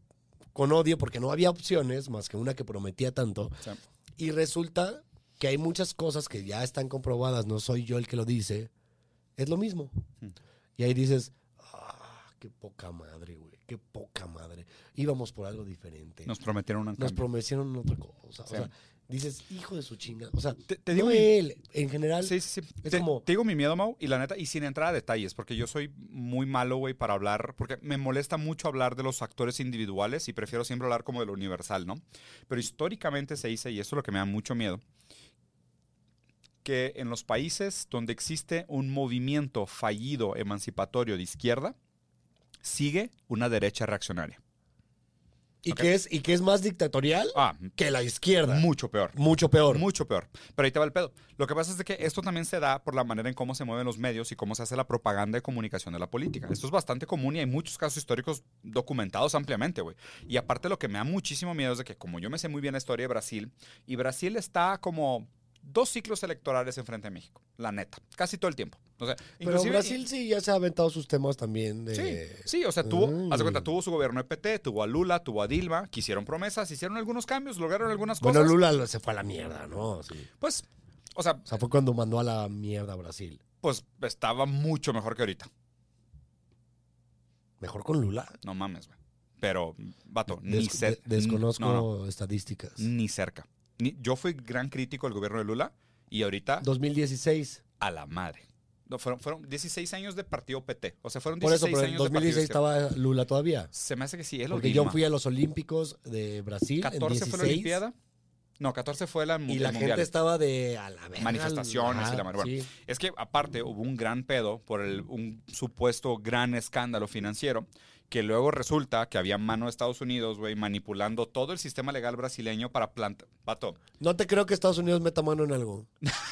[SPEAKER 1] con odio porque no había opciones más que una que prometía tanto.
[SPEAKER 2] Sí.
[SPEAKER 1] Y resulta que hay muchas cosas que ya están comprobadas, no soy yo el que lo dice. Es lo mismo.
[SPEAKER 2] Mm.
[SPEAKER 1] Y ahí dices, ah, qué poca madre, güey, qué poca madre. Íbamos por algo diferente.
[SPEAKER 2] Nos prometieron un
[SPEAKER 1] Nos
[SPEAKER 2] cambio.
[SPEAKER 1] prometieron otra cosa.
[SPEAKER 2] Sí.
[SPEAKER 1] O sea, dices, hijo de su chinga. O sea,
[SPEAKER 2] Te- te digo
[SPEAKER 1] no
[SPEAKER 2] mi-
[SPEAKER 1] él, en general.
[SPEAKER 2] Sí, sí, sí.
[SPEAKER 1] Es
[SPEAKER 2] Te,
[SPEAKER 1] como-
[SPEAKER 2] te digo mi miedo, Mau, y la neta, y sin entrar a detalles, porque yo soy muy malo, güey, para hablar, porque me molesta mucho hablar de los actores individuales y prefiero siempre hablar como de lo universal, ¿no? Pero históricamente se dice, y eso es lo que me da mucho miedo, que en los países donde existe un movimiento fallido emancipatorio de izquierda, sigue una derecha reaccionaria.
[SPEAKER 1] Y,
[SPEAKER 2] Ok.
[SPEAKER 1] que es, y que es más dictatorial
[SPEAKER 2] Ah,
[SPEAKER 1] que la izquierda.
[SPEAKER 2] mucho peor.
[SPEAKER 1] Mucho peor.
[SPEAKER 2] Mucho peor. Pero ahí te va el pedo. Lo que pasa es de que esto también se da por la manera en cómo se mueven los medios y cómo se hace la propaganda y comunicación de la política. Esto es bastante común y hay muchos casos históricos documentados ampliamente, güey. Y aparte lo que me da muchísimo miedo es de que como yo me sé muy bien la historia de Brasil, y Brasil está como dos ciclos electorales enfrente de México, la neta, casi todo el tiempo. O sea,
[SPEAKER 1] Pero
[SPEAKER 2] inclusive-
[SPEAKER 1] Brasil sí ya se ha aventado sus temas también de...
[SPEAKER 2] Sí, sí, o sea, tuvo, haz de cuenta,
[SPEAKER 1] Mm.
[SPEAKER 2] tuvo su gobierno de PT, tuvo a Lula, tuvo a Dilma, que hicieron promesas, hicieron algunos cambios, lograron algunas cosas.
[SPEAKER 1] Bueno, Lula lo- se fue a la mierda, ¿no? Sí.
[SPEAKER 2] Pues, o sea,
[SPEAKER 1] O sea, fue cuando mandó a la mierda a Brasil.
[SPEAKER 2] pues estaba mucho mejor que ahorita.
[SPEAKER 1] Mejor con Lula.
[SPEAKER 2] No mames, güey. Pero, vato, ni,
[SPEAKER 1] Des-
[SPEAKER 2] cer-
[SPEAKER 1] de- desconozco
[SPEAKER 2] no, no,
[SPEAKER 1] estadísticas.
[SPEAKER 2] ni cerca. Ni- yo fui gran crítico del gobierno de Lula y ahorita
[SPEAKER 1] 2016.
[SPEAKER 2] a la madre. No, fueron, fueron 16 años de partido PT. O sea, fueron
[SPEAKER 1] Por
[SPEAKER 2] 16
[SPEAKER 1] eso, pero en
[SPEAKER 2] años de partido
[SPEAKER 1] 2016
[SPEAKER 2] izquierdo.
[SPEAKER 1] estaba Lula todavía.
[SPEAKER 2] Se me hace que sí, es lo
[SPEAKER 1] Porque yo fui a los Olímpicos de Brasil en
[SPEAKER 2] 14 fue la
[SPEAKER 1] 16.
[SPEAKER 2] Olimpiada. No, 14 fue la, mu-
[SPEAKER 1] Y
[SPEAKER 2] el
[SPEAKER 1] la
[SPEAKER 2] mundial.
[SPEAKER 1] gente estaba de a la verga.
[SPEAKER 2] Manifestaciones y la madre. Bueno,
[SPEAKER 1] sí.
[SPEAKER 2] Es que aparte hubo un gran pedo por el- un supuesto gran escándalo financiero que luego resulta que había mano de Estados Unidos, güey, manipulando todo el sistema legal brasileño para plantar. Pato,
[SPEAKER 1] No te creo que Estados Unidos meta mano en algo.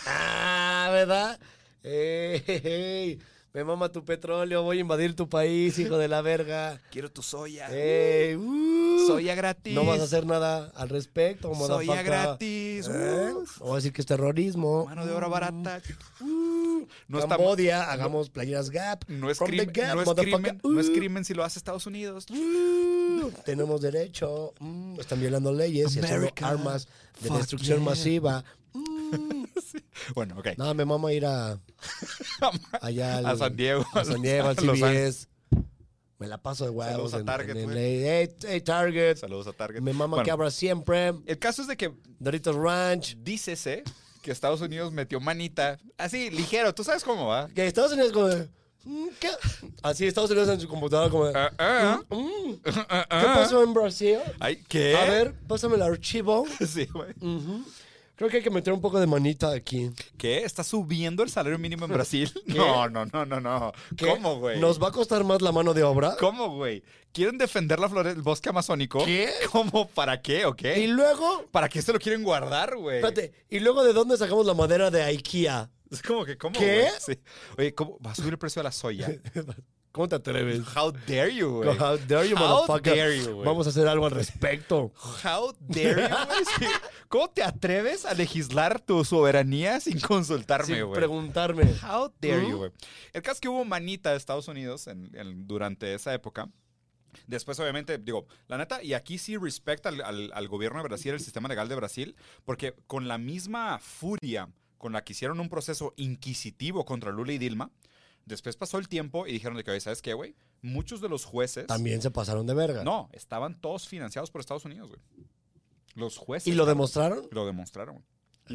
[SPEAKER 1] ah, ¿verdad? Ey, ey, me mama tu petróleo, voy a invadir tu país, hijo de la verga.
[SPEAKER 2] quiero tu soya.
[SPEAKER 1] Ey, uh,
[SPEAKER 2] soya gratis.
[SPEAKER 1] no vas a hacer nada al respecto,
[SPEAKER 2] Soya
[SPEAKER 1] motherfucker.
[SPEAKER 2] gratis.
[SPEAKER 1] ¿Eh?
[SPEAKER 2] uh,
[SPEAKER 1] O decir que es terrorismo. Mm.
[SPEAKER 2] Mano de obra barata. No está-
[SPEAKER 1] Cambodia, hagamos playeras Gap.
[SPEAKER 2] No es,
[SPEAKER 1] From the
[SPEAKER 2] crimen,
[SPEAKER 1] gap,
[SPEAKER 2] no, es
[SPEAKER 1] motherfucker.
[SPEAKER 2] crimen, no es
[SPEAKER 1] Uh.
[SPEAKER 2] crimen si lo hace Estados Unidos.
[SPEAKER 1] Uh, tenemos derecho. Mm, están violando leyes y haciendo
[SPEAKER 2] America,
[SPEAKER 1] armas de
[SPEAKER 2] fuck
[SPEAKER 1] destrucción
[SPEAKER 2] yeah.
[SPEAKER 1] masiva. Mm,
[SPEAKER 2] Bueno, ok.
[SPEAKER 1] no, me mama ir a allá al-
[SPEAKER 2] a San Diego.
[SPEAKER 1] a San Diego, al
[SPEAKER 2] a Los Ángeles.
[SPEAKER 1] CBS. Me la paso de huevos
[SPEAKER 2] Saludos a
[SPEAKER 1] en,
[SPEAKER 2] Target,
[SPEAKER 1] en
[SPEAKER 2] güey.
[SPEAKER 1] LA. Hey, hey, Target.
[SPEAKER 2] Saludos a Target.
[SPEAKER 1] Me mama
[SPEAKER 2] Bueno,
[SPEAKER 1] que abra siempre.
[SPEAKER 2] El caso es de que
[SPEAKER 1] Doritos Ranch.
[SPEAKER 2] dícese que Estados Unidos metió manita así, ligero. ¿Tú sabes cómo va?
[SPEAKER 1] Que Estados Unidos como... mm, ¿qué? Así Estados Unidos en su computadora como...
[SPEAKER 2] Ah, ah,
[SPEAKER 1] mm, ¿Qué
[SPEAKER 2] ah, ah. ¿Eh?
[SPEAKER 1] pasó en Brasil?
[SPEAKER 2] Ay, ¿Qué?
[SPEAKER 1] A ver, Mm. pásame el archivo.
[SPEAKER 2] Sí, güey.
[SPEAKER 1] Ujú. Creo que hay que meter un poco de manita aquí.
[SPEAKER 2] ¿Qué? ¿Está subiendo el salario mínimo en Brasil? No, no, no, no, no.
[SPEAKER 1] ¿Qué?
[SPEAKER 2] ¿Cómo, güey?
[SPEAKER 1] ¿Nos va a costar más la mano de obra?
[SPEAKER 2] ¿Cómo, güey? ¿Quieren defender la flore- el bosque amazónico?
[SPEAKER 1] ¿Qué?
[SPEAKER 2] ¿Cómo? ¿Para qué o
[SPEAKER 1] Y
[SPEAKER 2] qué?
[SPEAKER 1] luego,
[SPEAKER 2] ¿Para qué se lo quieren guardar, güey?
[SPEAKER 1] espérate, ¿y luego de dónde sacamos la madera de IKEA?
[SPEAKER 2] Es como que, ¿cómo?
[SPEAKER 1] ¿Qué?
[SPEAKER 2] güey? Sí. Oye, ¿cómo va a subir el precio de la soya?
[SPEAKER 1] ¿Cómo te atreves?
[SPEAKER 2] How dare you, güey.
[SPEAKER 1] How dare you,
[SPEAKER 2] How
[SPEAKER 1] motherfucker.
[SPEAKER 2] dare you, güey.
[SPEAKER 1] Vamos a hacer algo al respecto.
[SPEAKER 2] How dare you, güey. Sí. ¿Cómo te atreves a legislar tu soberanía sin consultarme,
[SPEAKER 1] Sin
[SPEAKER 2] güey?
[SPEAKER 1] preguntarme.
[SPEAKER 2] How dare you,
[SPEAKER 1] ¿Mm?
[SPEAKER 2] güey. El caso es que hubo manita de Estados Unidos en- en- durante esa época. Después, obviamente, digo, la neta, y aquí sí respecta al, al- al gobierno de Brasil, el sistema legal de Brasil, porque con la misma furia con la que hicieron un proceso inquisitivo contra Lula y Dilma, después pasó el tiempo y dijeron de que, oye, ¿sabes qué, güey? Muchos de los jueces...
[SPEAKER 1] También se pasaron de verga.
[SPEAKER 2] No, estaban todos financiados por Estados Unidos, güey. Los jueces...
[SPEAKER 1] ¿Y lo
[SPEAKER 2] cabrón.
[SPEAKER 1] demostraron?
[SPEAKER 2] Lo demostraron. güey.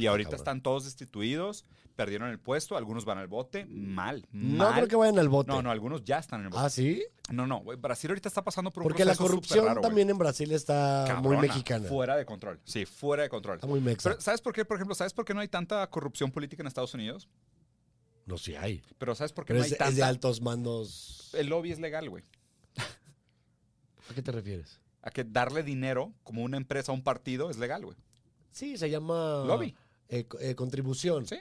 [SPEAKER 2] Y
[SPEAKER 1] Ah,
[SPEAKER 2] ahorita
[SPEAKER 1] cabrón.
[SPEAKER 2] están todos destituidos, perdieron el puesto, algunos van al bote, mal,
[SPEAKER 1] No
[SPEAKER 2] mal.
[SPEAKER 1] creo que vayan al bote.
[SPEAKER 2] no, no, algunos ya están en el bote.
[SPEAKER 1] ¿Ah, sí?
[SPEAKER 2] No, no, güey, Brasil ahorita está pasando por un
[SPEAKER 1] Porque la
[SPEAKER 2] proceso súper
[SPEAKER 1] corrupción
[SPEAKER 2] raro, güey.
[SPEAKER 1] también en Brasil está muy
[SPEAKER 2] Cabrona,
[SPEAKER 1] mexicana.
[SPEAKER 2] Fuera de control. Sí, fuera de control.
[SPEAKER 1] Está muy mexa.
[SPEAKER 2] Pero, ¿sabes por qué, por ejemplo, sabes por qué no hay tanta corrupción política en Estados Unidos?
[SPEAKER 1] no, sí hay.
[SPEAKER 2] Pero ¿sabes por qué
[SPEAKER 1] Pero
[SPEAKER 2] no
[SPEAKER 1] es,
[SPEAKER 2] hay
[SPEAKER 1] de- es de
[SPEAKER 2] tanta?
[SPEAKER 1] altos mandos.
[SPEAKER 2] El lobby es legal, güey.
[SPEAKER 1] ¿A qué te refieres?
[SPEAKER 2] A que darle dinero como una empresa a un partido es legal, güey.
[SPEAKER 1] Sí, se llama...
[SPEAKER 2] Lobby.
[SPEAKER 1] eh, co- eh, contribución.
[SPEAKER 2] Sí.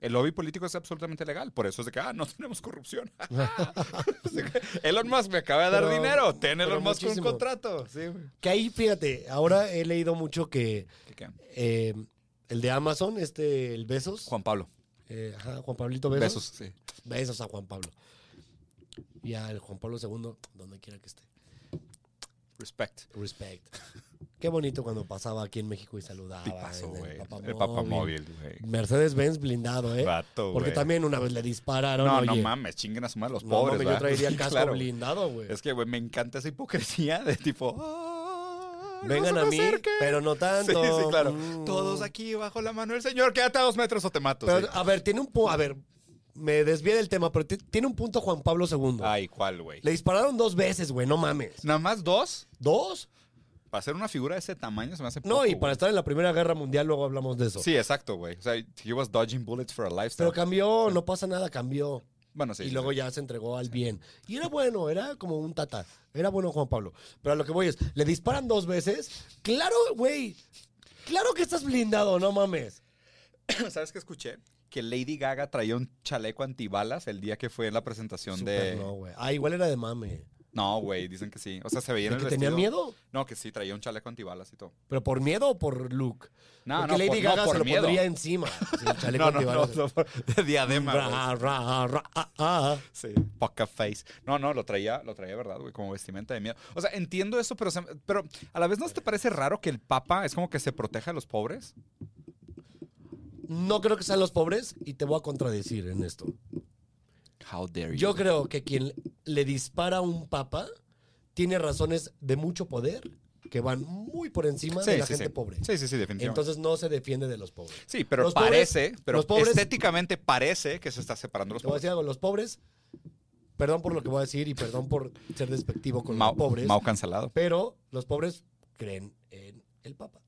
[SPEAKER 2] El lobby político es absolutamente legal. Por eso es de que, ah, no tenemos corrupción. Elon Musk me acaba de dar
[SPEAKER 1] Pero-
[SPEAKER 2] dinero. Ten
[SPEAKER 1] pero
[SPEAKER 2] Elon Musk
[SPEAKER 1] muchísimo.
[SPEAKER 2] un contrato. Sí, güey.
[SPEAKER 1] Que ahí, fíjate, ahora he leído mucho que
[SPEAKER 2] ¿Qué, qué?
[SPEAKER 1] eh, el de Amazon, este, el Besos,
[SPEAKER 2] Juan Pablo.
[SPEAKER 1] eh, ajá, Juan Pablito
[SPEAKER 2] Besos.
[SPEAKER 1] Besos,
[SPEAKER 2] sí.
[SPEAKER 1] besos, a Juan Pablo. Y al Juan Pablo II, donde quiera que esté.
[SPEAKER 2] Respect.
[SPEAKER 1] Respect. Qué bonito cuando pasaba aquí en México y saludaba.
[SPEAKER 2] ¿Qué pasó,
[SPEAKER 1] en
[SPEAKER 2] güey?
[SPEAKER 1] papamóvil.
[SPEAKER 2] El papamóvil, güey.
[SPEAKER 1] Mercedes Benz blindado, ¿eh?
[SPEAKER 2] Vato,
[SPEAKER 1] Porque
[SPEAKER 2] güey.
[SPEAKER 1] también una vez le dispararon.
[SPEAKER 2] No, no
[SPEAKER 1] oye.
[SPEAKER 2] mames, chinguen a su madre los
[SPEAKER 1] No
[SPEAKER 2] pobres.
[SPEAKER 1] mames, yo
[SPEAKER 2] ¿verdad?
[SPEAKER 1] traería
[SPEAKER 2] Sí,
[SPEAKER 1] casco
[SPEAKER 2] claro.
[SPEAKER 1] blindado, güey.
[SPEAKER 2] Es que, güey, me encanta esa hipocresía de tipo. "Ah, no
[SPEAKER 1] Vengan
[SPEAKER 2] se
[SPEAKER 1] a
[SPEAKER 2] me
[SPEAKER 1] mí,
[SPEAKER 2] acerquen".
[SPEAKER 1] pero no tanto.
[SPEAKER 2] Sí, sí, claro.
[SPEAKER 1] Mm.
[SPEAKER 2] Todos aquí bajo la mano del señor, quédate a dos metros o te mato.
[SPEAKER 1] Pero, ah,
[SPEAKER 2] sí.
[SPEAKER 1] a ver, tiene un punto. A ver, me desvié del tema, pero ti- tiene un punto Juan Pablo II.
[SPEAKER 2] Ay, ¿cuál, güey?
[SPEAKER 1] Le dispararon dos veces, güey, no mames.
[SPEAKER 2] Nada más dos.
[SPEAKER 1] ¿Dos?
[SPEAKER 2] Para ser una figura de ese tamaño se me hace
[SPEAKER 1] No,
[SPEAKER 2] poco,
[SPEAKER 1] y para
[SPEAKER 2] güey.
[SPEAKER 1] estar en la Primera Guerra Mundial luego hablamos de eso.
[SPEAKER 2] Sí, exacto, güey. O sea, he was dodging bullets for a lifestyle.
[SPEAKER 1] Pero cambió, no pasa nada, cambió.
[SPEAKER 2] bueno, sí.
[SPEAKER 1] y luego
[SPEAKER 2] sí.
[SPEAKER 1] ya se entregó al bien. Y era bueno, era como un tata. Era bueno Juan Pablo. Pero a lo que voy es, le disparan dos veces. Claro, güey. Claro que estás blindado, no mames.
[SPEAKER 2] ¿Sabes qué escuché? Que Lady Gaga traía un chaleco antibalas el día que fue en la presentación
[SPEAKER 1] Súper
[SPEAKER 2] de...
[SPEAKER 1] no, güey. Ah, igual era de mame.
[SPEAKER 2] No, güey, dicen que sí. O sea, se veía en
[SPEAKER 1] ¿De
[SPEAKER 2] el
[SPEAKER 1] que tenía
[SPEAKER 2] vestido.
[SPEAKER 1] miedo?
[SPEAKER 2] No, que sí, traía un chaleco antibalas y todo.
[SPEAKER 1] ¿Pero por miedo o por look?
[SPEAKER 2] No,
[SPEAKER 1] Porque
[SPEAKER 2] no,
[SPEAKER 1] Lady
[SPEAKER 2] por,
[SPEAKER 1] Gaga
[SPEAKER 2] no, por
[SPEAKER 1] se lo
[SPEAKER 2] miedo.
[SPEAKER 1] pondría encima. así, el chaleco
[SPEAKER 2] no, no, no,
[SPEAKER 1] antibalas.
[SPEAKER 2] no, por- de diadema, güey.
[SPEAKER 1] Ra, ra, ra, ah, ah.
[SPEAKER 2] Sí, poca face. No, no, lo traía, lo traía, ¿verdad, güey? Como vestimenta de miedo. O sea, entiendo eso, pero, se- pero a la vez, ¿no te parece raro que el Papa es como que se proteja a los pobres?
[SPEAKER 1] No creo que sean los pobres y te voy a contradecir en esto.
[SPEAKER 2] How dare
[SPEAKER 1] Yo creo que quien le dispara a un papa tiene razones de mucho poder que van muy por encima de la gente
[SPEAKER 2] sí.
[SPEAKER 1] pobre.
[SPEAKER 2] Sí, sí, sí, definitivamente.
[SPEAKER 1] Entonces no se defiende de los pobres.
[SPEAKER 2] sí, pero
[SPEAKER 1] los pobres-
[SPEAKER 2] parece, pero
[SPEAKER 1] los pobres-
[SPEAKER 2] estéticamente parece que se está separando los
[SPEAKER 1] Te voy a
[SPEAKER 2] pobres.
[SPEAKER 1] decir algo, los pobres, perdón por lo que voy a decir y perdón por ser despectivo con
[SPEAKER 2] Mau,
[SPEAKER 1] los pobres,
[SPEAKER 2] Mau cancelado.
[SPEAKER 1] pero los pobres creen en el papa.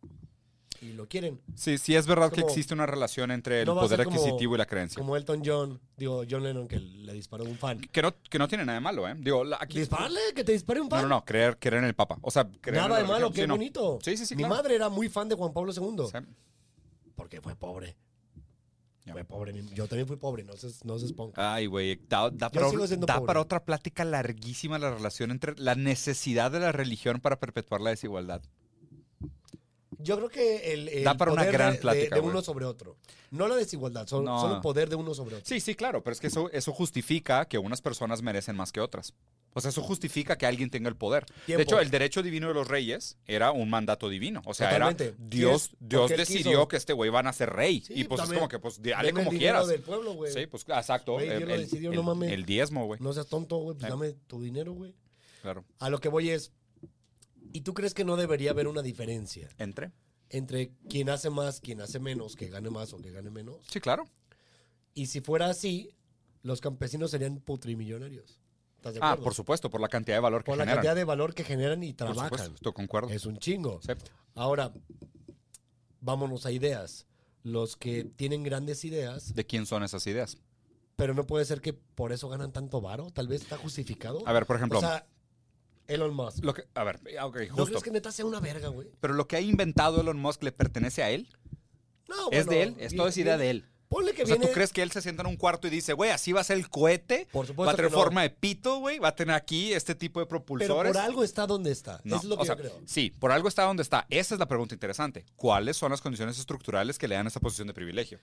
[SPEAKER 1] y lo quieren.
[SPEAKER 2] Sí, sí es verdad que
[SPEAKER 1] Como-
[SPEAKER 2] existe una relación entre el
[SPEAKER 1] No va a
[SPEAKER 2] poder
[SPEAKER 1] ser como-
[SPEAKER 2] adquisitivo y la creencia.
[SPEAKER 1] Como Elton John, digo, John Lennon que le disparó a un fan.
[SPEAKER 2] Que no, que no tiene nada de malo, ¿eh? Digo, la- aquí...
[SPEAKER 1] Dispararle, que te dispare un
[SPEAKER 2] No,
[SPEAKER 1] fan.
[SPEAKER 2] no, no, creer, creer en el Papa. O sea, creer en
[SPEAKER 1] Nada
[SPEAKER 2] la
[SPEAKER 1] de malo,
[SPEAKER 2] religión.
[SPEAKER 1] qué
[SPEAKER 2] Sí, no.
[SPEAKER 1] bonito.
[SPEAKER 2] Sí, sí, sí,
[SPEAKER 1] Mi
[SPEAKER 2] claro.
[SPEAKER 1] madre era muy fan de Juan Pablo II.
[SPEAKER 2] Sí.
[SPEAKER 1] Porque fue pobre.
[SPEAKER 2] Ya.
[SPEAKER 1] Fue pobre. mi- Yo también fui pobre, no se, no se exponga.
[SPEAKER 2] Ay, güey, da, da
[SPEAKER 1] Yo
[SPEAKER 2] para,
[SPEAKER 1] sigo siendo
[SPEAKER 2] da
[SPEAKER 1] pobre.
[SPEAKER 2] para otra plática larguísima la relación entre la necesidad de la religión para perpetuar la desigualdad.
[SPEAKER 1] Yo creo que el, el
[SPEAKER 2] Da para una
[SPEAKER 1] poder
[SPEAKER 2] gran
[SPEAKER 1] de- de,
[SPEAKER 2] plática,
[SPEAKER 1] de
[SPEAKER 2] güey.
[SPEAKER 1] uno sobre otro. No la desigualdad, solo,
[SPEAKER 2] No.
[SPEAKER 1] solo el poder de uno sobre otro.
[SPEAKER 2] Sí, sí, claro, pero es que eso, eso justifica que unas personas merecen más que otras. O sea, eso justifica que alguien tenga el poder. De
[SPEAKER 1] Tiempo.
[SPEAKER 2] hecho, el derecho divino de los reyes era un mandato divino. O sea, era
[SPEAKER 1] Totalmente.
[SPEAKER 2] Dios,
[SPEAKER 1] Sí, es
[SPEAKER 2] Dios
[SPEAKER 1] porque él
[SPEAKER 2] decidió
[SPEAKER 1] quiso.
[SPEAKER 2] que este güey van a ser rey.
[SPEAKER 1] Sí,
[SPEAKER 2] y pues es
[SPEAKER 1] también.
[SPEAKER 2] como que, pues, dale
[SPEAKER 1] Dame el
[SPEAKER 2] como
[SPEAKER 1] dinero
[SPEAKER 2] quieras.
[SPEAKER 1] del pueblo, güey.
[SPEAKER 2] Sí, pues, exacto.
[SPEAKER 1] Güey, Dios
[SPEAKER 2] el,
[SPEAKER 1] lo
[SPEAKER 2] el-
[SPEAKER 1] decidió,
[SPEAKER 2] el-
[SPEAKER 1] no mames.
[SPEAKER 2] el diezmo, güey.
[SPEAKER 1] No seas tonto, güey. Pues
[SPEAKER 2] Sí.
[SPEAKER 1] dame tu dinero, güey.
[SPEAKER 2] Claro.
[SPEAKER 1] A lo que voy es. ¿Y tú crees que no debería haber una diferencia
[SPEAKER 2] ¿Entre?
[SPEAKER 1] entre quien hace más, quien hace menos, que gane más o que gane menos?
[SPEAKER 2] Sí, claro.
[SPEAKER 1] Y si fuera así, los campesinos serían putrimillonarios. ¿Estás de
[SPEAKER 2] Ah,
[SPEAKER 1] acuerdo?
[SPEAKER 2] por supuesto, por la cantidad de valor que
[SPEAKER 1] Por la
[SPEAKER 2] generan.
[SPEAKER 1] cantidad de valor que generan y
[SPEAKER 2] Por
[SPEAKER 1] trabajan. Eh,
[SPEAKER 2] supuesto, esto concuerdo.
[SPEAKER 1] Es un chingo.
[SPEAKER 2] Sí.
[SPEAKER 1] Ahora, vámonos a ideas. Los que tienen grandes ideas,
[SPEAKER 2] ¿De quién son esas ideas?
[SPEAKER 1] pero no puede ser que por eso ganan tanto varo. Tal vez está justificado.
[SPEAKER 2] A ver, por ejemplo,
[SPEAKER 1] o sea, Elon Musk.
[SPEAKER 2] lo que, a ver, ah, ok,
[SPEAKER 1] ¿No
[SPEAKER 2] justo.
[SPEAKER 1] crees que neta sea una verga, güey?
[SPEAKER 2] Pero lo que ha inventado Elon Musk le pertenece a él.
[SPEAKER 1] No,
[SPEAKER 2] es
[SPEAKER 1] bueno,
[SPEAKER 2] de él, es todo es idea de él.
[SPEAKER 1] Ponle que
[SPEAKER 2] O sea,
[SPEAKER 1] viene.
[SPEAKER 2] ¿tú crees que él se sienta en un cuarto y dice, güey, así va a ser el cohete?
[SPEAKER 1] Por
[SPEAKER 2] Va
[SPEAKER 1] supuesto
[SPEAKER 2] a tener
[SPEAKER 1] que no.
[SPEAKER 2] forma de pito, güey. Va a tener aquí este tipo de
[SPEAKER 1] Pero
[SPEAKER 2] propulsores.
[SPEAKER 1] por algo está donde está.
[SPEAKER 2] No,
[SPEAKER 1] es lo que
[SPEAKER 2] o sea,
[SPEAKER 1] yo creo.
[SPEAKER 2] Sí, por algo está donde está. Esa es la pregunta interesante. ¿Cuáles son las condiciones estructurales que le dan esta posición de privilegio?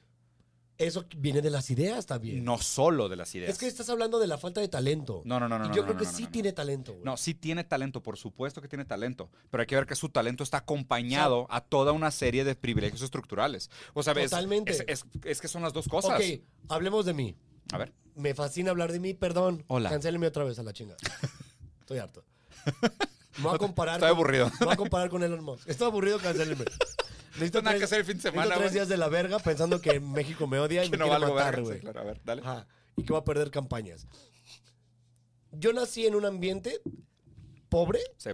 [SPEAKER 1] Eso viene de las ideas también.
[SPEAKER 2] No solo de las ideas.
[SPEAKER 1] es que estás hablando de la falta de talento.
[SPEAKER 2] No, no, no, no.
[SPEAKER 1] y yo
[SPEAKER 2] no,
[SPEAKER 1] creo
[SPEAKER 2] no,
[SPEAKER 1] que
[SPEAKER 2] no,
[SPEAKER 1] sí
[SPEAKER 2] no, no.
[SPEAKER 1] tiene talento, güey.
[SPEAKER 2] No, sí tiene talento, por supuesto que tiene talento, pero hay que ver que su talento está acompañado a toda una serie de privilegios estructurales. O sea, ves,
[SPEAKER 1] Totalmente.
[SPEAKER 2] Es, es- es que son las dos cosas.
[SPEAKER 1] Ok, hablemos de mí.
[SPEAKER 2] A ver,
[SPEAKER 1] Me fascina hablar de mí, perdón.
[SPEAKER 2] Hola.
[SPEAKER 1] Cancéleme otra vez a la chingada. Estoy harto. Me voy a comparar.
[SPEAKER 2] estoy
[SPEAKER 1] con-
[SPEAKER 2] aburrido.
[SPEAKER 1] Me voy a comparar con Elon Musk. Estoy aburrido, cancéleme. Necesito
[SPEAKER 2] nada que hacer el fin de
[SPEAKER 1] necesito
[SPEAKER 2] semana,
[SPEAKER 1] tres
[SPEAKER 2] güey.
[SPEAKER 1] días de la verga pensando que México me odia y
[SPEAKER 2] que
[SPEAKER 1] me
[SPEAKER 2] no
[SPEAKER 1] quiere
[SPEAKER 2] valgo
[SPEAKER 1] matar,
[SPEAKER 2] verga.
[SPEAKER 1] güey.
[SPEAKER 2] Sí, claro, a ver, dale.
[SPEAKER 1] Ajá. Y que va a perder campañas. Yo nací en un ambiente pobre, e
[SPEAKER 2] Sí.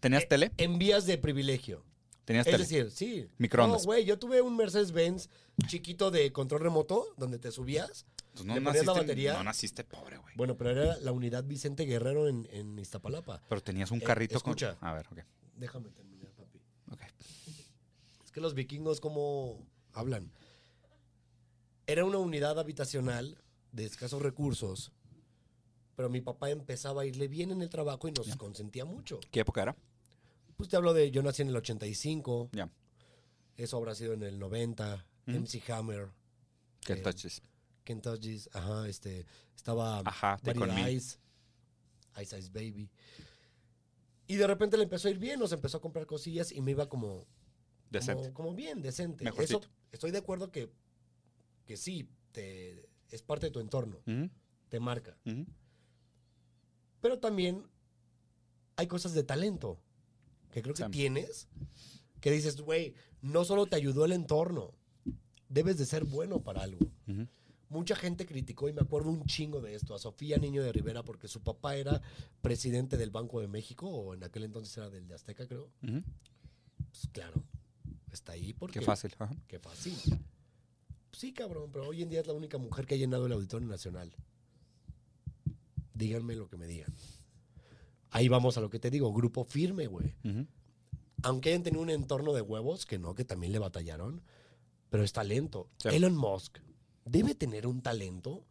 [SPEAKER 2] ¿Tenías tele?
[SPEAKER 1] en vías de privilegio.
[SPEAKER 2] ¿Tenías
[SPEAKER 1] Es
[SPEAKER 2] tele?
[SPEAKER 1] decir, Eh, sí.
[SPEAKER 2] Microondas.
[SPEAKER 1] No, güey, yo tuve un Mercedes-Benz chiquito de control remoto donde te subías.
[SPEAKER 2] Entonces, Pues no,
[SPEAKER 1] ¿le ponías la
[SPEAKER 2] naciste,
[SPEAKER 1] batería?
[SPEAKER 2] no naciste pobre, güey.
[SPEAKER 1] Bueno, pero era la unidad Vicente Guerrero en, en Iztapalapa.
[SPEAKER 2] Pero tenías un
[SPEAKER 1] Eh,
[SPEAKER 2] carrito
[SPEAKER 1] escucha.
[SPEAKER 2] con... A ver, ok.
[SPEAKER 1] Déjame terminar, papi.
[SPEAKER 2] ok.
[SPEAKER 1] Es que los vikingos, ¿cómo hablan? Era una unidad habitacional de escasos recursos, pero mi papá empezaba a irle bien en el trabajo y nos
[SPEAKER 2] Ya.
[SPEAKER 1] consentía mucho.
[SPEAKER 2] ¿Qué época era?
[SPEAKER 1] Pues te hablo de, yo nací en el 85,
[SPEAKER 2] Ya.
[SPEAKER 1] eso habrá sido en el 90,
[SPEAKER 2] Ujú.
[SPEAKER 1] MC Hammer,
[SPEAKER 2] ¿Qué
[SPEAKER 1] Eh,
[SPEAKER 2] touches?
[SPEAKER 1] Kentucky's, ajá, este, estaba
[SPEAKER 2] Ajá, te
[SPEAKER 1] Vanilla
[SPEAKER 2] conmigo.
[SPEAKER 1] Ice, Ice Ice Baby. Y de repente le empezó a ir bien, nos empezó a comprar cosillas y me iba como,
[SPEAKER 2] Decente.
[SPEAKER 1] Como, como bien, decente.
[SPEAKER 2] Mejorcito.
[SPEAKER 1] Eso, estoy de acuerdo que, que sí, te, es parte de tu entorno,
[SPEAKER 2] Ujú,
[SPEAKER 1] te marca.
[SPEAKER 2] ujú.
[SPEAKER 1] Pero también hay cosas de talento que creo que
[SPEAKER 2] Sí.
[SPEAKER 1] tienes que dices, güey, no solo te ayudó el entorno, debes de ser bueno para algo.
[SPEAKER 2] Ujú.
[SPEAKER 1] Mucha gente criticó, y me acuerdo un chingo de esto, a Sofía Niño de Rivera porque su papá era presidente del Banco de México, o en aquel entonces era del de Azteca, creo.
[SPEAKER 2] Ujú.
[SPEAKER 1] Pues claro, está ahí porque...
[SPEAKER 2] Qué fácil. ajá.
[SPEAKER 1] Qué fácil. Sí, cabrón, pero hoy en día es la única mujer que ha llenado el Auditorio Nacional. Díganme lo que me digan. Ahí vamos a lo que te digo, grupo firme, güey.
[SPEAKER 2] Ujú.
[SPEAKER 1] Aunque hayan tenido un entorno de huevos, que no, que también le batallaron, pero es talento.
[SPEAKER 2] Sí.
[SPEAKER 1] Elon Musk debe tener un talento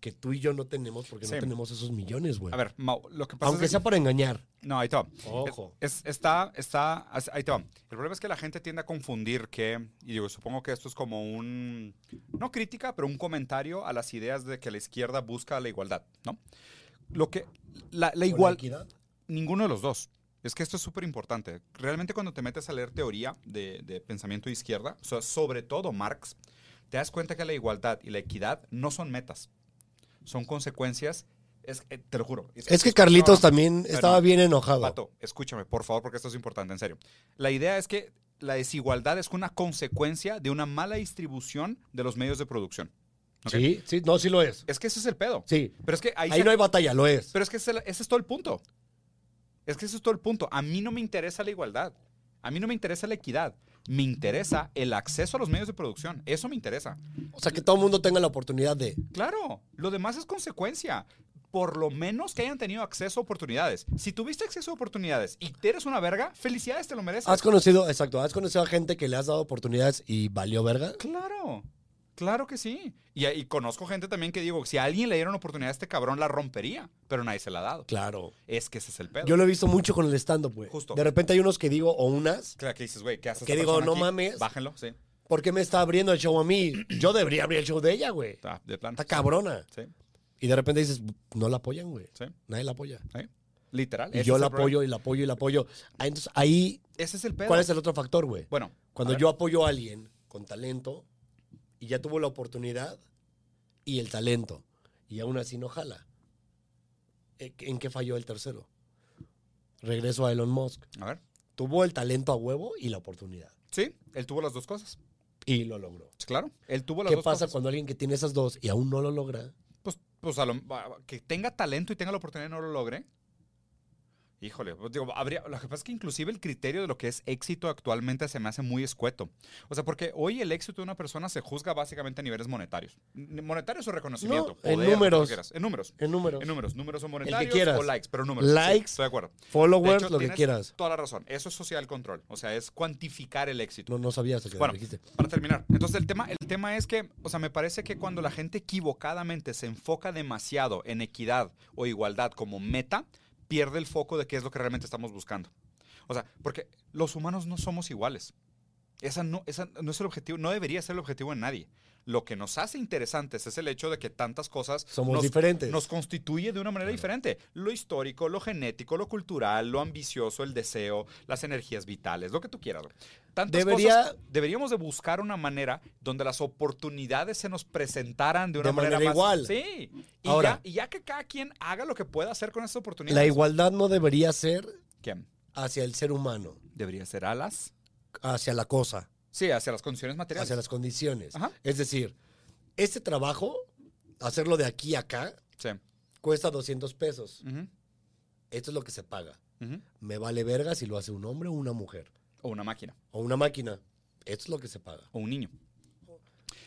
[SPEAKER 1] que tú y yo no tenemos porque
[SPEAKER 2] Sí.
[SPEAKER 1] no tenemos esos millones, güey.
[SPEAKER 2] A ver, Mau, lo que pasa
[SPEAKER 1] Aunque
[SPEAKER 2] es que-
[SPEAKER 1] sea para engañar.
[SPEAKER 2] No, ahí te va.
[SPEAKER 1] Ojo.
[SPEAKER 2] Es- es- está, está, as- ahí te va. El problema es que la gente tiende a confundir que, y digo, supongo que esto es como un, no crítica, pero un comentario a las ideas de que la izquierda busca la igualdad, ¿no? Lo que, la, la
[SPEAKER 1] ¿O
[SPEAKER 2] igual,
[SPEAKER 1] la equidad?
[SPEAKER 2] ninguno de los dos. Es que esto es súper importante. Realmente cuando te metes a leer teoría de, de pensamiento de izquierda, o sea, sobre todo Marx, te das cuenta que la igualdad y la equidad no son metas, son consecuencias. Es, eh, te lo juro.
[SPEAKER 1] Es que Carlitos
[SPEAKER 2] también
[SPEAKER 1] también estaba bien enojado.
[SPEAKER 2] Pato, escúchame, por favor, porque esto es importante, en serio. La idea es que la desigualdad es una consecuencia de una mala distribución de los medios de producción. ¿ok?
[SPEAKER 1] Sí, sí, no, sí lo es.
[SPEAKER 2] Es que ese es el pedo.
[SPEAKER 1] Sí.
[SPEAKER 2] Pero es que ahí,
[SPEAKER 1] Ahí
[SPEAKER 2] se-
[SPEAKER 1] no hay batalla, lo es.
[SPEAKER 2] Pero es que ese, ese es todo el punto. Es que ese es todo el punto. A mí no me interesa la igualdad. A mí no me interesa la equidad. Me interesa el acceso a los medios de producción. Eso me interesa.
[SPEAKER 1] O sea, que todo el mundo tenga la oportunidad de...
[SPEAKER 2] Claro, lo demás es consecuencia. Por lo menos que hayan tenido acceso a oportunidades. Si tuviste acceso a oportunidades y te eres una verga, felicidades, te lo mereces.
[SPEAKER 1] Has conocido, exacto, has conocido a gente que le has dado oportunidades y valió verga.
[SPEAKER 2] Claro, claro que sí. Y, y conozco gente también que digo, si a alguien le dieron oportunidad a este cabrón, la rompería, pero nadie se la ha dado.
[SPEAKER 1] Claro.
[SPEAKER 2] Es que ese es el pedo.
[SPEAKER 1] Yo lo he visto mucho con el stand-up, güey.
[SPEAKER 2] Justo.
[SPEAKER 1] De repente hay unos que digo, o unas,
[SPEAKER 2] Claro, que dices, güey, ¿qué haces?
[SPEAKER 1] Que digo, no mames.
[SPEAKER 2] Bájenlo, sí.
[SPEAKER 1] ¿por qué me está abriendo el show a mí? Yo debería abrir el show de ella, güey.
[SPEAKER 2] Está, de plano.
[SPEAKER 1] Está cabrona.
[SPEAKER 2] Sí,
[SPEAKER 1] Y de repente dices, no la apoyan, güey.
[SPEAKER 2] sí,
[SPEAKER 1] Nadie la apoya.
[SPEAKER 2] sí. Literal.
[SPEAKER 1] Y
[SPEAKER 2] ese
[SPEAKER 1] yo
[SPEAKER 2] es
[SPEAKER 1] la
[SPEAKER 2] el problema.
[SPEAKER 1] apoyo y la apoyo y la apoyo. Ah, entonces ahí,
[SPEAKER 2] Ese es el pedo.
[SPEAKER 1] ¿cuál es el otro factor, güey?
[SPEAKER 2] Bueno,
[SPEAKER 1] Cuando
[SPEAKER 2] a ver.
[SPEAKER 1] yo apoyo a alguien con talento y ya tuvo la oportunidad y el talento y aún así no jala, ¿en en qué falló el tercero? Regreso a Elon Musk.
[SPEAKER 2] A ver.
[SPEAKER 1] Tuvo el talento a huevo y la oportunidad
[SPEAKER 2] Sí, él tuvo las dos cosas.
[SPEAKER 1] y lo logró.
[SPEAKER 2] Sí, Claro, él tuvo las
[SPEAKER 1] ¿Qué
[SPEAKER 2] dos
[SPEAKER 1] pasa
[SPEAKER 2] cosas.
[SPEAKER 1] cuando alguien que tiene esas dos y aún no lo logra?
[SPEAKER 2] Pues, pues a lo- a- que tenga talento y tenga la oportunidad y no lo logre. Híjole, pues, digo, habría, lo que pasa es que inclusive el criterio de lo que es éxito actualmente se me hace muy escueto. O sea, porque hoy el éxito de una persona se juzga básicamente a niveles monetarios. N- Monetarios o reconocimiento.
[SPEAKER 1] No, en
[SPEAKER 2] poder, lo que
[SPEAKER 1] números.
[SPEAKER 2] quieras. En números.
[SPEAKER 1] En números,
[SPEAKER 2] En números. Números son monetarios
[SPEAKER 1] quieras.
[SPEAKER 2] o likes, pero números. Sí,
[SPEAKER 1] Likes,
[SPEAKER 2] estoy de acuerdo. De
[SPEAKER 1] followers,
[SPEAKER 2] hecho,
[SPEAKER 1] lo que
[SPEAKER 2] tienes
[SPEAKER 1] quieras.
[SPEAKER 2] Toda la razón. Eso es social control. O sea, es cuantificar el éxito.
[SPEAKER 1] No, no sabía hasta que
[SPEAKER 2] Bueno,
[SPEAKER 1] me dijiste.
[SPEAKER 2] Para terminar, entonces el tema, el tema es que, o sea, me parece que cuando la gente equivocadamente se enfoca demasiado en equidad o igualdad como meta, pierde el foco de qué es lo que realmente estamos buscando. O sea, porque los humanos no somos iguales. Esa no, esa no es el objetivo, no debería ser el objetivo de nadie. Lo que nos hace interesantes es el hecho de que tantas cosas
[SPEAKER 1] Somos
[SPEAKER 2] nos,
[SPEAKER 1] diferentes.
[SPEAKER 2] nos constituye de una manera diferente. Lo histórico, lo genético, lo cultural, lo ambicioso, el deseo, las energías vitales, lo que tú quieras. güey. Tantas
[SPEAKER 1] Debería-
[SPEAKER 2] cosas, deberíamos de buscar una manera donde las oportunidades se nos presentaran de una
[SPEAKER 1] De manera
[SPEAKER 2] más-
[SPEAKER 1] igual.
[SPEAKER 2] Sí. Y,
[SPEAKER 1] Ahora-
[SPEAKER 2] ya, y ya que cada quien haga lo que pueda hacer con esas
[SPEAKER 1] La
[SPEAKER 2] oportunidades.
[SPEAKER 1] igualdad no debería ser
[SPEAKER 2] ¿Quién?
[SPEAKER 1] hacia el ser humano,
[SPEAKER 2] Debería ser alas.
[SPEAKER 1] hacia la cosa.
[SPEAKER 2] Sí, hacia las condiciones materiales.
[SPEAKER 1] hacia las condiciones.
[SPEAKER 2] Ajá.
[SPEAKER 1] Es decir, este trabajo, hacerlo de aquí a acá,
[SPEAKER 2] Sí.
[SPEAKER 1] cuesta 200 pesos.
[SPEAKER 2] Ujú,
[SPEAKER 1] Esto es lo que se paga.
[SPEAKER 2] ujú.
[SPEAKER 1] Me vale verga si lo hace un hombre o una mujer.
[SPEAKER 2] O una máquina.
[SPEAKER 1] O una máquina. Esto es lo que se paga.
[SPEAKER 2] O un niño.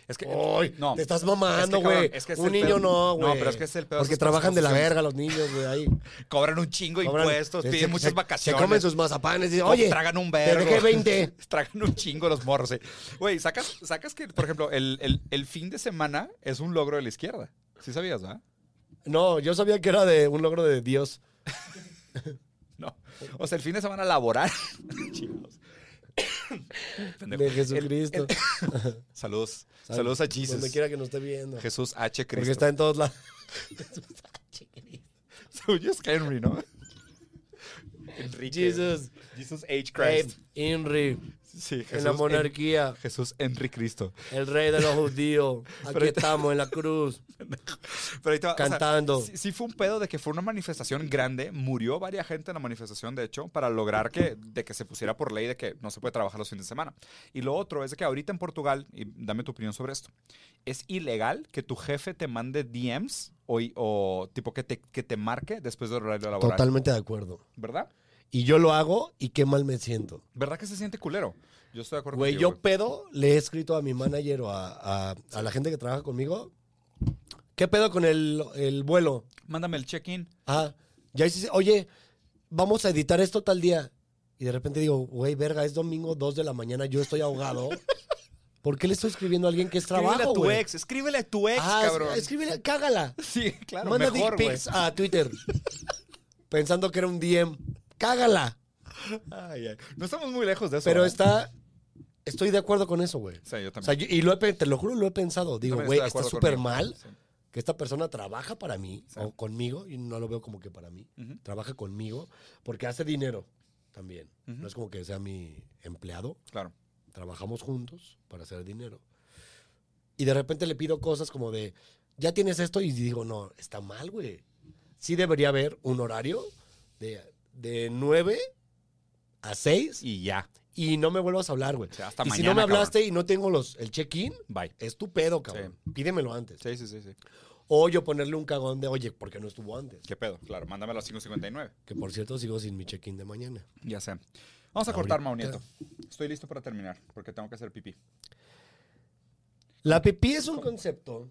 [SPEAKER 2] Es que.
[SPEAKER 1] ¡Ay!
[SPEAKER 2] no.
[SPEAKER 1] Te estás
[SPEAKER 2] Es que,
[SPEAKER 1] mamando,
[SPEAKER 2] cabrón,
[SPEAKER 1] güey.
[SPEAKER 2] es que es
[SPEAKER 1] un
[SPEAKER 2] el
[SPEAKER 1] niño
[SPEAKER 2] pedo.
[SPEAKER 1] no,
[SPEAKER 2] No,
[SPEAKER 1] güey.
[SPEAKER 2] pero es que es el pedo de
[SPEAKER 1] Porque
[SPEAKER 2] esas
[SPEAKER 1] trabajan de la
[SPEAKER 2] constituciones.
[SPEAKER 1] verga los niños, güey, ahí.
[SPEAKER 2] Cobran un chingo de
[SPEAKER 1] Cobran-
[SPEAKER 2] impuestos,
[SPEAKER 1] se-
[SPEAKER 2] piden
[SPEAKER 1] se-
[SPEAKER 2] muchas
[SPEAKER 1] se-
[SPEAKER 2] vacaciones.
[SPEAKER 1] Se comen sus mazapanes y dicen, oye,
[SPEAKER 2] tragan un
[SPEAKER 1] te
[SPEAKER 2] vergo.
[SPEAKER 1] dejé 20.
[SPEAKER 2] Tragan un chingo los morros. sí. Güey, sacas, sacas que, por ejemplo, el, el- el fin de semana es un logro de la izquierda. ¿Sí sabías, ah? verdad?
[SPEAKER 1] No, yo sabía que era de un logro de Dios.
[SPEAKER 2] No. O sea, el fin de semana laboral. Chingados. Pendejo.
[SPEAKER 1] De
[SPEAKER 2] El-
[SPEAKER 1] Jesucristo.
[SPEAKER 2] el- saludos.
[SPEAKER 1] Sal-
[SPEAKER 2] saludos a Jesus.
[SPEAKER 1] Donde quiera que nos esté viendo.
[SPEAKER 2] Jesús H.
[SPEAKER 1] Porque
[SPEAKER 2] Cristo.
[SPEAKER 1] está en todos lados.
[SPEAKER 2] Según yo es Henry, ¿no? Enrique.
[SPEAKER 1] Jesus.
[SPEAKER 2] Jesus H. Christ.
[SPEAKER 1] Hey, Henry,
[SPEAKER 2] Sí, Jesús.
[SPEAKER 1] en la
[SPEAKER 2] en-
[SPEAKER 1] monarquía,
[SPEAKER 2] Jesús Henry Cristo.
[SPEAKER 1] el rey de los judíos. Aquí estamos en la cruz.
[SPEAKER 2] Pero ahí te va, o sea,
[SPEAKER 1] Cantando.
[SPEAKER 2] sí, sí fue un pedo de que fue una manifestación grande. Murió varias gente en la manifestación, de hecho, para lograr que, de que se pusiera por ley de que no se puede trabajar los fines de semana. Y lo otro es de que ahorita en Portugal, y dame tu opinión sobre esto, es ilegal que tu jefe te mande DMs o, o tipo que te, que te marque después del horario laboral.
[SPEAKER 1] Totalmente de acuerdo.
[SPEAKER 2] ¿Verdad?
[SPEAKER 1] Y yo lo hago y qué mal me siento.
[SPEAKER 2] ¿Verdad que se siente culero? Yo estoy de acuerdo
[SPEAKER 1] Güey,
[SPEAKER 2] contigo,
[SPEAKER 1] yo pedo le he escrito a mi manager o a, a- a la gente que trabaja conmigo. ¿Qué pedo con el, el vuelo?
[SPEAKER 2] Mándame el check-in.
[SPEAKER 1] Ah, ya hiciste, oye, vamos a editar esto tal día. Y de repente digo, güey, verga, es domingo 2 de la mañana, yo estoy ahogado. ¿Por qué le estoy escribiendo a alguien que es
[SPEAKER 2] Escríbele a
[SPEAKER 1] trabajo,
[SPEAKER 2] tu
[SPEAKER 1] güey?
[SPEAKER 2] ex, escríbele a tu ex,
[SPEAKER 1] Ah,
[SPEAKER 2] cabrón.
[SPEAKER 1] escríbele, cágala.
[SPEAKER 2] Sí, claro,
[SPEAKER 1] Manda
[SPEAKER 2] mejor,
[SPEAKER 1] dick
[SPEAKER 2] güey.
[SPEAKER 1] pics a Twitter. pensando que era un DM. Cágala.
[SPEAKER 2] Ay, ay. No estamos muy lejos de eso.
[SPEAKER 1] Pero
[SPEAKER 2] ¿verdad?
[SPEAKER 1] está. Estoy de acuerdo con eso, güey.
[SPEAKER 2] Sí, yo
[SPEAKER 1] O
[SPEAKER 2] también.
[SPEAKER 1] sea, yo- y lo he pe- te lo juro, lo he pensado. Digo,
[SPEAKER 2] También
[SPEAKER 1] güey,
[SPEAKER 2] estoy de
[SPEAKER 1] está
[SPEAKER 2] acuerdo
[SPEAKER 1] súper
[SPEAKER 2] conmigo.
[SPEAKER 1] mal
[SPEAKER 2] Sí.
[SPEAKER 1] que esta persona trabaja para mí
[SPEAKER 2] Sí.
[SPEAKER 1] o conmigo, y no lo veo como que para mí.
[SPEAKER 2] Ujú.
[SPEAKER 1] Trabaja conmigo porque hace dinero también.
[SPEAKER 2] Ujú.
[SPEAKER 1] No es como que sea mi empleado.
[SPEAKER 2] Claro.
[SPEAKER 1] Trabajamos juntos para hacer dinero. Y de repente le pido cosas como de, ya tienes esto, y digo, no, está mal, güey. Sí debería haber un horario de, de 9 a 6
[SPEAKER 2] Y ya.
[SPEAKER 1] y no me vuelvas a hablar, güey.
[SPEAKER 2] O sea, hasta
[SPEAKER 1] y
[SPEAKER 2] mañana.
[SPEAKER 1] si no me
[SPEAKER 2] cabrón.
[SPEAKER 1] hablaste y no tengo los, el check-in,
[SPEAKER 2] Bye.
[SPEAKER 1] es tu pedo, cabrón. Pídemelo antes.
[SPEAKER 2] Sí, sí, sí, sí.
[SPEAKER 1] O yo ponerle un cagón de, oye, ¿por qué no estuvo antes?
[SPEAKER 2] ¿Qué pedo? Claro, mándame a las 5.59.
[SPEAKER 1] Que por cierto, sigo sin mi check-in de mañana.
[SPEAKER 2] Ya sé. Vamos a cortar, Mau
[SPEAKER 1] Ahorita.
[SPEAKER 2] Nieto. Estoy listo para terminar, porque tengo que hacer pipí.
[SPEAKER 1] La pipí es un concepto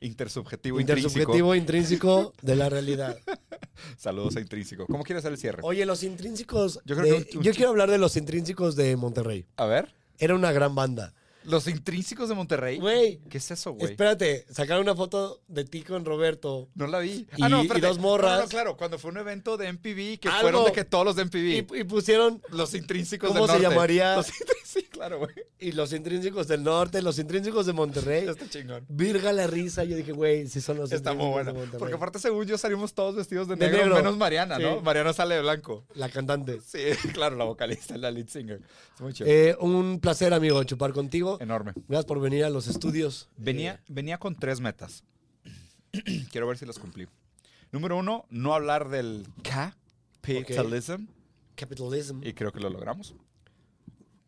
[SPEAKER 2] Intersubjetivo, intrínseco.
[SPEAKER 1] intersubjetivo intrínseco de la realidad.
[SPEAKER 2] Saludos a intrínseco. ¿Cómo quieres hacer el cierre?
[SPEAKER 1] Oye, los intrínsecos. Yo,
[SPEAKER 2] Yo creo que un- un
[SPEAKER 1] yo
[SPEAKER 2] chi-
[SPEAKER 1] quiero hablar de los intrínsecos de Monterrey.
[SPEAKER 2] A ver.
[SPEAKER 1] Era una gran banda.
[SPEAKER 2] Los intrínsecos de Monterrey.
[SPEAKER 1] Güey,
[SPEAKER 2] ¿Qué es eso, güey?
[SPEAKER 1] espérate, sacaron una foto de ti con Roberto.
[SPEAKER 2] Ah, No la vi.
[SPEAKER 1] Y- y
[SPEAKER 2] espérate.
[SPEAKER 1] dos morras.
[SPEAKER 2] No, no, claro, cuando fue un evento de MPV, que
[SPEAKER 1] Algo.
[SPEAKER 2] fueron de que todos los de MPV.
[SPEAKER 1] Y, y pusieron
[SPEAKER 2] los intrínsecos
[SPEAKER 1] ¿Cómo
[SPEAKER 2] del
[SPEAKER 1] se
[SPEAKER 2] norte.
[SPEAKER 1] llamaría?
[SPEAKER 2] Los intrínsecos, sí, claro, güey.
[SPEAKER 1] y los intrínsecos del norte, los intrínsecos de Monterrey.
[SPEAKER 2] Está chingón.
[SPEAKER 1] Virga la risa. Yo dije, güey, Pues sí son los
[SPEAKER 2] Está muy
[SPEAKER 1] intrínsecos
[SPEAKER 2] bueno.
[SPEAKER 1] de Monterrey.
[SPEAKER 2] Porque aparte, según yo, salimos todos vestidos de
[SPEAKER 1] De
[SPEAKER 2] negro,
[SPEAKER 1] negro.
[SPEAKER 2] menos Mariana, ¿no?
[SPEAKER 1] Sí.
[SPEAKER 2] Mariana sale de blanco.
[SPEAKER 1] La cantante.
[SPEAKER 2] Sí, claro, la vocalista, la lead singer. Es muy chido.
[SPEAKER 1] Eh, un placer, amigo, chupar contigo.
[SPEAKER 2] Enorme.
[SPEAKER 1] Gracias por venir a los estudios.
[SPEAKER 2] Venía,
[SPEAKER 1] eh.
[SPEAKER 2] venía con tres metas. Quiero ver si las cumplí. Número uno, no hablar del capitalism.
[SPEAKER 1] Capitalism.
[SPEAKER 2] Y creo que lo logramos.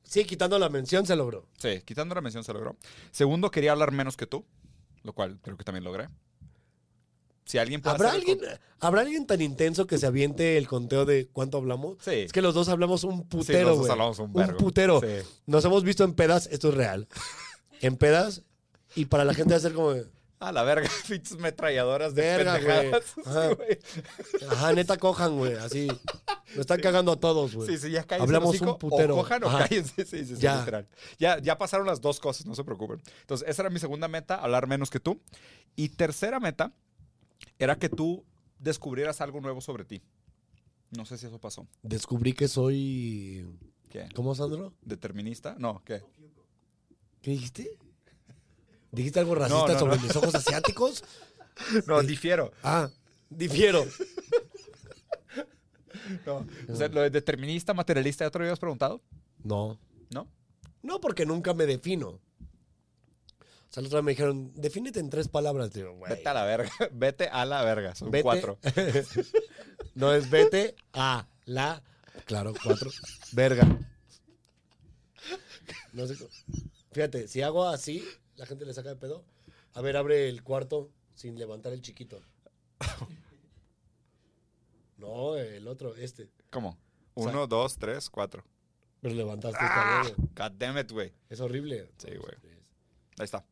[SPEAKER 1] Sí, quitando la mención se logró.
[SPEAKER 2] Sí, quitando la mención se logró. Segundo, quería hablar menos que tú, lo cual creo que también logré. Si alguien puede
[SPEAKER 1] ¿Habrá
[SPEAKER 2] hacer el
[SPEAKER 1] alguien, ¿Habrá alguien tan intenso que se aviente el conteo de cuánto hablamos?
[SPEAKER 2] Sí.
[SPEAKER 1] Es que los dos hablamos un
[SPEAKER 2] con- Sí,
[SPEAKER 1] putero,
[SPEAKER 2] los dos
[SPEAKER 1] güey.
[SPEAKER 2] hablamos un,
[SPEAKER 1] un,
[SPEAKER 2] vergo.
[SPEAKER 1] putero.
[SPEAKER 2] Sí.
[SPEAKER 1] Nos hemos visto en pedas, esto es real. En pedas, y para la gente va a ser como, de,
[SPEAKER 2] A la verga, pinches metralladoras de
[SPEAKER 1] Verga, güey.
[SPEAKER 2] pendejadas. Sí,
[SPEAKER 1] Ajá.
[SPEAKER 2] güey.
[SPEAKER 1] ajá, neta, cojan, güey, así. Lo están cagando a todos, güey.
[SPEAKER 2] Sí, sí, ya cállense.
[SPEAKER 1] Pues, Hablamos
[SPEAKER 2] el hocico,
[SPEAKER 1] un putero.
[SPEAKER 2] O cojan o
[SPEAKER 1] Ajá.
[SPEAKER 2] cállense. Sí, sí, sí,
[SPEAKER 1] Ya.
[SPEAKER 2] literal. Ya, ya pasaron las dos cosas, no se preocupen. Entonces, esa era mi segunda meta, hablar menos que tú. Y tercera meta era que tú descubrieras algo nuevo sobre ti. No sé si eso pasó.
[SPEAKER 1] Descubrí que soy...
[SPEAKER 2] ¿Qué?
[SPEAKER 1] ¿Cómo, Sandro?
[SPEAKER 2] ¿Determinista? No, ¿qué?
[SPEAKER 1] ¿Qué dijiste? ¿Dijiste algo racista
[SPEAKER 2] no,
[SPEAKER 1] sobre
[SPEAKER 2] no.
[SPEAKER 1] mis ojos asiáticos?
[SPEAKER 2] No, difiero.
[SPEAKER 1] Ah, difiero.
[SPEAKER 2] No. O sea, lo de determinista, materialista, ¿ya te lo habías preguntado?
[SPEAKER 1] No.
[SPEAKER 2] ¿No?
[SPEAKER 1] No, porque nunca me defino. O sea, la otra vez me dijeron, defínete en tres palabras. Digo, güey.
[SPEAKER 2] Vete a la verga. Vete a la verga. Son
[SPEAKER 1] Vete.
[SPEAKER 2] cuatro.
[SPEAKER 1] No es vete a la. Claro, cuatro. Verga. No sé. cómo- Fíjate, si hago así, la gente le saca de pedo. A ver, abre el cuarto sin levantar el chiquito. No, el otro, este.
[SPEAKER 2] ¿Cómo?
[SPEAKER 1] sea-
[SPEAKER 2] Uno, dos, tres, cuatro.
[SPEAKER 1] Pero levantaste
[SPEAKER 2] Ah,
[SPEAKER 1] esta, güey.
[SPEAKER 2] God damn it, güey.
[SPEAKER 1] Es horrible.
[SPEAKER 2] Sí, güey. Ahí está.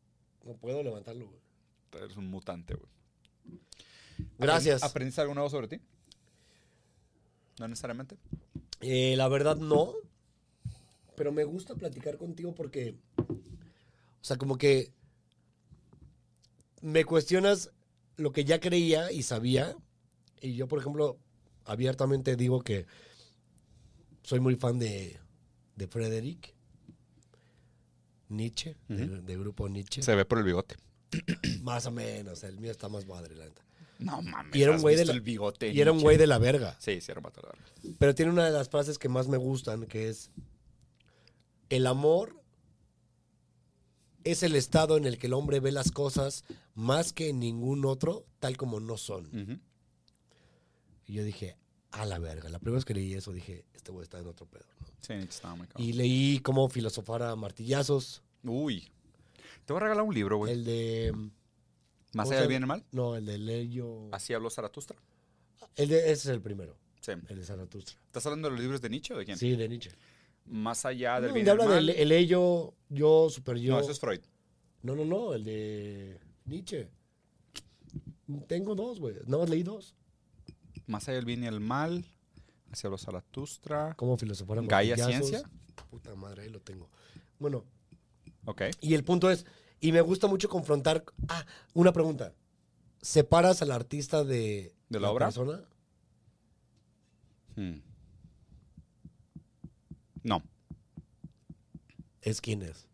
[SPEAKER 1] No puedo levantarlo, güey.
[SPEAKER 2] Eres un mutante, güey.
[SPEAKER 1] Gracias.
[SPEAKER 2] ¿Aprendi- ¿Aprendiste algo nuevo sobre ti? No necesariamente.
[SPEAKER 1] Eh, la verdad no, pero me gusta platicar contigo porque, o sea, como que me cuestionas lo que ya creía y sabía. Y yo, por ejemplo, abiertamente digo que soy muy fan de, de Frederick Nietzsche, de-
[SPEAKER 2] Ujú.
[SPEAKER 1] de, grupo Nietzsche.
[SPEAKER 2] ve por el bigote.
[SPEAKER 1] Más o menos, el mío está más madre, la neta.
[SPEAKER 2] No mames.
[SPEAKER 1] Y era un
[SPEAKER 2] ¿has
[SPEAKER 1] güey de
[SPEAKER 2] visto
[SPEAKER 1] la-
[SPEAKER 2] el bigote.
[SPEAKER 1] Y era un güey de la verga.
[SPEAKER 2] Sí, sí, era un vato de la verga.
[SPEAKER 1] Pero tiene una de las frases que más me gustan, que es, el amor es el estado en el que el hombre ve las cosas más que ningún otro, tal como no son.
[SPEAKER 2] Ujú.
[SPEAKER 1] Y yo dije, a la verga, la primera vez que leí eso dije, este güey está en otro pedo. ¿no?
[SPEAKER 2] Sí, estaba muy cabrón.
[SPEAKER 1] Y leí cómo filosofar a martillazos,
[SPEAKER 2] Uy. Te voy a regalar un libro, güey.
[SPEAKER 1] el de... mm,
[SPEAKER 2] Más
[SPEAKER 1] ¿cómo
[SPEAKER 2] allá
[SPEAKER 1] se
[SPEAKER 2] del
[SPEAKER 1] llama?
[SPEAKER 2] bien y mal.
[SPEAKER 1] No, el de Leyo...
[SPEAKER 2] Así habló Zaratustra.
[SPEAKER 1] El de, ese es el primero,
[SPEAKER 2] Sí.
[SPEAKER 1] el de Zaratustra.
[SPEAKER 2] ¿Estás hablando de los libros de Nietzsche o de quién?
[SPEAKER 1] Sí, de Nietzsche.
[SPEAKER 2] Más allá
[SPEAKER 1] No,
[SPEAKER 2] del
[SPEAKER 1] donde
[SPEAKER 2] bien y
[SPEAKER 1] habla
[SPEAKER 2] mal.
[SPEAKER 1] del el ello, yo, super yo.
[SPEAKER 2] No, eso es Freud.
[SPEAKER 1] No, no, no, el de Nietzsche. Tengo dos, güey. Nada más leí dos.
[SPEAKER 2] Más allá del bien y el mal. Así habló Zaratustra.
[SPEAKER 1] ¿Cómo filosofar a
[SPEAKER 2] Gaia
[SPEAKER 1] martillazos.
[SPEAKER 2] Ciencia.
[SPEAKER 1] Puta madre, ahí lo tengo. Bueno,
[SPEAKER 2] Ok.
[SPEAKER 1] y el punto es, y me gusta mucho confrontar. Ah, una pregunta. ¿Separas al artista de,
[SPEAKER 2] ¿De la obra?
[SPEAKER 1] persona?
[SPEAKER 2] Hmm. No.
[SPEAKER 1] Es quien es.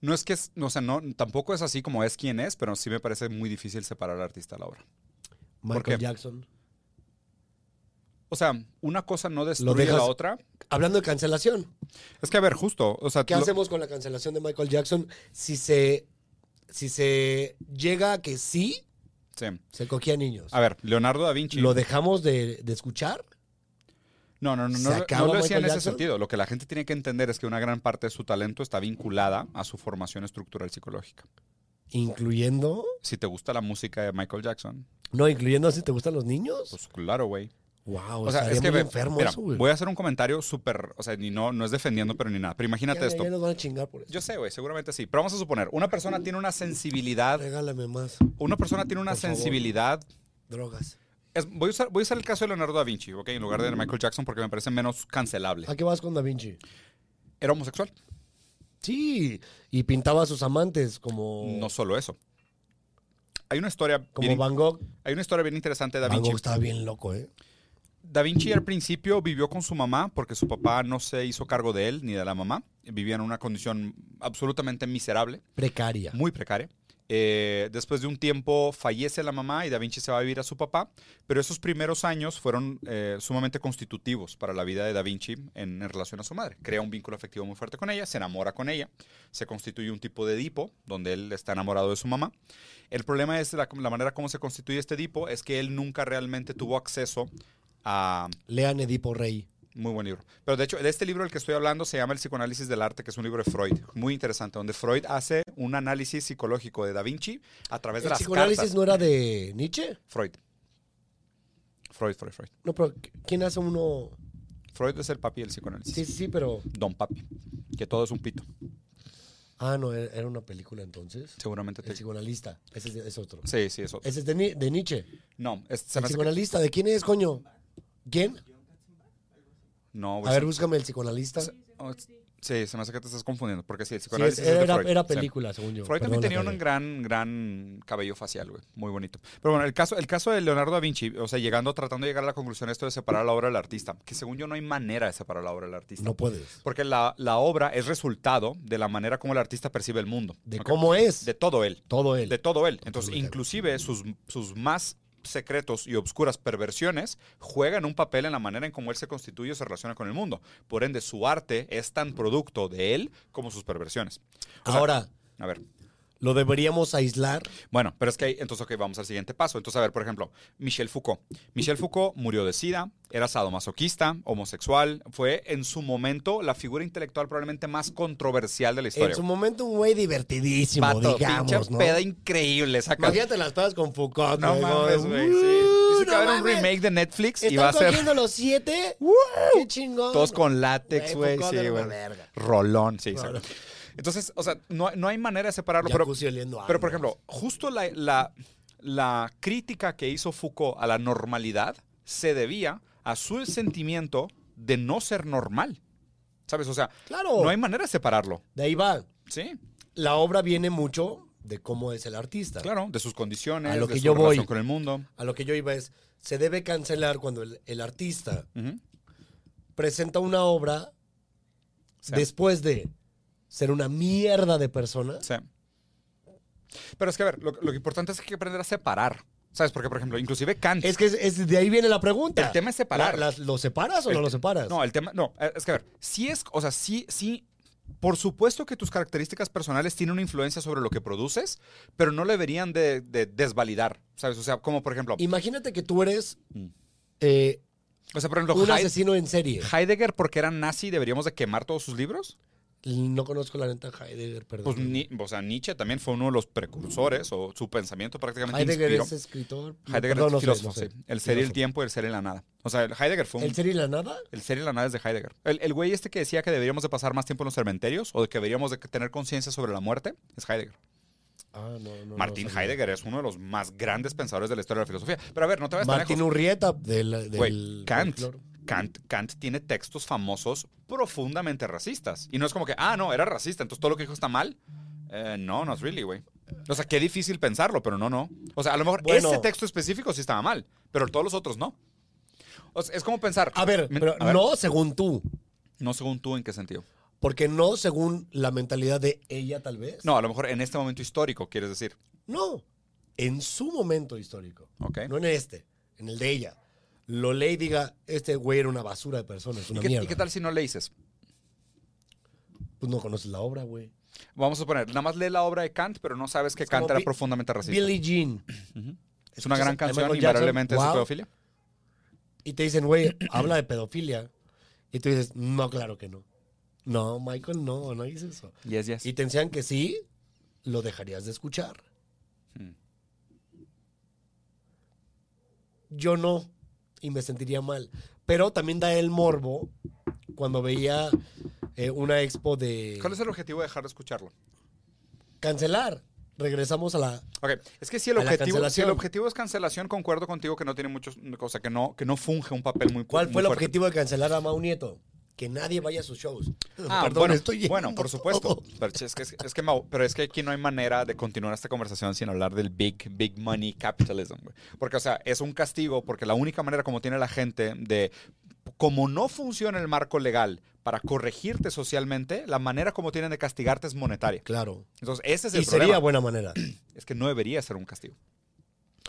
[SPEAKER 2] No es que, es, no, o sea, no, tampoco es así como es quien es, pero sí me parece muy difícil separar al artista de la obra.
[SPEAKER 1] Michael
[SPEAKER 2] qué?
[SPEAKER 1] Jackson.
[SPEAKER 2] O sea, una cosa no destruye
[SPEAKER 1] dejas-
[SPEAKER 2] la otra.
[SPEAKER 1] Hablando de cancelación,
[SPEAKER 2] Es que, a ver, justo, o sea,
[SPEAKER 1] ¿qué
[SPEAKER 2] lo-
[SPEAKER 1] hacemos con la cancelación de Michael Jackson si se, si se llega a que sí
[SPEAKER 2] sí.
[SPEAKER 1] se cogía niños?
[SPEAKER 2] A ver, Leonardo da Vinci.
[SPEAKER 1] ¿Lo dejamos de, de escuchar?
[SPEAKER 2] No, no, no,
[SPEAKER 1] ¿Se
[SPEAKER 2] no, lo-
[SPEAKER 1] acaba
[SPEAKER 2] no lo decía
[SPEAKER 1] Michael
[SPEAKER 2] en ese
[SPEAKER 1] Jackson?
[SPEAKER 2] sentido. Lo que la gente tiene que entender es que una gran parte de su talento está vinculada a su formación estructural psicológica.
[SPEAKER 1] Incluyendo.
[SPEAKER 2] Si te gusta la música de Michael Jackson,
[SPEAKER 1] No, incluyendo si te gustan los niños.
[SPEAKER 2] pues claro, güey.
[SPEAKER 1] Wow,
[SPEAKER 2] O sea, es que
[SPEAKER 1] muy
[SPEAKER 2] ve-
[SPEAKER 1] enfermo
[SPEAKER 2] mira,
[SPEAKER 1] eso, güey.
[SPEAKER 2] voy a hacer un comentario súper, o sea, ni no, no es defendiendo, pero ni nada. Pero imagínate
[SPEAKER 1] ya,
[SPEAKER 2] esto.
[SPEAKER 1] ya nos van a chingar por eso.
[SPEAKER 2] Yo sé, güey, seguramente sí. Pero vamos a suponer, una persona tiene una sensibilidad,
[SPEAKER 1] Regálame más
[SPEAKER 2] una persona tiene una
[SPEAKER 1] Por favor.
[SPEAKER 2] sensibilidad.
[SPEAKER 1] drogas.
[SPEAKER 2] Es- voy, a usar, voy a usar el caso de Leonardo da Vinci, ¿ok? En lugar de Michael Jackson porque me parece menos cancelable.
[SPEAKER 1] ¿A qué vas con Da Vinci?
[SPEAKER 2] Era homosexual.
[SPEAKER 1] Sí, y pintaba a sus amantes como,
[SPEAKER 2] No solo eso. Hay una historia,
[SPEAKER 1] como
[SPEAKER 2] bien,
[SPEAKER 1] Van Gogh.
[SPEAKER 2] hay una historia bien interesante de Da
[SPEAKER 1] Van
[SPEAKER 2] Vinci.
[SPEAKER 1] Gogh estaba bien loco, ¿eh?
[SPEAKER 2] Da Vinci al principio vivió con su mamá porque su papá no se hizo cargo de él ni de la mamá. Vivía en una condición absolutamente miserable,
[SPEAKER 1] Precaria.
[SPEAKER 2] muy precaria. Eh, después de un tiempo fallece la mamá y Da Vinci se va a vivir a su papá, pero esos primeros años fueron eh, sumamente constitutivos para la vida de Da Vinci en, en relación a su madre. Crea un vínculo afectivo muy fuerte con ella, se enamora con ella, se constituye un tipo de Edipo, donde él está enamorado de su mamá. El problema es la, la manera como se constituye este Edipo, es que él nunca realmente tuvo acceso a,
[SPEAKER 1] Lean Edipo Rey.
[SPEAKER 2] muy buen libro. Pero de hecho, de este libro del que estoy hablando se llama El psicoanálisis del arte, que es un libro de Freud, muy interesante, donde Freud hace un análisis psicológico de Da Vinci a través de
[SPEAKER 1] ¿El
[SPEAKER 2] las
[SPEAKER 1] psicoanálisis
[SPEAKER 2] cartas.
[SPEAKER 1] no era de Nietzsche?
[SPEAKER 2] Freud. Freud, Freud, Freud.
[SPEAKER 1] No, pero ¿quién hace uno?
[SPEAKER 2] Freud es el papi del psicoanálisis.
[SPEAKER 1] Sí, sí, sí, pero...
[SPEAKER 2] Don papi. Que todo es un pito.
[SPEAKER 1] Ah, no, era era una película entonces.
[SPEAKER 2] Seguramente
[SPEAKER 1] El
[SPEAKER 2] te...
[SPEAKER 1] psicoanalista. Ese es, es otro.
[SPEAKER 2] Sí, sí, eso.
[SPEAKER 1] Ese es de, Ni- de Nietzsche.
[SPEAKER 2] No, es- se
[SPEAKER 1] El
[SPEAKER 2] me hace que-
[SPEAKER 1] psicoanalista, ¿de quién es, coño? ¿Quién?
[SPEAKER 2] No,
[SPEAKER 1] A
[SPEAKER 2] güey.
[SPEAKER 1] ver,
[SPEAKER 2] se-
[SPEAKER 1] búscame el psicoanalista.
[SPEAKER 2] se- oh, es- Sí, se me hace que te estás confundiendo, porque sí, el
[SPEAKER 1] Sí, es-
[SPEAKER 2] psicoanálisis es de
[SPEAKER 1] era,
[SPEAKER 2] Freud.
[SPEAKER 1] era
[SPEAKER 2] sí.
[SPEAKER 1] película, según yo.
[SPEAKER 2] Freud
[SPEAKER 1] Perdón,
[SPEAKER 2] también tenía
[SPEAKER 1] la cagué.
[SPEAKER 2] un gran, gran cabello facial, güey. Muy bonito. Pero bueno, el caso, el caso de Leonardo da Vinci, o sea, llegando, tratando de llegar a la conclusión esto de separar la obra del artista, que según yo no hay manera de separar la obra del artista.
[SPEAKER 1] No puedes.
[SPEAKER 2] Porque la, la obra es resultado de la manera como el artista percibe el mundo.
[SPEAKER 1] De
[SPEAKER 2] ¿ok?
[SPEAKER 1] cómo es.
[SPEAKER 2] De todo él.
[SPEAKER 1] todo él.
[SPEAKER 2] De todo él. Entonces,
[SPEAKER 1] Totalmente.
[SPEAKER 2] inclusive sus, sus más secretos y obscuras perversiones juegan un papel en la manera en cómo él se constituye o se relaciona con el mundo. Por ende, su arte es tan producto de él como sus perversiones. O sea,
[SPEAKER 1] Ahora,
[SPEAKER 2] a ver.
[SPEAKER 1] lo deberíamos aislar.
[SPEAKER 2] Bueno, pero es que ahí, entonces, ok, vamos al siguiente paso. Entonces, a ver, por ejemplo, Michel Foucault. Michel Foucault murió de SIDA, era sadomasoquista, homosexual, fue en su momento la figura intelectual probablemente más controversial de la historia.
[SPEAKER 1] En su momento, un güey divertidísimo,
[SPEAKER 2] Pato,
[SPEAKER 1] digamos,
[SPEAKER 2] pinche
[SPEAKER 1] ¿no?
[SPEAKER 2] peda increíble, saca.
[SPEAKER 1] Imagínate las pedas con Foucault.
[SPEAKER 2] No mames, güey, sí. Dice que va a haber un remake de Netflix y va a ser
[SPEAKER 1] cogiendo los siete? ¡Qué chingón!
[SPEAKER 2] todos con látex, güey,
[SPEAKER 1] Foucault
[SPEAKER 2] sí,
[SPEAKER 1] era una
[SPEAKER 2] güey.
[SPEAKER 1] verga.
[SPEAKER 2] Rolón, sí,
[SPEAKER 1] Rolón.
[SPEAKER 2] exacto. Entonces, o sea, no, no hay manera de separarlo, pero
[SPEAKER 1] Jacuzzi oliendo a
[SPEAKER 2] Pero, por
[SPEAKER 1] árbol.
[SPEAKER 2] ejemplo, justo la, la- la crítica que hizo Foucault a la normalidad se debía a su sentimiento de no ser normal. ¿Sabes? O sea,
[SPEAKER 1] Claro.
[SPEAKER 2] no hay manera de separarlo.
[SPEAKER 1] De ahí va.
[SPEAKER 2] Sí,
[SPEAKER 1] La obra viene mucho de cómo es el artista.
[SPEAKER 2] claro, de sus condiciones,
[SPEAKER 1] Ah. A lo que
[SPEAKER 2] de su
[SPEAKER 1] yo
[SPEAKER 2] relación
[SPEAKER 1] voy.
[SPEAKER 2] con el mundo.
[SPEAKER 1] A lo que yo iba es, se debe cancelar cuando el, el artista
[SPEAKER 2] Ujú.
[SPEAKER 1] presenta una obra
[SPEAKER 2] Sí.
[SPEAKER 1] después de ser una mierda de persona.
[SPEAKER 2] Sí. Pero es que, a ver, lo, lo que importante es que hay que aprender a separar. ¿Sabes? Porque, por ejemplo, inclusive Kant.
[SPEAKER 1] Es que es, es- de ahí viene la pregunta.
[SPEAKER 2] El tema es separar.
[SPEAKER 1] La- las- ¿Lo separas o
[SPEAKER 2] El
[SPEAKER 1] no lo
[SPEAKER 2] te-
[SPEAKER 1] separas?
[SPEAKER 2] No, el tema, no, eh, es que a ver, sí es, o sea, sí, sí, por supuesto que tus características personales tienen una influencia sobre lo que produces, pero no le deberían de, de desvalidar, ¿sabes? O sea, como por ejemplo,
[SPEAKER 1] Imagínate que tú eres
[SPEAKER 2] Mm.
[SPEAKER 1] eh,
[SPEAKER 2] o sea, por ejemplo,
[SPEAKER 1] un
[SPEAKER 2] Heide-
[SPEAKER 1] asesino en serie.
[SPEAKER 2] Heidegger, porque era nazi, deberíamos de quemar todos sus libros.
[SPEAKER 1] No conozco la neta Heidegger, perdón.
[SPEAKER 2] Pues, ni- o sea, Nietzsche también fue uno de los precursores, o su pensamiento prácticamente
[SPEAKER 1] Heidegger
[SPEAKER 2] inspiró.
[SPEAKER 1] es escritor.
[SPEAKER 2] Heidegger
[SPEAKER 1] Perdón,
[SPEAKER 2] es
[SPEAKER 1] no sé,
[SPEAKER 2] filósofo,
[SPEAKER 1] no sé.
[SPEAKER 2] sí. El ser y el
[SPEAKER 1] Filósofo.
[SPEAKER 2] tiempo y el ser y la nada. O sea, el Heidegger fue un...
[SPEAKER 1] ¿El ser y la nada?
[SPEAKER 2] El ser y la nada es de Heidegger. El, el güey este que decía que deberíamos de pasar más tiempo en los cementerios o de que deberíamos de tener conciencia sobre la muerte es Heidegger.
[SPEAKER 1] Ah, no, no, no.
[SPEAKER 2] Martín
[SPEAKER 1] sabía.
[SPEAKER 2] Heidegger es uno de los más grandes pensadores de la historia de la filosofía. Pero a ver, no te vayas tan
[SPEAKER 1] Martín
[SPEAKER 2] lejos.
[SPEAKER 1] Urrieta del, del
[SPEAKER 2] Güey, Kant,
[SPEAKER 1] folclore.
[SPEAKER 2] Kant, Kant tiene textos famosos profundamente racistas. Y no es como que, ah, no, era racista, entonces todo lo que dijo está mal. Eh, no, not really, güey. O sea, qué difícil pensarlo, pero no, no. O sea, a lo mejor
[SPEAKER 1] Bueno.
[SPEAKER 2] ese texto específico sí estaba mal, pero todos los otros no. O sea, es como pensar.
[SPEAKER 1] A ver,
[SPEAKER 2] men-
[SPEAKER 1] pero
[SPEAKER 2] a ver,
[SPEAKER 1] no según tú.
[SPEAKER 2] No según tú, ¿en qué sentido?
[SPEAKER 1] Porque no según la mentalidad de ella, tal vez.
[SPEAKER 2] No, a lo mejor en este momento histórico, quieres decir.
[SPEAKER 1] No. En su momento histórico.
[SPEAKER 2] Ok.
[SPEAKER 1] No en este, en el de ella. Lo ley diga, este güey era una basura de persona, es
[SPEAKER 2] ¿Y
[SPEAKER 1] una
[SPEAKER 2] qué,
[SPEAKER 1] mierda.
[SPEAKER 2] y qué tal si no le dices?
[SPEAKER 1] Pues no conoces la obra, güey.
[SPEAKER 2] Vamos a poner, nada más lee la obra de Kant, pero no sabes que Kant
[SPEAKER 1] como
[SPEAKER 2] era
[SPEAKER 1] Bi-
[SPEAKER 2] profundamente racista.
[SPEAKER 1] Billie Jean.
[SPEAKER 2] es una gran
[SPEAKER 1] Escuchas a
[SPEAKER 2] canción,
[SPEAKER 1] Michael
[SPEAKER 2] invariablemente es
[SPEAKER 1] Jackson,
[SPEAKER 2] de
[SPEAKER 1] wow,
[SPEAKER 2] pedofilia.
[SPEAKER 1] Y te dicen, güey, habla de pedofilia. Y tú dices, no, claro que no. No, Michael, no, no dices eso.
[SPEAKER 2] Yes, yes.
[SPEAKER 1] Y te enseñan que sí, lo dejarías de escuchar.
[SPEAKER 2] Hmm. Mm.
[SPEAKER 1] Yo no. y me sentiría mal. Pero también da el morbo cuando veía eh, una expo de
[SPEAKER 2] ¿Cuál es el objetivo de dejar de escucharlo?
[SPEAKER 1] cancelar. Regresamos a la...
[SPEAKER 2] Ok, es que si el,
[SPEAKER 1] A la
[SPEAKER 2] objetivo, si el
[SPEAKER 1] cancelación.
[SPEAKER 2] objetivo es cancelación, concuerdo contigo que no tiene muchos, o sea, que no, que no funge un papel muy
[SPEAKER 1] ¿Cuál
[SPEAKER 2] muy
[SPEAKER 1] fue el
[SPEAKER 2] fuerte.
[SPEAKER 1] objetivo de cancelar a Mau Nieto? Que nadie vaya a sus shows.
[SPEAKER 2] Ah,
[SPEAKER 1] Perdón,
[SPEAKER 2] bueno,
[SPEAKER 1] estoy
[SPEAKER 2] bueno,
[SPEAKER 1] llenando
[SPEAKER 2] por supuesto.
[SPEAKER 1] todo.
[SPEAKER 2] Pero es que, es que, Mau, pero es que aquí no hay manera de continuar esta conversación sin hablar del big, big money capitalism. güey. Porque, o sea, es un castigo porque la única manera como tiene la gente de, como no funciona el marco legal para corregirte socialmente, la manera como tienen de castigarte es monetaria.
[SPEAKER 1] Claro.
[SPEAKER 2] Entonces, ese es el
[SPEAKER 1] Y sería
[SPEAKER 2] problema.
[SPEAKER 1] buena manera.
[SPEAKER 2] Es que no debería ser un castigo.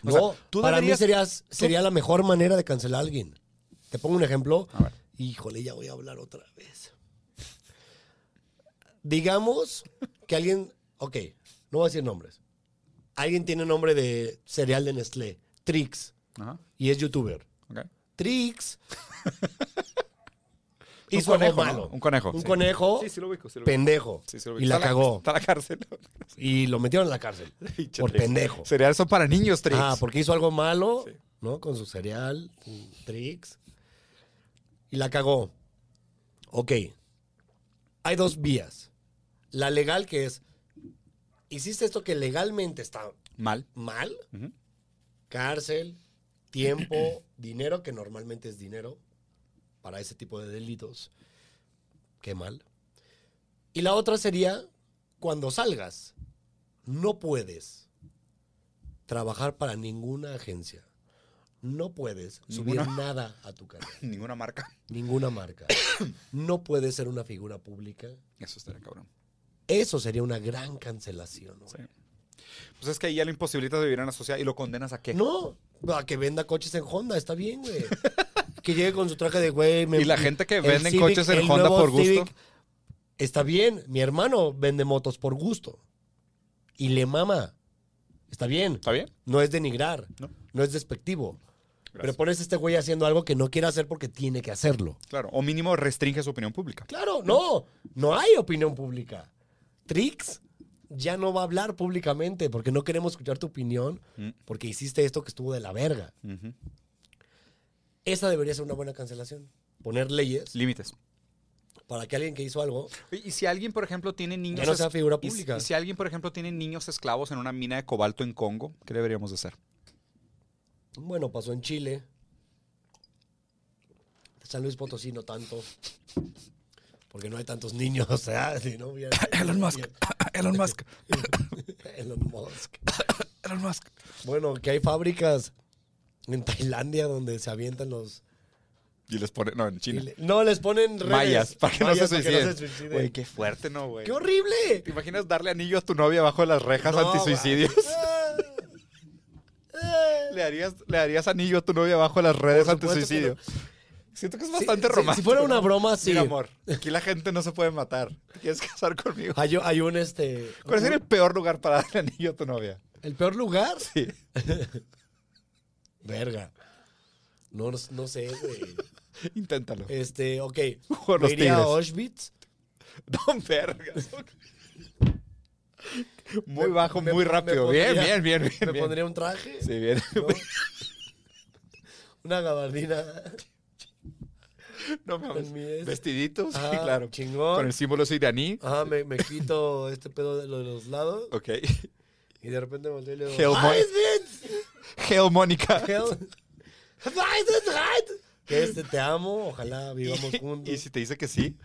[SPEAKER 2] O
[SPEAKER 1] No,
[SPEAKER 2] sea, tú
[SPEAKER 1] para
[SPEAKER 2] deberías-
[SPEAKER 1] mí serías- sería la mejor manera de cancelar a alguien. Te pongo un ejemplo.
[SPEAKER 2] A ver.
[SPEAKER 1] Híjole, ya voy a hablar otra vez. Digamos que alguien, ok, no voy a decir nombres. Alguien tiene nombre de cereal de Nestlé, Trix,
[SPEAKER 2] Ajá,
[SPEAKER 1] y es youtuber.
[SPEAKER 2] ok.
[SPEAKER 1] Trix
[SPEAKER 2] Un
[SPEAKER 1] hizo algo
[SPEAKER 2] conejo, ¿no?
[SPEAKER 1] malo.
[SPEAKER 2] Un conejo,
[SPEAKER 1] Un
[SPEAKER 2] sí.
[SPEAKER 1] conejo
[SPEAKER 2] Sí, sí lo ubico, sí lo ubico.
[SPEAKER 1] pendejo.
[SPEAKER 2] Sí, sí lo
[SPEAKER 1] y
[SPEAKER 2] ubico.
[SPEAKER 1] la
[SPEAKER 2] Está
[SPEAKER 1] cagó.
[SPEAKER 2] Está en la cárcel.
[SPEAKER 1] Y lo metieron a la cárcel. por
[SPEAKER 2] Trix.
[SPEAKER 1] pendejo.
[SPEAKER 2] Cereales son para niños, Trix.
[SPEAKER 1] Ah, porque hizo algo malo,
[SPEAKER 2] Sí.
[SPEAKER 1] ¿no? Con su cereal, con Trix. Y la cagó. Ok. Hay dos vías. La legal que es, hiciste esto que legalmente está
[SPEAKER 2] Mal.
[SPEAKER 1] mal,
[SPEAKER 2] Ujú.
[SPEAKER 1] cárcel, tiempo, dinero, que normalmente es dinero para ese tipo de delitos. Qué mal. Y la otra sería, cuando salgas, no puedes trabajar para ninguna agencia. No puedes subir
[SPEAKER 2] Ninguna.
[SPEAKER 1] nada a tu canal,
[SPEAKER 2] Ninguna marca.
[SPEAKER 1] ninguna marca. No puedes ser una figura pública.
[SPEAKER 2] Eso estaría cabrón.
[SPEAKER 1] Eso sería una gran cancelación. güey.
[SPEAKER 2] Sí. Pues es que ahí ya lo imposibilitas de vivir en la sociedad y lo condenas a qué.
[SPEAKER 1] No, a que venda coches en Honda, está bien, güey. que llegue con su traje de güey. me-
[SPEAKER 2] Y la gente que
[SPEAKER 1] el
[SPEAKER 2] venden
[SPEAKER 1] Civic,
[SPEAKER 2] coches en
[SPEAKER 1] el
[SPEAKER 2] Honda
[SPEAKER 1] nuevo
[SPEAKER 2] por gusto.
[SPEAKER 1] Civic, está bien, mi hermano vende motos por gusto. Y le mama. Está bien.
[SPEAKER 2] ¿Está bien?
[SPEAKER 1] No es denigrar,
[SPEAKER 2] No.
[SPEAKER 1] no, es despectivo. Pero
[SPEAKER 2] Gracias.
[SPEAKER 1] pones a este güey haciendo algo que no quiere hacer porque tiene que hacerlo.
[SPEAKER 2] Claro. O mínimo restringe su opinión pública.
[SPEAKER 1] Claro, no, no hay opinión pública. Trix ya no va a hablar públicamente porque no queremos escuchar tu opinión
[SPEAKER 2] Mm.
[SPEAKER 1] porque hiciste esto que estuvo de la verga.
[SPEAKER 2] Ujú.
[SPEAKER 1] Esa debería ser una buena cancelación. Poner leyes
[SPEAKER 2] Límites.
[SPEAKER 1] para que alguien que hizo algo
[SPEAKER 2] Y y si alguien, por ejemplo, tiene niños.
[SPEAKER 1] ya no
[SPEAKER 2] es-
[SPEAKER 1] sea figura
[SPEAKER 2] y si-
[SPEAKER 1] pública.
[SPEAKER 2] y si alguien, por ejemplo, tiene niños esclavos en una mina de cobalto en Congo, ¿qué deberíamos de hacer?
[SPEAKER 1] Bueno, pasó en Chile. San Luis Potosí no tanto. Porque no hay tantos niños, o sea, si no hubiera-
[SPEAKER 2] Elon Musk. Elon Musk.
[SPEAKER 1] Elon Musk.
[SPEAKER 2] Elon Musk.
[SPEAKER 1] Bueno, que hay fábricas en Tailandia donde se avientan los...
[SPEAKER 2] Y les pone. No, en China.
[SPEAKER 1] y le- No, les ponen redes.
[SPEAKER 2] Mayas, para que no
[SPEAKER 1] Mallas
[SPEAKER 2] se
[SPEAKER 1] para que
[SPEAKER 2] suiciden.
[SPEAKER 1] se suiciden.
[SPEAKER 2] Güey, qué fuerte, ¿no, güey?
[SPEAKER 1] ¡Qué horrible!
[SPEAKER 2] ¿Te imaginas darle anillo a tu novia bajo las rejas
[SPEAKER 1] No,
[SPEAKER 2] antisuicidios?
[SPEAKER 1] güey. Ah. Ah.
[SPEAKER 2] ¿Le harías, ¿Le harías anillo a tu novia bajo las redes
[SPEAKER 1] Por
[SPEAKER 2] ante
[SPEAKER 1] supuesto que
[SPEAKER 2] suicidio?
[SPEAKER 1] no.
[SPEAKER 2] Siento que es
[SPEAKER 1] Sí,
[SPEAKER 2] bastante
[SPEAKER 1] sí,
[SPEAKER 2] romántico.
[SPEAKER 1] si fuera una
[SPEAKER 2] ¿no?
[SPEAKER 1] broma, sí.
[SPEAKER 2] Mira, amor, aquí la gente no se puede matar. ¿Te ¿Quieres casar conmigo?
[SPEAKER 1] Hay, hay un este...
[SPEAKER 2] ¿Cuál sería el peor lugar para darle anillo a tu novia?
[SPEAKER 1] ¿El peor lugar?
[SPEAKER 2] Sí.
[SPEAKER 1] Verga. No, no, no sé, güey.
[SPEAKER 2] Inténtalo.
[SPEAKER 1] Este, ok.
[SPEAKER 2] Jugar
[SPEAKER 1] Me
[SPEAKER 2] los
[SPEAKER 1] iría a
[SPEAKER 2] tigres.
[SPEAKER 1] Auschwitz.
[SPEAKER 2] No, vergas. Muy
[SPEAKER 1] Me-
[SPEAKER 2] bajo,
[SPEAKER 1] me-
[SPEAKER 2] muy
[SPEAKER 1] me
[SPEAKER 2] rápido.
[SPEAKER 1] pondría-
[SPEAKER 2] bien, bien, bien, bien.
[SPEAKER 1] Me
[SPEAKER 2] bien.
[SPEAKER 1] pondría un traje.
[SPEAKER 2] Sí, bien.
[SPEAKER 1] ¿no? Una gabardina.
[SPEAKER 2] No mames.
[SPEAKER 1] Con mi es-
[SPEAKER 2] Vestiditos, sí,
[SPEAKER 1] Ajá,
[SPEAKER 2] claro.
[SPEAKER 1] Chingón.
[SPEAKER 2] Con el símbolo iraní.
[SPEAKER 1] Ajá, me, me quito este pedo de lo de los lados.
[SPEAKER 2] Ok.
[SPEAKER 1] Y de repente volteo y le
[SPEAKER 2] Hell,
[SPEAKER 1] digo. "Ah,
[SPEAKER 2] boy.
[SPEAKER 1] es Vince!
[SPEAKER 2] Hail Mónica.
[SPEAKER 1] Hell. Ah, es Vince, right? Que este te amo. Ojalá vivamos juntos.
[SPEAKER 2] Y si te dice que sí,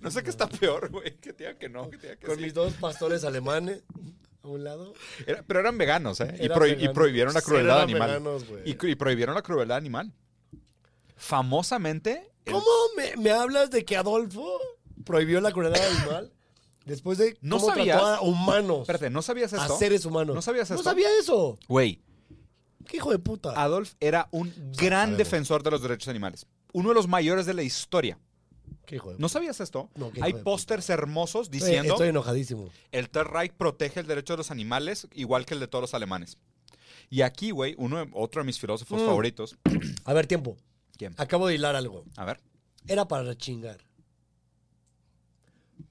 [SPEAKER 2] no sé qué está peor, güey. Que te diga que no, que te diga que
[SPEAKER 1] con
[SPEAKER 2] sí.
[SPEAKER 1] mis dos pastores alemanes a un lado.
[SPEAKER 2] Era- pero eran veganos, ¿eh? Y,
[SPEAKER 1] Eran
[SPEAKER 2] prohi- y
[SPEAKER 1] veganos.
[SPEAKER 2] prohibieron la
[SPEAKER 1] Sí,
[SPEAKER 2] crueldad
[SPEAKER 1] eran
[SPEAKER 2] animal.
[SPEAKER 1] veganos, güey.
[SPEAKER 2] y, cru- y prohibieron la crueldad animal. Famosamente. el-
[SPEAKER 1] ¿Cómo me, me hablas de que Adolfo prohibió la crueldad animal después de
[SPEAKER 2] ¿No
[SPEAKER 1] cómo
[SPEAKER 2] sabías?
[SPEAKER 1] trató a humanos,
[SPEAKER 2] Espérate, ¿no sabías
[SPEAKER 1] a
[SPEAKER 2] esto?
[SPEAKER 1] seres humanos?
[SPEAKER 2] ¿No sabías
[SPEAKER 1] No
[SPEAKER 2] esto?
[SPEAKER 1] sabía eso.
[SPEAKER 2] Güey,
[SPEAKER 1] ¿Qué hijo de puta?
[SPEAKER 2] Adolf era un gran
[SPEAKER 1] sabemos.
[SPEAKER 2] defensor de los derechos animales. Uno de los mayores de la historia.
[SPEAKER 1] ¿Qué hijo de
[SPEAKER 2] ¿No sabías esto?
[SPEAKER 1] No, qué hijo
[SPEAKER 2] Hay
[SPEAKER 1] de puta.
[SPEAKER 2] pósters hermosos
[SPEAKER 1] Estoy-
[SPEAKER 2] diciendo
[SPEAKER 1] Estoy enojadísimo.
[SPEAKER 2] el Third Reich protege el derecho de los animales igual que el de todos los alemanes. Y aquí, güey, uno de- otro de mis filósofos
[SPEAKER 1] Mm.
[SPEAKER 2] favoritos.
[SPEAKER 1] A ver, tiempo.
[SPEAKER 2] ¿Quién?
[SPEAKER 1] Acabo de hilar algo.
[SPEAKER 2] A ver,
[SPEAKER 1] Era para chingar.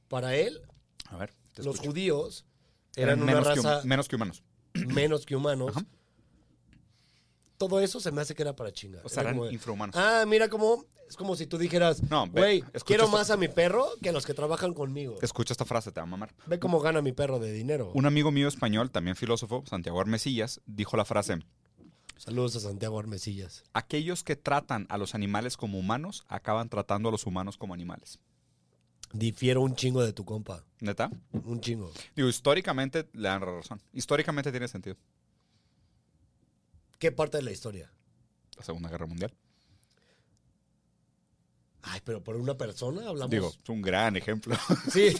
[SPEAKER 1] Para él,
[SPEAKER 2] a ver. te
[SPEAKER 1] los
[SPEAKER 2] escucho.
[SPEAKER 1] judíos eran una
[SPEAKER 2] menos que hum-
[SPEAKER 1] raza
[SPEAKER 2] menos que humanos.
[SPEAKER 1] menos que humanos.
[SPEAKER 2] Ajá.
[SPEAKER 1] todo eso se me hace que era para chingar.
[SPEAKER 2] O sea,
[SPEAKER 1] Era
[SPEAKER 2] eran
[SPEAKER 1] como de,
[SPEAKER 2] infrahumanos.
[SPEAKER 1] ah, mira cómo es como si tú dijeras,
[SPEAKER 2] No, ve,
[SPEAKER 1] güey,
[SPEAKER 2] escucha
[SPEAKER 1] quiero
[SPEAKER 2] esta-
[SPEAKER 1] más a mi perro que a los que trabajan conmigo.
[SPEAKER 2] Escucha esta frase, te va a mamar.
[SPEAKER 1] Ve cómo gana mi perro de dinero.
[SPEAKER 2] Un amigo mío español, también filósofo, Santiago Armesillas, dijo la frase:
[SPEAKER 1] Saludos a Santiago Armesillas.
[SPEAKER 2] Aquellos que tratan a los animales como humanos acaban tratando a los humanos como animales.
[SPEAKER 1] Difiero un chingo de tu compa.
[SPEAKER 2] ¿Neta?
[SPEAKER 1] Un chingo.
[SPEAKER 2] Digo, históricamente le dan la razón. Históricamente tiene sentido.
[SPEAKER 1] ¿Qué parte de la historia?
[SPEAKER 2] La Segunda Guerra Mundial.
[SPEAKER 1] Ay, pero por una persona hablamos.
[SPEAKER 2] Digo, es un gran ejemplo.
[SPEAKER 1] sí.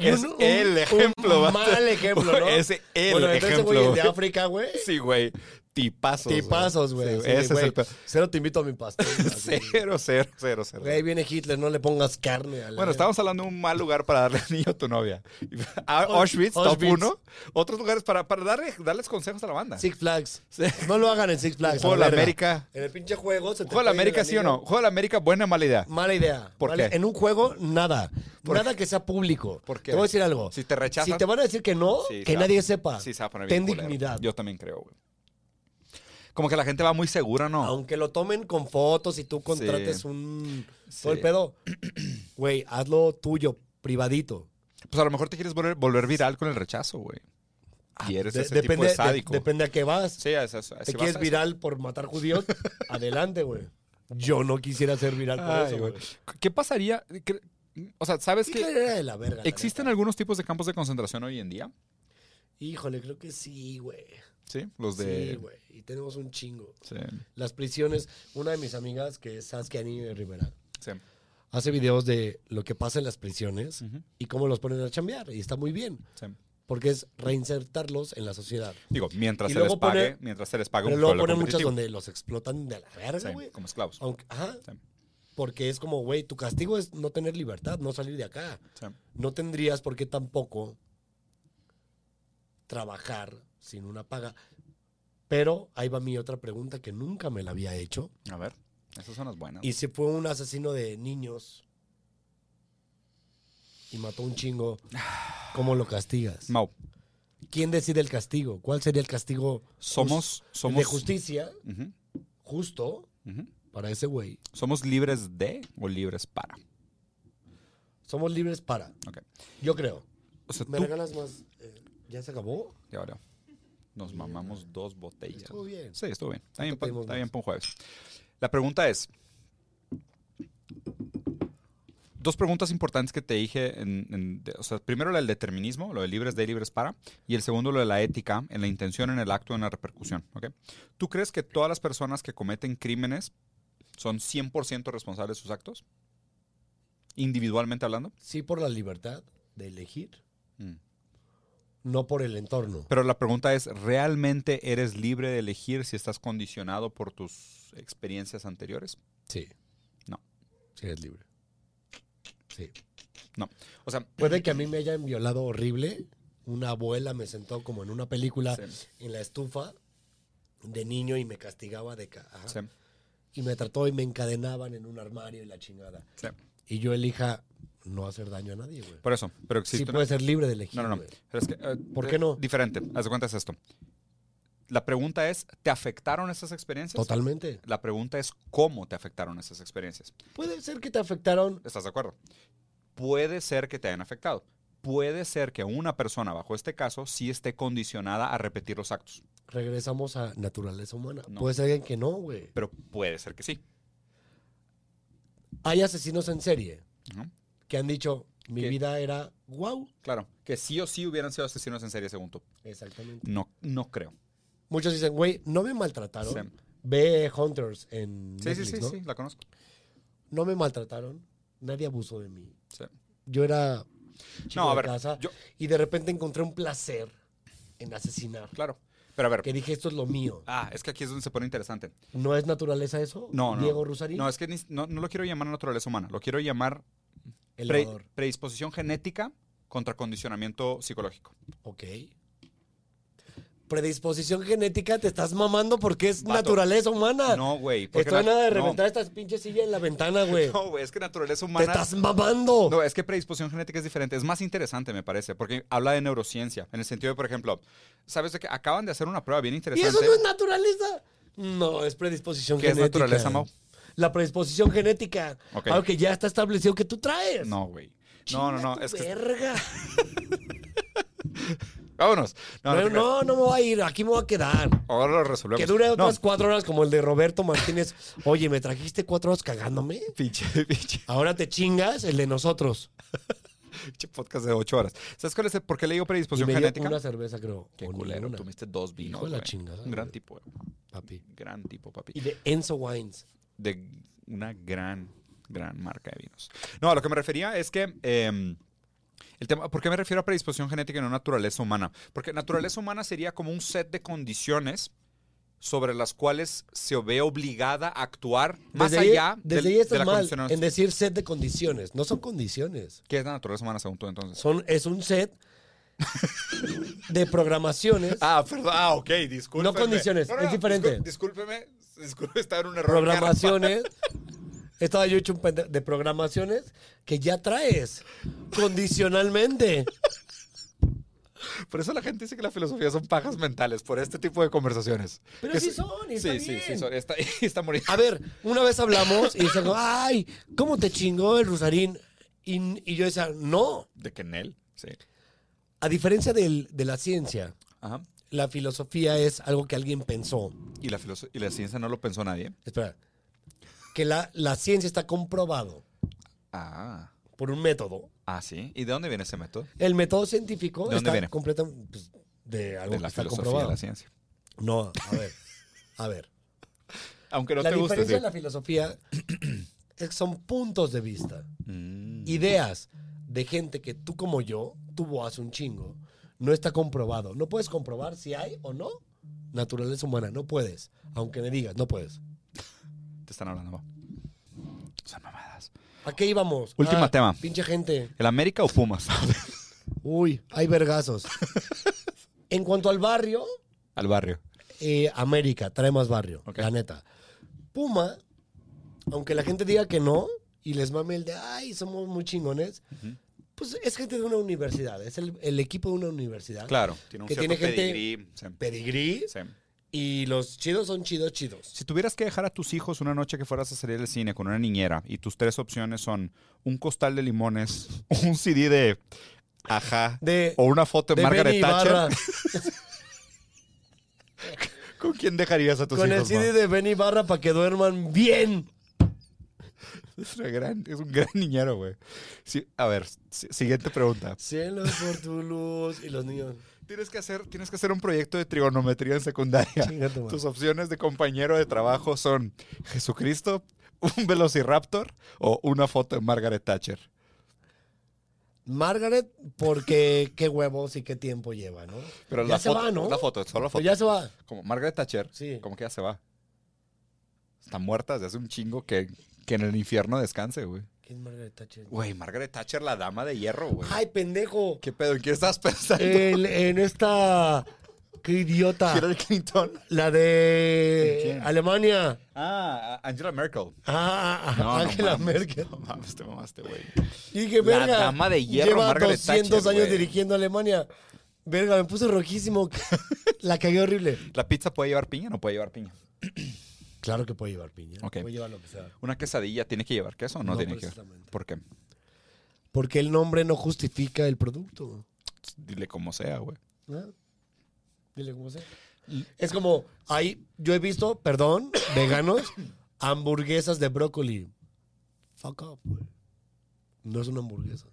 [SPEAKER 2] Es el ejemplo,
[SPEAKER 1] Un
[SPEAKER 2] vato.
[SPEAKER 1] mal ejemplo, ¿no?
[SPEAKER 2] es el
[SPEAKER 1] bueno, entonces,
[SPEAKER 2] ejemplo.
[SPEAKER 1] güey, el de
[SPEAKER 2] güey.
[SPEAKER 1] África, güey.
[SPEAKER 2] Sí, güey. Tipazos.
[SPEAKER 1] Tipazos, güey.
[SPEAKER 2] Sí,
[SPEAKER 1] así de,
[SPEAKER 2] ese es
[SPEAKER 1] güey,
[SPEAKER 2] el pe-
[SPEAKER 1] Cero te invito a mi pastel. así.
[SPEAKER 2] Cero, cero, cero, cero.
[SPEAKER 1] Güey, viene Hitler, no le pongas carne. A la
[SPEAKER 2] Bueno, estamos hablando de un mal lugar para darle anillo a tu novia. A
[SPEAKER 1] O-
[SPEAKER 2] Auschwitz, top
[SPEAKER 1] Auschwitz.
[SPEAKER 2] uno. Otros lugares para, para darle, darles consejos a la banda.
[SPEAKER 1] Six Flags.
[SPEAKER 2] Sí.
[SPEAKER 1] No lo hagan en Six Flags.
[SPEAKER 2] Juego de
[SPEAKER 1] la
[SPEAKER 2] la
[SPEAKER 1] verga.
[SPEAKER 2] América.
[SPEAKER 1] En el pinche juego se te
[SPEAKER 2] Juego de la
[SPEAKER 1] puede ir
[SPEAKER 2] América,
[SPEAKER 1] el
[SPEAKER 2] sí o no.
[SPEAKER 1] anillo.
[SPEAKER 2] Juego de la América, buena mala idea.
[SPEAKER 1] Mala idea.
[SPEAKER 2] ¿Por
[SPEAKER 1] Mala-
[SPEAKER 2] qué?
[SPEAKER 1] En un juego, nada.
[SPEAKER 2] ¿Por
[SPEAKER 1] nada que sea público.
[SPEAKER 2] ¿Por qué?
[SPEAKER 1] Te voy a decir algo.
[SPEAKER 2] Si te rechazan.
[SPEAKER 1] Si te van a decir que no,
[SPEAKER 2] Sí,
[SPEAKER 1] que
[SPEAKER 2] se va-
[SPEAKER 1] nadie sepa.
[SPEAKER 2] Sí, se va a poner
[SPEAKER 1] Ten
[SPEAKER 2] bien culero.
[SPEAKER 1] dignidad.
[SPEAKER 2] Yo también creo, güey. Como que la gente va muy segura, ¿no?
[SPEAKER 1] Aunque lo tomen con fotos y tú contrates
[SPEAKER 2] Sí.
[SPEAKER 1] un...
[SPEAKER 2] Sí.
[SPEAKER 1] Todo el pedo. Güey, hazlo tuyo, privadito.
[SPEAKER 2] Pues a lo mejor te quieres volver, volver viral con el rechazo, güey. Y eres
[SPEAKER 1] Ah, De-
[SPEAKER 2] ese tipo
[SPEAKER 1] depende,
[SPEAKER 2] de
[SPEAKER 1] de-
[SPEAKER 2] sádico.
[SPEAKER 1] depende a qué vas.
[SPEAKER 2] sí, es eso.
[SPEAKER 1] ¿Te quieres viral por matar judíos? Adelante, güey. Yo no quisiera ser viral por
[SPEAKER 2] Ay,
[SPEAKER 1] eso,
[SPEAKER 2] güey.
[SPEAKER 1] güey.
[SPEAKER 2] ¿Qué pasaría? Cre- O sea, ¿sabes
[SPEAKER 1] Hitler
[SPEAKER 2] que
[SPEAKER 1] era de la verga. la
[SPEAKER 2] existen
[SPEAKER 1] neta.
[SPEAKER 2] algunos tipos de campos de concentración hoy en día?
[SPEAKER 1] Híjole, creo que sí, güey.
[SPEAKER 2] Sí, los
[SPEAKER 1] Sí,
[SPEAKER 2] de...
[SPEAKER 1] güey. Y tenemos un chingo.
[SPEAKER 2] Sí,
[SPEAKER 1] Las prisiones. Una de mis amigas, que es Saskia Niño de Rivera,
[SPEAKER 2] sí.
[SPEAKER 1] hace videos de lo que pasa en las prisiones
[SPEAKER 2] Ujú,
[SPEAKER 1] y cómo los ponen a chambear. Y está muy bien,
[SPEAKER 2] sí.
[SPEAKER 1] porque es reinsertarlos en la sociedad.
[SPEAKER 2] Digo, mientras
[SPEAKER 1] Y
[SPEAKER 2] se les
[SPEAKER 1] luego
[SPEAKER 2] pague,
[SPEAKER 1] pone-
[SPEAKER 2] mientras se les pague
[SPEAKER 1] Pero
[SPEAKER 2] un
[SPEAKER 1] luego
[SPEAKER 2] sueldo
[SPEAKER 1] ponen muchas
[SPEAKER 2] competitivo.
[SPEAKER 1] donde los explotan de la verga, güey.
[SPEAKER 2] Sí, como esclavos.
[SPEAKER 1] Aunque, ajá.
[SPEAKER 2] Sí.
[SPEAKER 1] Porque es como, güey, tu castigo es no tener libertad, no salir de acá.
[SPEAKER 2] Sí.
[SPEAKER 1] no tendrías por qué tampoco trabajar sin una paga. Pero ahí va mi otra pregunta que nunca me la había hecho.
[SPEAKER 2] A ver, esas son las buenas.
[SPEAKER 1] Y si fue un asesino de niños y mató un chingo, ¿cómo lo castigas?
[SPEAKER 2] Mau,
[SPEAKER 1] ¿Quién decide el castigo? ¿Cuál sería el castigo
[SPEAKER 2] somos... somos
[SPEAKER 1] de justicia
[SPEAKER 2] Ujú,
[SPEAKER 1] justo
[SPEAKER 2] ujú.
[SPEAKER 1] para ese güey?
[SPEAKER 2] ¿Somos libres de o libres para?
[SPEAKER 1] Somos libres para.
[SPEAKER 2] Ok.
[SPEAKER 1] Yo creo.
[SPEAKER 2] O sea,
[SPEAKER 1] ¿Me
[SPEAKER 2] tú...
[SPEAKER 1] regalas más? Eh, ¿Ya se acabó?
[SPEAKER 2] Y ahora nos mamamos dos botellas.
[SPEAKER 1] Estuvo bien.
[SPEAKER 2] Sí, estuvo bien. Está bien, pa-
[SPEAKER 1] pedimos
[SPEAKER 2] está
[SPEAKER 1] más.
[SPEAKER 2] bien para un jueves. La pregunta es... Dos preguntas importantes que te dije. en- en- de- o sea, primero, la del determinismo, lo de libres de libres para. Y el segundo, lo de la ética, en la intención, en el acto, en la repercusión. ¿ok? ¿Tú crees que todas las personas que cometen crímenes son 100% responsables de sus actos? Individualmente hablando.
[SPEAKER 1] Sí, por la libertad de elegir. no por el entorno.
[SPEAKER 2] Pero la pregunta es, ¿realmente eres libre de elegir si estás condicionado por tus experiencias anteriores?
[SPEAKER 1] Sí.
[SPEAKER 2] No.
[SPEAKER 1] Sí, eres libre. Sí.
[SPEAKER 2] O sea,
[SPEAKER 1] Puede que a mí me hayan violado horrible. Una abuela me sentó como en una película
[SPEAKER 2] sí,
[SPEAKER 1] en la estufa de niño y me castigaba de ca- ajá.
[SPEAKER 2] sí,
[SPEAKER 1] y me trató y me encadenaban en un armario y la chingada.
[SPEAKER 2] sí.
[SPEAKER 1] Y yo elija no hacer daño a nadie, güey.
[SPEAKER 2] Por eso, pero
[SPEAKER 1] Sí,
[SPEAKER 2] existe... una-
[SPEAKER 1] puede ser libre de elegir.
[SPEAKER 2] No, no, no.
[SPEAKER 1] güey.
[SPEAKER 2] Pero es que, eh,
[SPEAKER 1] ¿Por qué no?
[SPEAKER 2] Diferente. Haz de cuenta es esto. La pregunta es, ¿te afectaron esas experiencias?
[SPEAKER 1] Totalmente.
[SPEAKER 2] La pregunta es, ¿cómo te afectaron esas experiencias?
[SPEAKER 1] Puede ser que te afectaron.
[SPEAKER 2] ¿Estás de acuerdo? Puede ser que te hayan afectado. Puede ser que una persona bajo este caso sí esté condicionada a repetir los actos.
[SPEAKER 1] Regresamos a naturaleza humana.
[SPEAKER 2] No.
[SPEAKER 1] Puede ser alguien que no, güey.
[SPEAKER 2] Pero puede ser que sí.
[SPEAKER 1] Hay asesinos en serie
[SPEAKER 2] Ujú.
[SPEAKER 1] que han dicho, mi
[SPEAKER 2] ¿Qué?
[SPEAKER 1] vida era wow.
[SPEAKER 2] Claro, que sí o sí hubieran sido asesinos en serie, según tú.
[SPEAKER 1] Exactamente.
[SPEAKER 2] No, no creo.
[SPEAKER 1] Muchos dicen, güey, no me maltrataron.
[SPEAKER 2] Sí.
[SPEAKER 1] Ve Hunters en
[SPEAKER 2] Sí, sí,
[SPEAKER 1] Netflix,
[SPEAKER 2] sí,
[SPEAKER 1] ¿no?
[SPEAKER 2] sí, la conozco.
[SPEAKER 1] No me maltrataron. Nadie abusó de mí.
[SPEAKER 2] Sí.
[SPEAKER 1] Yo era chico
[SPEAKER 2] No, a
[SPEAKER 1] de
[SPEAKER 2] ver,
[SPEAKER 1] casa
[SPEAKER 2] yo-
[SPEAKER 1] y de repente encontré un placer en asesinar.
[SPEAKER 2] Claro. Pero a ver,
[SPEAKER 1] Que dije, esto es lo mío.
[SPEAKER 2] ah, es que aquí es donde se pone interesante.
[SPEAKER 1] ¿No es naturaleza eso?
[SPEAKER 2] No, no.
[SPEAKER 1] Diego Rusarín.
[SPEAKER 2] No, es que ni- no, no lo quiero llamar naturaleza humana, lo quiero llamar pre-
[SPEAKER 1] Elevador.
[SPEAKER 2] predisposición genética contra condicionamiento psicológico.
[SPEAKER 1] Ok. predisposición genética te estás mamando porque es
[SPEAKER 2] Vato.
[SPEAKER 1] naturaleza humana.
[SPEAKER 2] No, güey. porque
[SPEAKER 1] Estoy
[SPEAKER 2] na-
[SPEAKER 1] nada Ah, de
[SPEAKER 2] no.
[SPEAKER 1] reventar estas pinches sillas en la ventana, güey.
[SPEAKER 2] No, güey, es que naturaleza
[SPEAKER 1] te
[SPEAKER 2] humana.
[SPEAKER 1] estás mamando.
[SPEAKER 2] No, es que predisposición genética es diferente. Es más interesante, me parece, porque habla de neurociencia. En el sentido de, por ejemplo, ¿sabes de que acaban de hacer una prueba bien
[SPEAKER 1] y
[SPEAKER 2] interesante?
[SPEAKER 1] eso no es naturaleza. No, es predisposición
[SPEAKER 2] ¿Qué es
[SPEAKER 1] genética.
[SPEAKER 2] naturaleza, Mau?
[SPEAKER 1] La predisposición genética.
[SPEAKER 2] Ok.
[SPEAKER 1] Algo que ya está establecido que tú traes.
[SPEAKER 2] No, güey. No, no,
[SPEAKER 1] Chinga
[SPEAKER 2] no.
[SPEAKER 1] tu
[SPEAKER 2] Es que...
[SPEAKER 1] verga.
[SPEAKER 2] Vámonos. No, no,
[SPEAKER 1] No,
[SPEAKER 2] te creas.
[SPEAKER 1] no, no me voy a ir. Aquí me voy a quedar.
[SPEAKER 2] Ahora lo resolvemos.
[SPEAKER 1] Que dure
[SPEAKER 2] No,
[SPEAKER 1] otras cuatro horas como el de Roberto Martínez. Oye, ¿me trajiste cuatro horas cagándome?
[SPEAKER 2] pinche, pinche,
[SPEAKER 1] Ahora te chingas el de nosotros.
[SPEAKER 2] pinche podcast de ocho horas. ¿Sabes cuál es el, por qué le digo
[SPEAKER 1] Y
[SPEAKER 2] predisposición
[SPEAKER 1] me dio
[SPEAKER 2] genética?
[SPEAKER 1] una cerveza, creo.
[SPEAKER 2] Qué
[SPEAKER 1] O
[SPEAKER 2] culero.
[SPEAKER 1] ninguna,
[SPEAKER 2] Tuviste dos vinos.
[SPEAKER 1] Hijo de la
[SPEAKER 2] güey.
[SPEAKER 1] chingada,
[SPEAKER 2] Un gran
[SPEAKER 1] güey.
[SPEAKER 2] tipo, güey.
[SPEAKER 1] papi.
[SPEAKER 2] gran tipo, papi.
[SPEAKER 1] Y de Enzo Wines.
[SPEAKER 2] de una gran, gran marca de vinos. No, a lo que me refería es que... eh, el tema, ¿Por qué me refiero a predisposición genética y no naturaleza humana? Porque naturaleza humana sería como un set de condiciones sobre las cuales se ve obligada a actuar más
[SPEAKER 1] Desde ahí-
[SPEAKER 2] allá
[SPEAKER 1] desde
[SPEAKER 2] del-
[SPEAKER 1] ahí estás
[SPEAKER 2] de la
[SPEAKER 1] mal
[SPEAKER 2] condición
[SPEAKER 1] en decir set de condiciones. No son condiciones.
[SPEAKER 2] ¿Qué es la naturaleza humana según tú entonces?
[SPEAKER 1] Son, es un set de programaciones.
[SPEAKER 2] Ah, perdón. Ah, ok, disculpe.
[SPEAKER 1] No condiciones, es diferente.
[SPEAKER 2] discúlpeme, disculpe estar en un error.
[SPEAKER 1] programaciones. Estaba yo hecho un pendejo de programaciones que ya traes condicionalmente.
[SPEAKER 2] Por eso la gente dice que la filosofía son pajas mentales, por este tipo de conversaciones.
[SPEAKER 1] Pero
[SPEAKER 2] Que
[SPEAKER 1] sí
[SPEAKER 2] se-
[SPEAKER 1] son, y está
[SPEAKER 2] sí,
[SPEAKER 1] bien.
[SPEAKER 2] sí, sí, son. Está, está muriendo.
[SPEAKER 1] A ver, una vez hablamos y decían, ay, ¿cómo te chingó el Rusarín? Y, y yo decía, no.
[SPEAKER 2] De Kenel, sí.
[SPEAKER 1] A diferencia del- de la ciencia,
[SPEAKER 2] Ajá.
[SPEAKER 1] la filosofía es algo que alguien pensó.
[SPEAKER 2] Y la, filoso- y la ciencia no lo pensó nadie.
[SPEAKER 1] Espera. Que la, la ciencia está comprobado
[SPEAKER 2] Ah.
[SPEAKER 1] por un método.
[SPEAKER 2] Ah, sí. ¿Y de dónde viene ese método?
[SPEAKER 1] El método científico
[SPEAKER 2] ¿De dónde
[SPEAKER 1] está
[SPEAKER 2] viene?
[SPEAKER 1] completa pues, de algo
[SPEAKER 2] De
[SPEAKER 1] que
[SPEAKER 2] la
[SPEAKER 1] está
[SPEAKER 2] filosofía de
[SPEAKER 1] comprobado.
[SPEAKER 2] la ciencia.
[SPEAKER 1] no, a ver. A ver.
[SPEAKER 2] Aunque no
[SPEAKER 1] la
[SPEAKER 2] te guste,
[SPEAKER 1] diferencia de
[SPEAKER 2] sí.
[SPEAKER 1] la filosofía es que son puntos de vista,
[SPEAKER 2] Mm.
[SPEAKER 1] ideas de gente que tú como yo tuvo hace un chingo. No está comprobado. No puedes comprobar si hay o no naturaleza humana. No puedes. Aunque me digas, no puedes.
[SPEAKER 2] Te están hablando. va. Son mamadas.
[SPEAKER 1] ¿A qué íbamos? Ah,
[SPEAKER 2] Último tema.
[SPEAKER 1] Pinche gente.
[SPEAKER 2] ¿El América o Pumas?
[SPEAKER 1] Uy, hay vergazos. en cuanto al barrio,
[SPEAKER 2] Al barrio.
[SPEAKER 1] eh, América trae más barrio,
[SPEAKER 2] Ok.
[SPEAKER 1] la neta. Puma, aunque la gente diga que no y les mame el de, ay, somos muy chingones,
[SPEAKER 2] Ujú.
[SPEAKER 1] pues es gente de una universidad, es el, el equipo de una universidad.
[SPEAKER 2] Claro. Tiene un
[SPEAKER 1] Que
[SPEAKER 2] cierto
[SPEAKER 1] tiene gente-
[SPEAKER 2] pedigrí. Sí.
[SPEAKER 1] Pedigrí
[SPEAKER 2] Sí.
[SPEAKER 1] y los chidos son chidos, chidos.
[SPEAKER 2] Si tuvieras que dejar a tus hijos una noche que fueras a salir del cine con una niñera y tus tres opciones son un costal de limones, un CD de ajá
[SPEAKER 1] De,
[SPEAKER 2] o una foto de,
[SPEAKER 1] de
[SPEAKER 2] Margaret
[SPEAKER 1] Benny
[SPEAKER 2] Thatcher,
[SPEAKER 1] Ibarra.
[SPEAKER 2] ¿con quién dejarías a tus
[SPEAKER 1] Con el
[SPEAKER 2] hijos?
[SPEAKER 1] CD
[SPEAKER 2] ma?
[SPEAKER 1] de Benny Barra para que duerman bien.
[SPEAKER 2] Es, una gran- es un gran niñero, güey. Sí, a ver, si- siguiente pregunta.
[SPEAKER 1] Cielos por tu luz y los niños.
[SPEAKER 2] Tienes que hacer, tienes que hacer un proyecto de trigonometría en secundaria.
[SPEAKER 1] Chinga tu madre.
[SPEAKER 2] Tus opciones de compañero de trabajo son Jesucristo, un velociraptor o una foto de Margaret Thatcher.
[SPEAKER 1] Margaret, porque qué huevos y qué tiempo lleva, ¿no?
[SPEAKER 2] Pero
[SPEAKER 1] ya
[SPEAKER 2] la
[SPEAKER 1] se
[SPEAKER 2] foto,
[SPEAKER 1] va, ¿no?
[SPEAKER 2] La foto, solo la foto.
[SPEAKER 1] Pero ya se va.
[SPEAKER 2] como Margaret Thatcher,
[SPEAKER 1] Sí.
[SPEAKER 2] como que ya se va. Está muerta desde hace un chingo que, que en el infierno descanse, güey.
[SPEAKER 1] ¿Quién es Margaret Thatcher?
[SPEAKER 2] Güey, Margaret Thatcher, la dama de hierro, güey.
[SPEAKER 1] Ay, pendejo.
[SPEAKER 2] ¿Qué pedo? ¿En qué estás pensando?
[SPEAKER 1] El- en esta. ¡Qué idiota!
[SPEAKER 2] Hillary Clinton.
[SPEAKER 1] La de
[SPEAKER 2] ¿Quién?
[SPEAKER 1] Alemania.
[SPEAKER 2] Ah, Angela Merkel.
[SPEAKER 1] Ah,
[SPEAKER 2] No, no
[SPEAKER 1] Angela
[SPEAKER 2] mames,
[SPEAKER 1] Merkel.
[SPEAKER 2] No mames, te mamaste, güey.
[SPEAKER 1] Y que
[SPEAKER 2] La
[SPEAKER 1] verga.
[SPEAKER 2] dama de hierro,
[SPEAKER 1] Lleva
[SPEAKER 2] Margaret
[SPEAKER 1] 200
[SPEAKER 2] Thatcher,
[SPEAKER 1] años
[SPEAKER 2] güey.
[SPEAKER 1] dirigiendo Alemania. Verga, me puse rojísimo. La cagué horrible.
[SPEAKER 2] ¿La pizza puede llevar piña o no puede llevar piña?
[SPEAKER 1] Claro que puede llevar piña.
[SPEAKER 2] Ok.
[SPEAKER 1] Puede llevar lo que sea.
[SPEAKER 2] ¿Una quesadilla tiene que llevar queso o no,
[SPEAKER 1] No
[SPEAKER 2] pues, tiene que llevar?
[SPEAKER 1] precisamente.
[SPEAKER 2] ¿Por qué?
[SPEAKER 1] Porque el nombre no justifica el producto.
[SPEAKER 2] Dile como sea, güey.
[SPEAKER 1] ¿no? Dile cómo sea. Es como, ahí yo he visto, perdón, veganos, hamburguesas de brócoli. Fuck up, güey. No es una hamburguesa.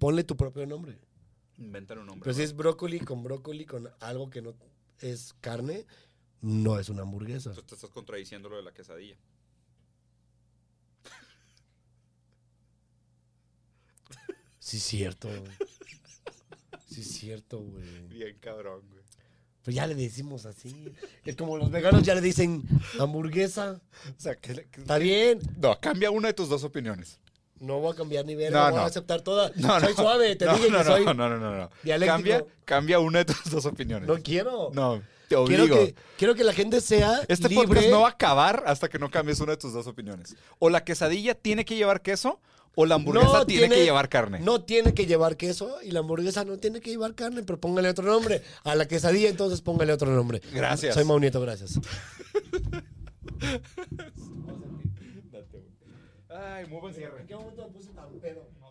[SPEAKER 1] Ponle tu propio nombre.
[SPEAKER 2] Inventan un nombre.
[SPEAKER 1] Pero si es brócoli con brócoli con algo que no es carne, no es una hamburguesa.
[SPEAKER 2] Tú te estás contradiciendo lo de la quesadilla.
[SPEAKER 1] Sí, cierto. Sí, cierto, güey.
[SPEAKER 2] Bien cabrón, güey.
[SPEAKER 1] Pero ya le decimos así. Es como los veganos ya le dicen hamburguesa.
[SPEAKER 2] O sea, que...
[SPEAKER 1] Está bien.
[SPEAKER 2] No, cambia una de tus dos opiniones.
[SPEAKER 1] No voy a cambiar ni verga,
[SPEAKER 2] No,
[SPEAKER 1] voy a
[SPEAKER 2] no.
[SPEAKER 1] aceptar toda.
[SPEAKER 2] No,
[SPEAKER 1] soy
[SPEAKER 2] no.
[SPEAKER 1] suave, te
[SPEAKER 2] no,
[SPEAKER 1] dije
[SPEAKER 2] no,
[SPEAKER 1] que
[SPEAKER 2] no,
[SPEAKER 1] soy.
[SPEAKER 2] No, no, no, no.
[SPEAKER 1] dialéctico.
[SPEAKER 2] Cambia, cambia una de tus dos opiniones.
[SPEAKER 1] No quiero.
[SPEAKER 2] No, te
[SPEAKER 1] quiero,
[SPEAKER 2] obligo.
[SPEAKER 1] que, quiero que la gente sea
[SPEAKER 2] Este
[SPEAKER 1] libre.
[SPEAKER 2] podcast no va a acabar hasta que no cambies una de tus dos opiniones. O la quesadilla tiene que llevar queso, o la hamburguesa
[SPEAKER 1] No
[SPEAKER 2] tiene,
[SPEAKER 1] tiene-
[SPEAKER 2] que llevar carne.
[SPEAKER 1] No tiene que llevar queso y la hamburguesa no tiene que llevar carne, pero póngale otro nombre. A la quesadilla, entonces póngale otro nombre.
[SPEAKER 2] Gracias.
[SPEAKER 1] Soy Maunieto, gracias.
[SPEAKER 2] Ay, muy buen cierre.
[SPEAKER 1] qué momento me puse tan pedo?